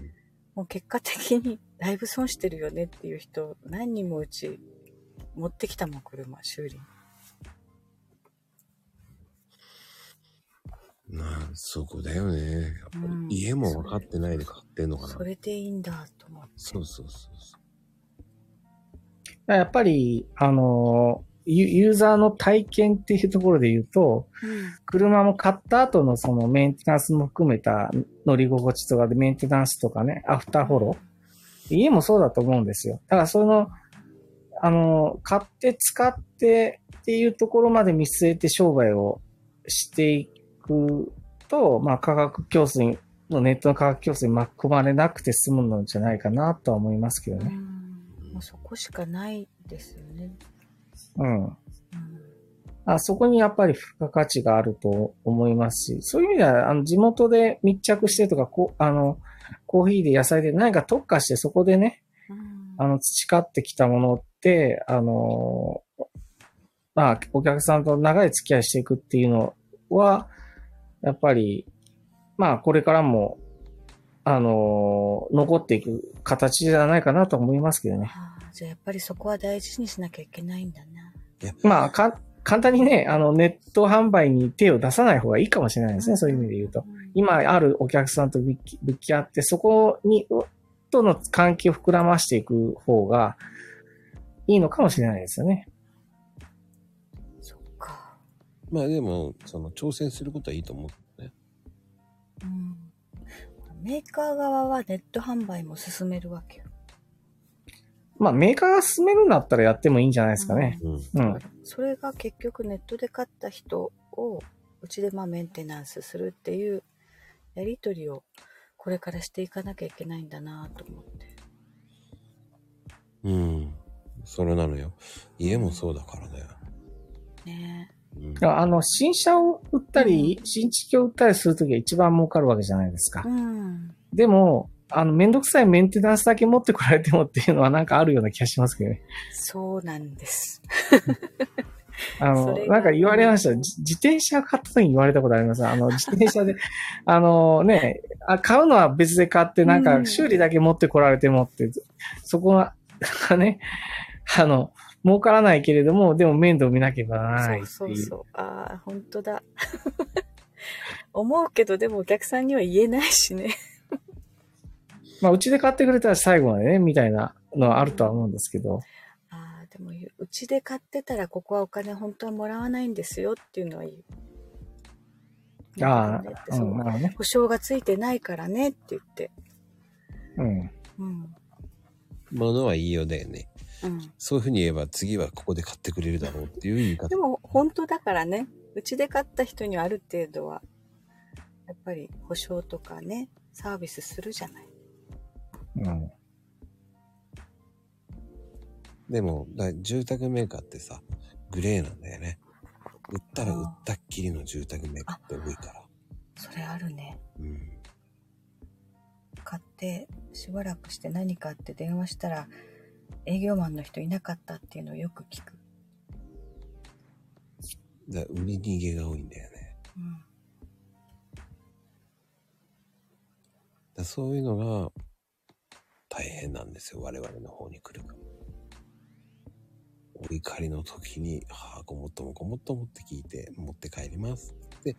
[SPEAKER 5] もう結果的にだいぶ損してるよねっていう人何人もうち持ってきたもん、車、修理。
[SPEAKER 1] なあそこだよねやっぱ
[SPEAKER 5] う
[SPEAKER 1] り
[SPEAKER 5] ん
[SPEAKER 1] 家も分かってないで買ってんのかな
[SPEAKER 5] それでいいんだと思って。
[SPEAKER 1] そうそうそうそ
[SPEAKER 2] だからやっぱり、あの、ユユーザーの体験っていうところで言うと、車も買った後のそのメンテナンスも含めた乗り心地とかでメンテナンスとかね、アフターフォロー。家もそうだと思うんですよ。だからその、あの、買って使ってっていうところまで見据えて商売をしていくと、まあ価格競争に、ネットの価格競争に巻き込まれなくて済むのじゃないかなとは思いますけど
[SPEAKER 5] うん。う
[SPEAKER 2] ね。
[SPEAKER 5] んもうそこしかないですよね。
[SPEAKER 2] うん。
[SPEAKER 5] うん
[SPEAKER 2] あそこにやっぱり付加価値があると思いますし、そういう意味では、あの、地元で密着してとか、こうあの、コーヒーで野菜で何か特化してそこでね、
[SPEAKER 5] うん
[SPEAKER 2] あの、培ってきたものって、あの、まあ、お客さんと長い付き合いしていくっていうのは、やっぱり、まあ、これからも、あの、残っていく形じゃないかなと思いますけどね。
[SPEAKER 5] ああ、じゃあやっぱりそこは大事にしなきゃいけないんだな。
[SPEAKER 2] まあ、か、簡単にね、あの、ネット販売に手を出さない方がいいかもしれないですね。そういう意味で言うと。
[SPEAKER 5] ん。
[SPEAKER 2] 今あるお客さんと向き向き合って、そこに、との関係を膨らましていく方がいいのかもしれないですよね。
[SPEAKER 5] そっか。
[SPEAKER 1] うまあでもその挑戦することはいいと思うね
[SPEAKER 5] うん。メーカー側はネット販売も進めるわけよ。
[SPEAKER 2] まあ、メーカーが進めるんだったらやってもいいんじゃないですかね。
[SPEAKER 1] うん
[SPEAKER 2] うん。
[SPEAKER 5] それが結局ネットで買った人をうちでまあメンテナンスするっていうやりとりをこれからしていかなきゃいけないんだなと思って。
[SPEAKER 1] うんそれなのよ家もそうだからね、
[SPEAKER 5] ね
[SPEAKER 1] うん
[SPEAKER 2] だからあの、新車を売ったり、新築を売ったりするときは一番儲かるわけじゃないですか
[SPEAKER 5] え。。うん。
[SPEAKER 2] でも、あの、めんどくさいメンテナンスだけ持ってこられてもっていうのはなんかあるような気がしますけどね。
[SPEAKER 5] そうなんです。
[SPEAKER 2] あ
[SPEAKER 5] そ
[SPEAKER 2] の
[SPEAKER 5] れ、が
[SPEAKER 2] なんか言われました。じ自転車買った時に言われたことあります。あの、自転車で、 あのね、あ買うのは別で買って、なん
[SPEAKER 5] う
[SPEAKER 2] か
[SPEAKER 5] ん
[SPEAKER 2] 修理だけ持ってこられてもって、そこが、 ね、あの、儲からないけれども、でも面倒見なければならないっていう。
[SPEAKER 5] そうそうそう。ああ、本当だ。 思うけど、でもお客さんには言えないしね。
[SPEAKER 2] まあ、うちで買ってくれたら最後までね、みたいなのはあるとは思うんですけど。
[SPEAKER 5] ああ、でも、うちで買ってたら、ここはお金本当はもらわないんですよっていうのは言う。
[SPEAKER 2] あ
[SPEAKER 5] なんかね
[SPEAKER 2] あ、う
[SPEAKER 5] そ
[SPEAKER 2] ん、な
[SPEAKER 5] の
[SPEAKER 2] るほどね。
[SPEAKER 5] 保証がついてないからねって言って。
[SPEAKER 2] うん。
[SPEAKER 5] うん。
[SPEAKER 1] 物はいいよだよね。
[SPEAKER 5] うん。
[SPEAKER 1] そういうふうに言えば次はここで買ってくれるだろうっていう言い方
[SPEAKER 5] で。も、本当だからね、うちで買った人にはある程度は、やっぱり保証とかね、サービスするじゃない。
[SPEAKER 2] うん。
[SPEAKER 1] でも、だ住宅メーカーってさ、グレーなんだよね。売ったら売ったっきりの住宅メーカーって多いから。
[SPEAKER 5] それあるね。
[SPEAKER 1] うん。
[SPEAKER 5] 買って、しばらくして何かあって電話したら、営業マンの人いなかったっていうのをよく聞く。
[SPEAKER 1] だ売り逃げが多いんだよね。
[SPEAKER 5] うん。
[SPEAKER 1] だそういうのが大変なんですよ。我々の方に来るから。お怒りの時に、はあ、ごもっともごもっともって聞いて、持って帰ります。で、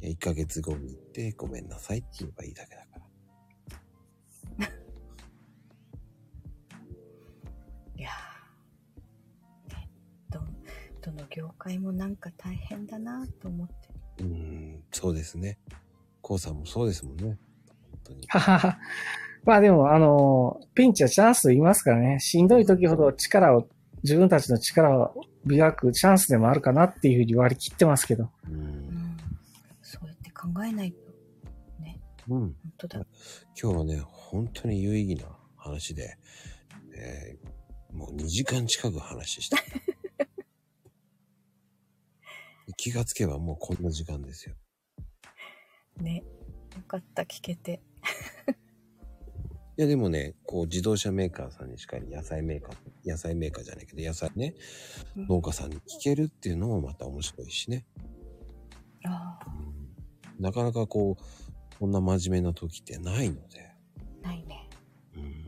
[SPEAKER 1] いや1ヶ月後に行って、ごめんなさいって言えばいいだけだから。
[SPEAKER 5] いやーねど、どの業界もなんか大変だなと思って。
[SPEAKER 1] うーん、そうですね。こうさんもそうですもんね。本当に。
[SPEAKER 2] ははは。 まあでも、あの、ピンチはチャンスと言いますからね、しんどい時ほど力を、自分たちの力を磨くチャンスでもあるかなっていうふうに割り切ってますけど。
[SPEAKER 1] う。
[SPEAKER 5] うんん。そうやって考えないと、
[SPEAKER 1] うん。
[SPEAKER 5] 本当だ。
[SPEAKER 1] 今日はね、本当に有意義な話で、えーもう2時間近く話 してた。気がつけばもうこんな時間ですよ。
[SPEAKER 5] ね。よかった、聞けて。
[SPEAKER 1] いやでもね、こう自動車メーカーさんにしかり野菜メーカー、野菜メーカーじゃないけど野菜ね、
[SPEAKER 5] うん
[SPEAKER 1] 農家さんに聞けるっていうのもまた面白いしね。
[SPEAKER 5] ああ、
[SPEAKER 1] うんなかなかこう、こんな真面目な時ってないので。
[SPEAKER 5] ないね。
[SPEAKER 1] うん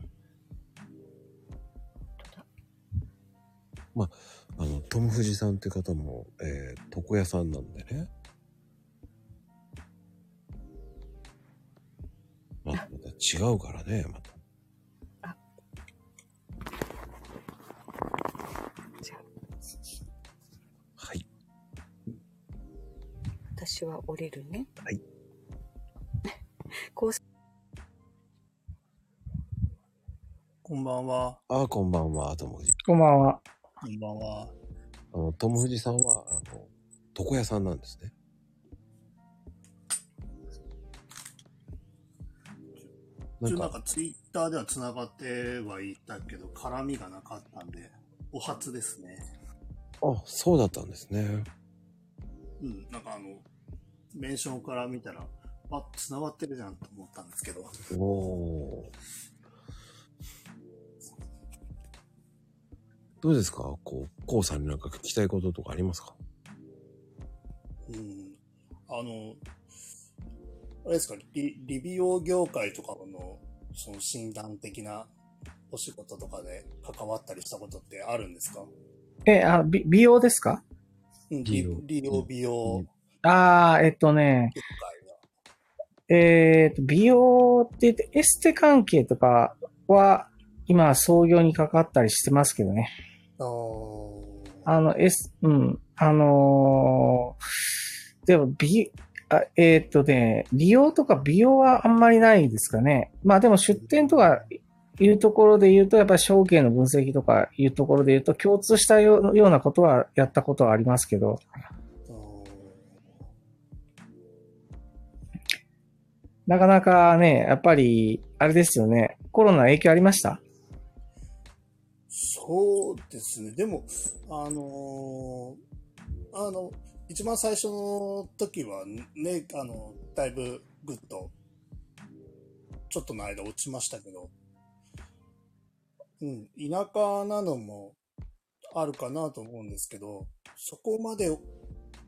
[SPEAKER 5] 本当だ。
[SPEAKER 1] あの、トム・フジさんって方も、えー、床屋さんなんでね。まあ、また違うからね、また。
[SPEAKER 5] じゃあ、
[SPEAKER 1] はい。
[SPEAKER 5] 私は降りるね。
[SPEAKER 1] はい。
[SPEAKER 5] こうす、
[SPEAKER 6] こんばんは。
[SPEAKER 1] ああ、こんばんは、トム・フジ。
[SPEAKER 2] こんばんは。
[SPEAKER 6] こんばんは。
[SPEAKER 1] あの、トム・フジさんは、あの、床屋さんなんですね。な
[SPEAKER 6] ち
[SPEAKER 1] ん
[SPEAKER 6] ょなん
[SPEAKER 1] か、
[SPEAKER 6] かツイッターでは繋がってはいたけど、絡みがなかったんで、お初ですね。
[SPEAKER 1] あ、そうだったんですね。
[SPEAKER 6] うん、なんかあの、メンションから見たら、あ、繋がってるじゃんと思ったんですけど。
[SPEAKER 1] おおー。どうですかこう、コウさんになんか聞きたいこととかありますか
[SPEAKER 6] うん。あの、あれですか、リリビオ業界とかの、その診断的なお仕事とかで関わったりしたことってあるんですか
[SPEAKER 2] え、あの、び美容ですか
[SPEAKER 6] うん
[SPEAKER 1] 利
[SPEAKER 6] リ
[SPEAKER 1] 用
[SPEAKER 6] リオ美容
[SPEAKER 2] ああ、えっとね、
[SPEAKER 6] 業界は。
[SPEAKER 2] えっと、美容って言って、エステ関係とかは、今、創業にかかったりしてますけどね。
[SPEAKER 6] あー
[SPEAKER 2] あの、S、うん、あのーでも、美、あえーっ、とね、利用とか美容はあんまりないですかね。まあでも出店とかいうところで言うと、やっぱり証券の分析とかいうところで言うと、共通したようようなことはやったことはありますけど、
[SPEAKER 6] あー
[SPEAKER 2] なかなかね、やっぱり、あれですよね、コロナ影響ありました
[SPEAKER 6] そうですね。でも、あのーあの、一番最初の時はね、あの、だいぶぐっと、ちょっとの間落ちましたけど、うん、田舎なのもあるかなと思うんですけど、そこまで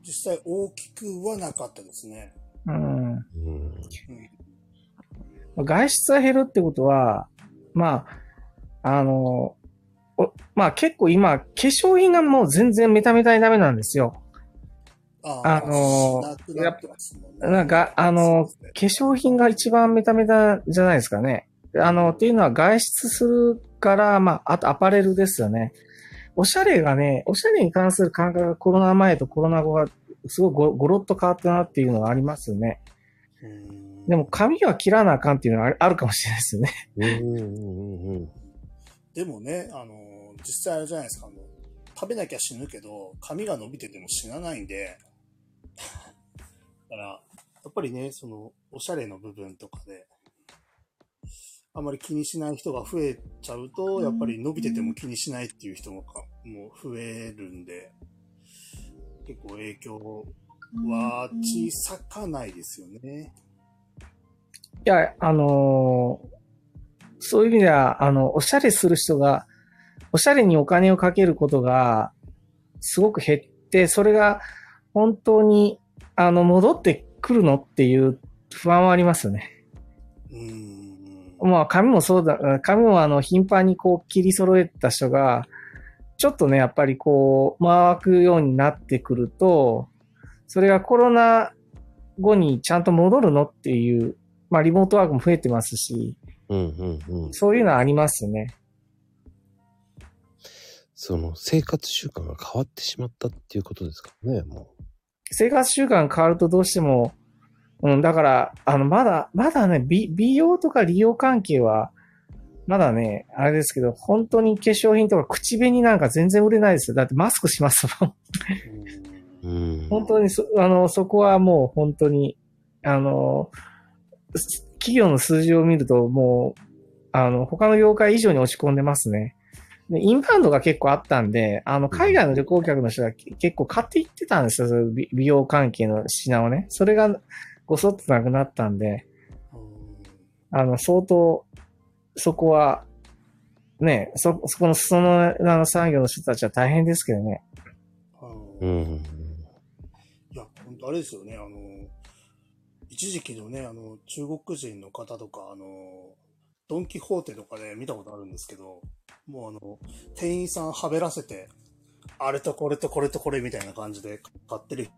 [SPEAKER 6] 実際大きくはなかったですね。
[SPEAKER 2] うん。
[SPEAKER 1] うん。
[SPEAKER 2] 外出が減るってことは、まあ、あの、おまあ結構今、化粧品がもう全然メタメタにダメなんですよ。
[SPEAKER 6] あ
[SPEAKER 2] あのー
[SPEAKER 6] なくなってますもんね
[SPEAKER 2] なんか、あの、
[SPEAKER 6] そう
[SPEAKER 2] 化粧品が一番メタメタじゃないですかね。あの、っていうのは外出するから、まあ、あとアパレルですよね。おしゃれがね、おしゃれに関する感覚がコロナ前とコロナ後がすごいごごろっと変わったなっていうのはありますよね。
[SPEAKER 6] ですねうん
[SPEAKER 2] でも髪は切らなあかんっていうのはあるあるかもしれないですよね。
[SPEAKER 1] うんうんうんうん。
[SPEAKER 6] でもね、あの、実際あれじゃないですか、あの、食べなきゃ死ぬけど、髪が伸びてても死なないんで、だから、やっぱりね、その、おしゃれの部分とかで、あまり気にしない人が増えちゃうと、やっぱり伸びてても気にしないっていう人もか、もう増えるんで、結構影響は小さかないですよね。
[SPEAKER 2] いや、あのーそういう意味では、あの、おしゃれする人が、おしゃれにお金をかけることが、すごく減って、それが本当に、あの、戻ってくるのっていう不安はありますよね。
[SPEAKER 6] うーん。
[SPEAKER 2] まあ、髪もそうだ、髪もあの、頻繁にこう、切り揃えた人が、ちょっとね、やっぱりこう、回くようになってくると、それがコロナ後にちゃんと戻るのっていう、まあ、リモートワークも増えてますし、
[SPEAKER 1] うんうんうん。
[SPEAKER 2] そういうのはありますよね。
[SPEAKER 1] その生活習慣が変わってしまったっていうことですからね、も
[SPEAKER 2] 生活習慣変わるとどうしても、うん、だから、あの、まだ、まだね、美美容とか利用関係は、まだね、あれですけど、本当に化粧品とか口紅なんか全然売れないですよ。だってマスクしますもん。
[SPEAKER 1] う。うん。
[SPEAKER 2] 本当にそ、あの、そこはもう本当に、あの、す企業の数字を見るともう、あの、他の業界以上に落ち込んでますね。で、インバウンドが結構あったんで、あの、海外の旅行客の人がけ結構買っていってたんですよ、その美美容関係の品をね。それがごそっとなくなったんで、あの、相当、そこは、ね、そ、そこの、その、あの、産業の人たちは大変ですけどね。
[SPEAKER 6] あの
[SPEAKER 1] うん。
[SPEAKER 6] いや、本当あれですよね、あの、一時期のね、あの、中国人の方とか、あの、ドンキホーテとかで見たことあるんですけど、もうあの、店員さんはべらせて、あれとこれとこれとこれみたいな感じで買ってる。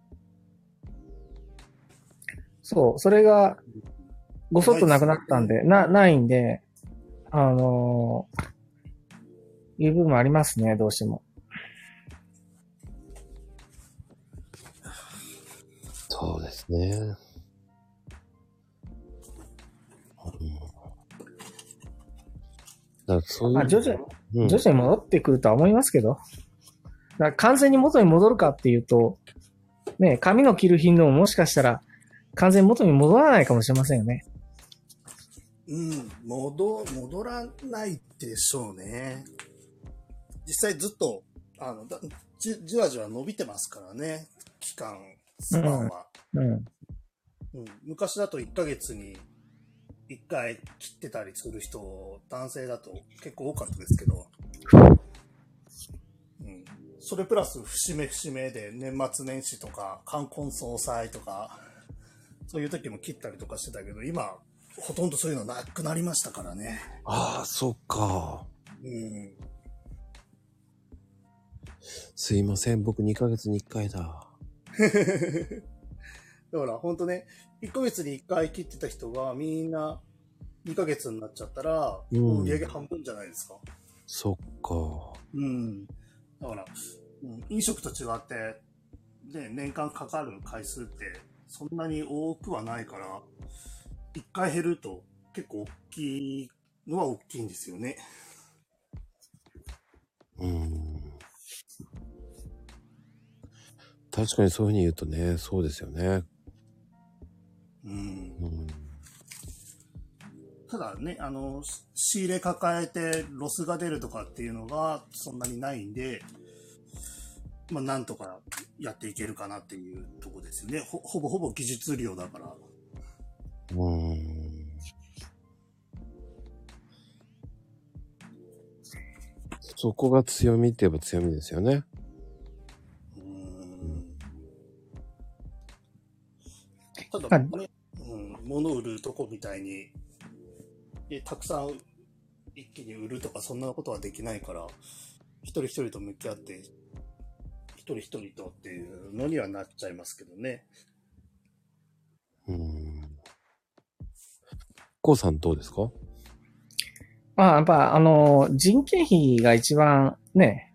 [SPEAKER 2] そう、それが、ごそっとなくなったんで、な、ないんで、あのーいう部分もありますね、どうしても。
[SPEAKER 1] そうですね。うんだからそういう。
[SPEAKER 2] まあ、徐々に、
[SPEAKER 1] うん
[SPEAKER 2] 徐々に戻ってくるとは思いますけど。だから完全に元に戻るかっていうと、ね、髪の切る頻度ももしかしたら、完全に元に戻らないかもしれませんよね。
[SPEAKER 6] うん、戻、戻らないでしょうね。実際ずっと、あの、だじじわじわ伸びてますからね、期間、スパンは。
[SPEAKER 2] うん。
[SPEAKER 6] うん、昔だと1ヶ月に1回切ってたりする人、男性だと結構多かったですけど、うん、それプラス節目節目で年末年始とか、冠婚葬祭とか、そういう時も切ったりとかしてたけど、今、ほとんどそういうのなくなりましたからね。
[SPEAKER 1] ああ、そうか。
[SPEAKER 6] うん。
[SPEAKER 1] すいません、僕2ヶ月に1回だ。
[SPEAKER 6] だから本当ね、1ヶ月に1回切ってた人がみんな2ヶ月になっちゃったら、
[SPEAKER 1] うん
[SPEAKER 6] 売り上げ半分じゃないですか。
[SPEAKER 1] そっか。
[SPEAKER 6] うん。だから、うん飲食と違って、ね、年間かかる回数って、そんなに多くはないから、一回減ると結構大きいのは大きいんですよね。
[SPEAKER 1] うん。確かにそういうふうに言うとね、そうですよね。
[SPEAKER 6] うん
[SPEAKER 1] う。ん。
[SPEAKER 6] ただね、あの、し仕入れ抱えてロスが出るとかっていうのがそんなにないんで、まあ、なんとかやっていけるかなっていうとこですよね。ほ、ほぼほぼ技術量だから。
[SPEAKER 1] うん。そこが強みって言えば強みですよね。
[SPEAKER 6] うん。ただ、
[SPEAKER 2] はい
[SPEAKER 6] ねうん、物売るとこみたいに、でたくさん一気に売るとか、そんなことはできないから、一人一人と向き合って、一人一人とっていうのにはなっちゃいますけどね。
[SPEAKER 1] うん。コウさんどうですか
[SPEAKER 2] まあ、やっぱ、あの、人件費が一番ね、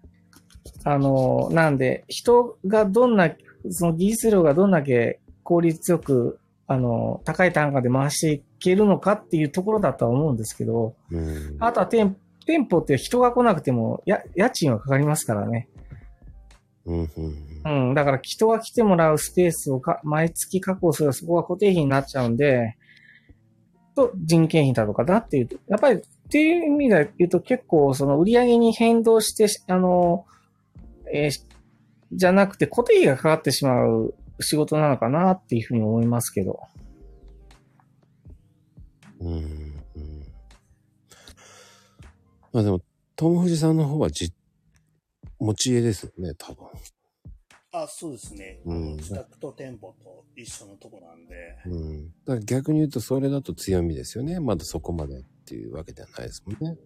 [SPEAKER 2] あの、なんで、人がどんな、その技術量がどんだけ効率よく、あの、高い単価で回していけるのかっていうところだとは思うんですけど、
[SPEAKER 1] うん。
[SPEAKER 2] あとは店店舗って人が来なくても、や、家賃はかかりますからね。
[SPEAKER 1] うんうん
[SPEAKER 2] うん、だから人が来てもらうスペースをか毎月確保するそこが固定費になっちゃうんで、と人件費だとかだっていう、やっぱりっていう意味で言うと結構その売り上げに変動して、あの、えーじゃなくて固定費がかかってしまう仕事なのかなっていうふうに思いますけど。
[SPEAKER 1] うん。うんうん。まあでも、トム・フジさんの方はじ、持ち家ですよね、多分。
[SPEAKER 6] あ、そうですね。
[SPEAKER 1] うん
[SPEAKER 6] あの自宅と店舗と一緒のとこなんで。
[SPEAKER 1] うん。だから逆に言うと、それだと強みですよね。まだそこまでっていうわけではないですもんね。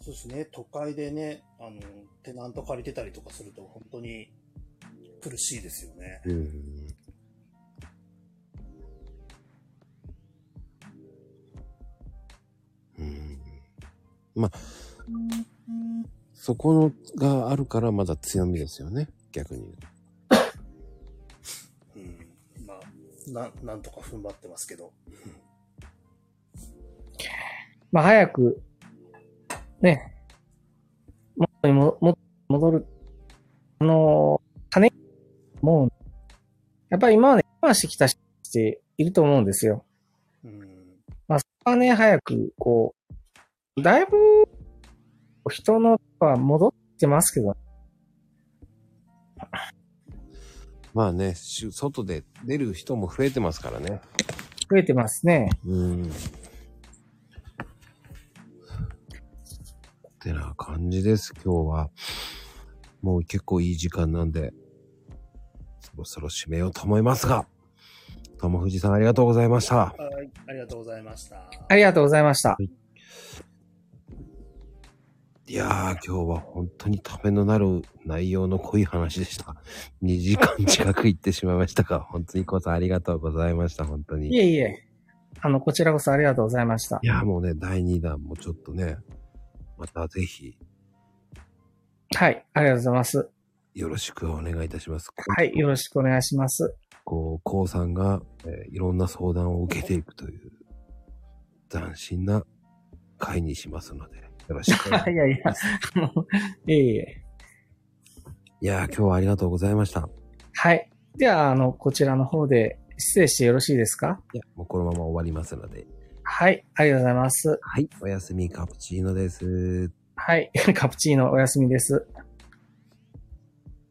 [SPEAKER 6] そうですね。都会でね、あの、テナント借りてたりとかすると、本当に苦しいですよね。
[SPEAKER 1] うん。うん。まあ、そこのがあるからまだ強みですよね。逆に言うと。
[SPEAKER 6] うん。まあ、な、なんとか踏ん張ってますけど。
[SPEAKER 2] まあ早く、ね、元にもも戻る、あの、金、もう、やっぱり今まで我慢してきた人っていると思うんですよ。
[SPEAKER 6] うん。
[SPEAKER 2] まあそこはね、早く、こう、だいぶ、人のは戻ってますけど、
[SPEAKER 1] まあね、し外で出る人も増えてますからね。
[SPEAKER 2] 増えてますね。
[SPEAKER 1] うん。ってな感じです、今日は。もう結構いい時間なんで、そろそろ締めようと思いますが、友藤さんありがとうございました。
[SPEAKER 6] はい。ありがとうございました。
[SPEAKER 2] ありがとうございました。
[SPEAKER 1] いやー、今日は本当にためのなる内容の濃い話でした。2時間近く行ってしまいましたが、本当にこそありがとうございました、本当に。
[SPEAKER 2] いえいえ、あの、こちらこそありがとうございました
[SPEAKER 1] い。や、もうね、第2弾もちょっとね、またぜひ
[SPEAKER 2] はい、ありがとうございます。
[SPEAKER 1] よろしくお願いいたします。
[SPEAKER 2] はい、よろしくお願いします。
[SPEAKER 1] こう、こうさんが、えーいろんな相談を受けていくという、斬新な回にしますので、よろしく。
[SPEAKER 2] いやいや、あの いえいえ。
[SPEAKER 1] いやー、今日はありがとうございました。
[SPEAKER 2] はい。では、あの、こちらの方で失礼してよろしいですか
[SPEAKER 1] いや、もうこのまま終わりますので。
[SPEAKER 2] はい。ありがとうございます。
[SPEAKER 1] はい、おやすみカプチーノです。
[SPEAKER 2] はい。カプチーノお休みです。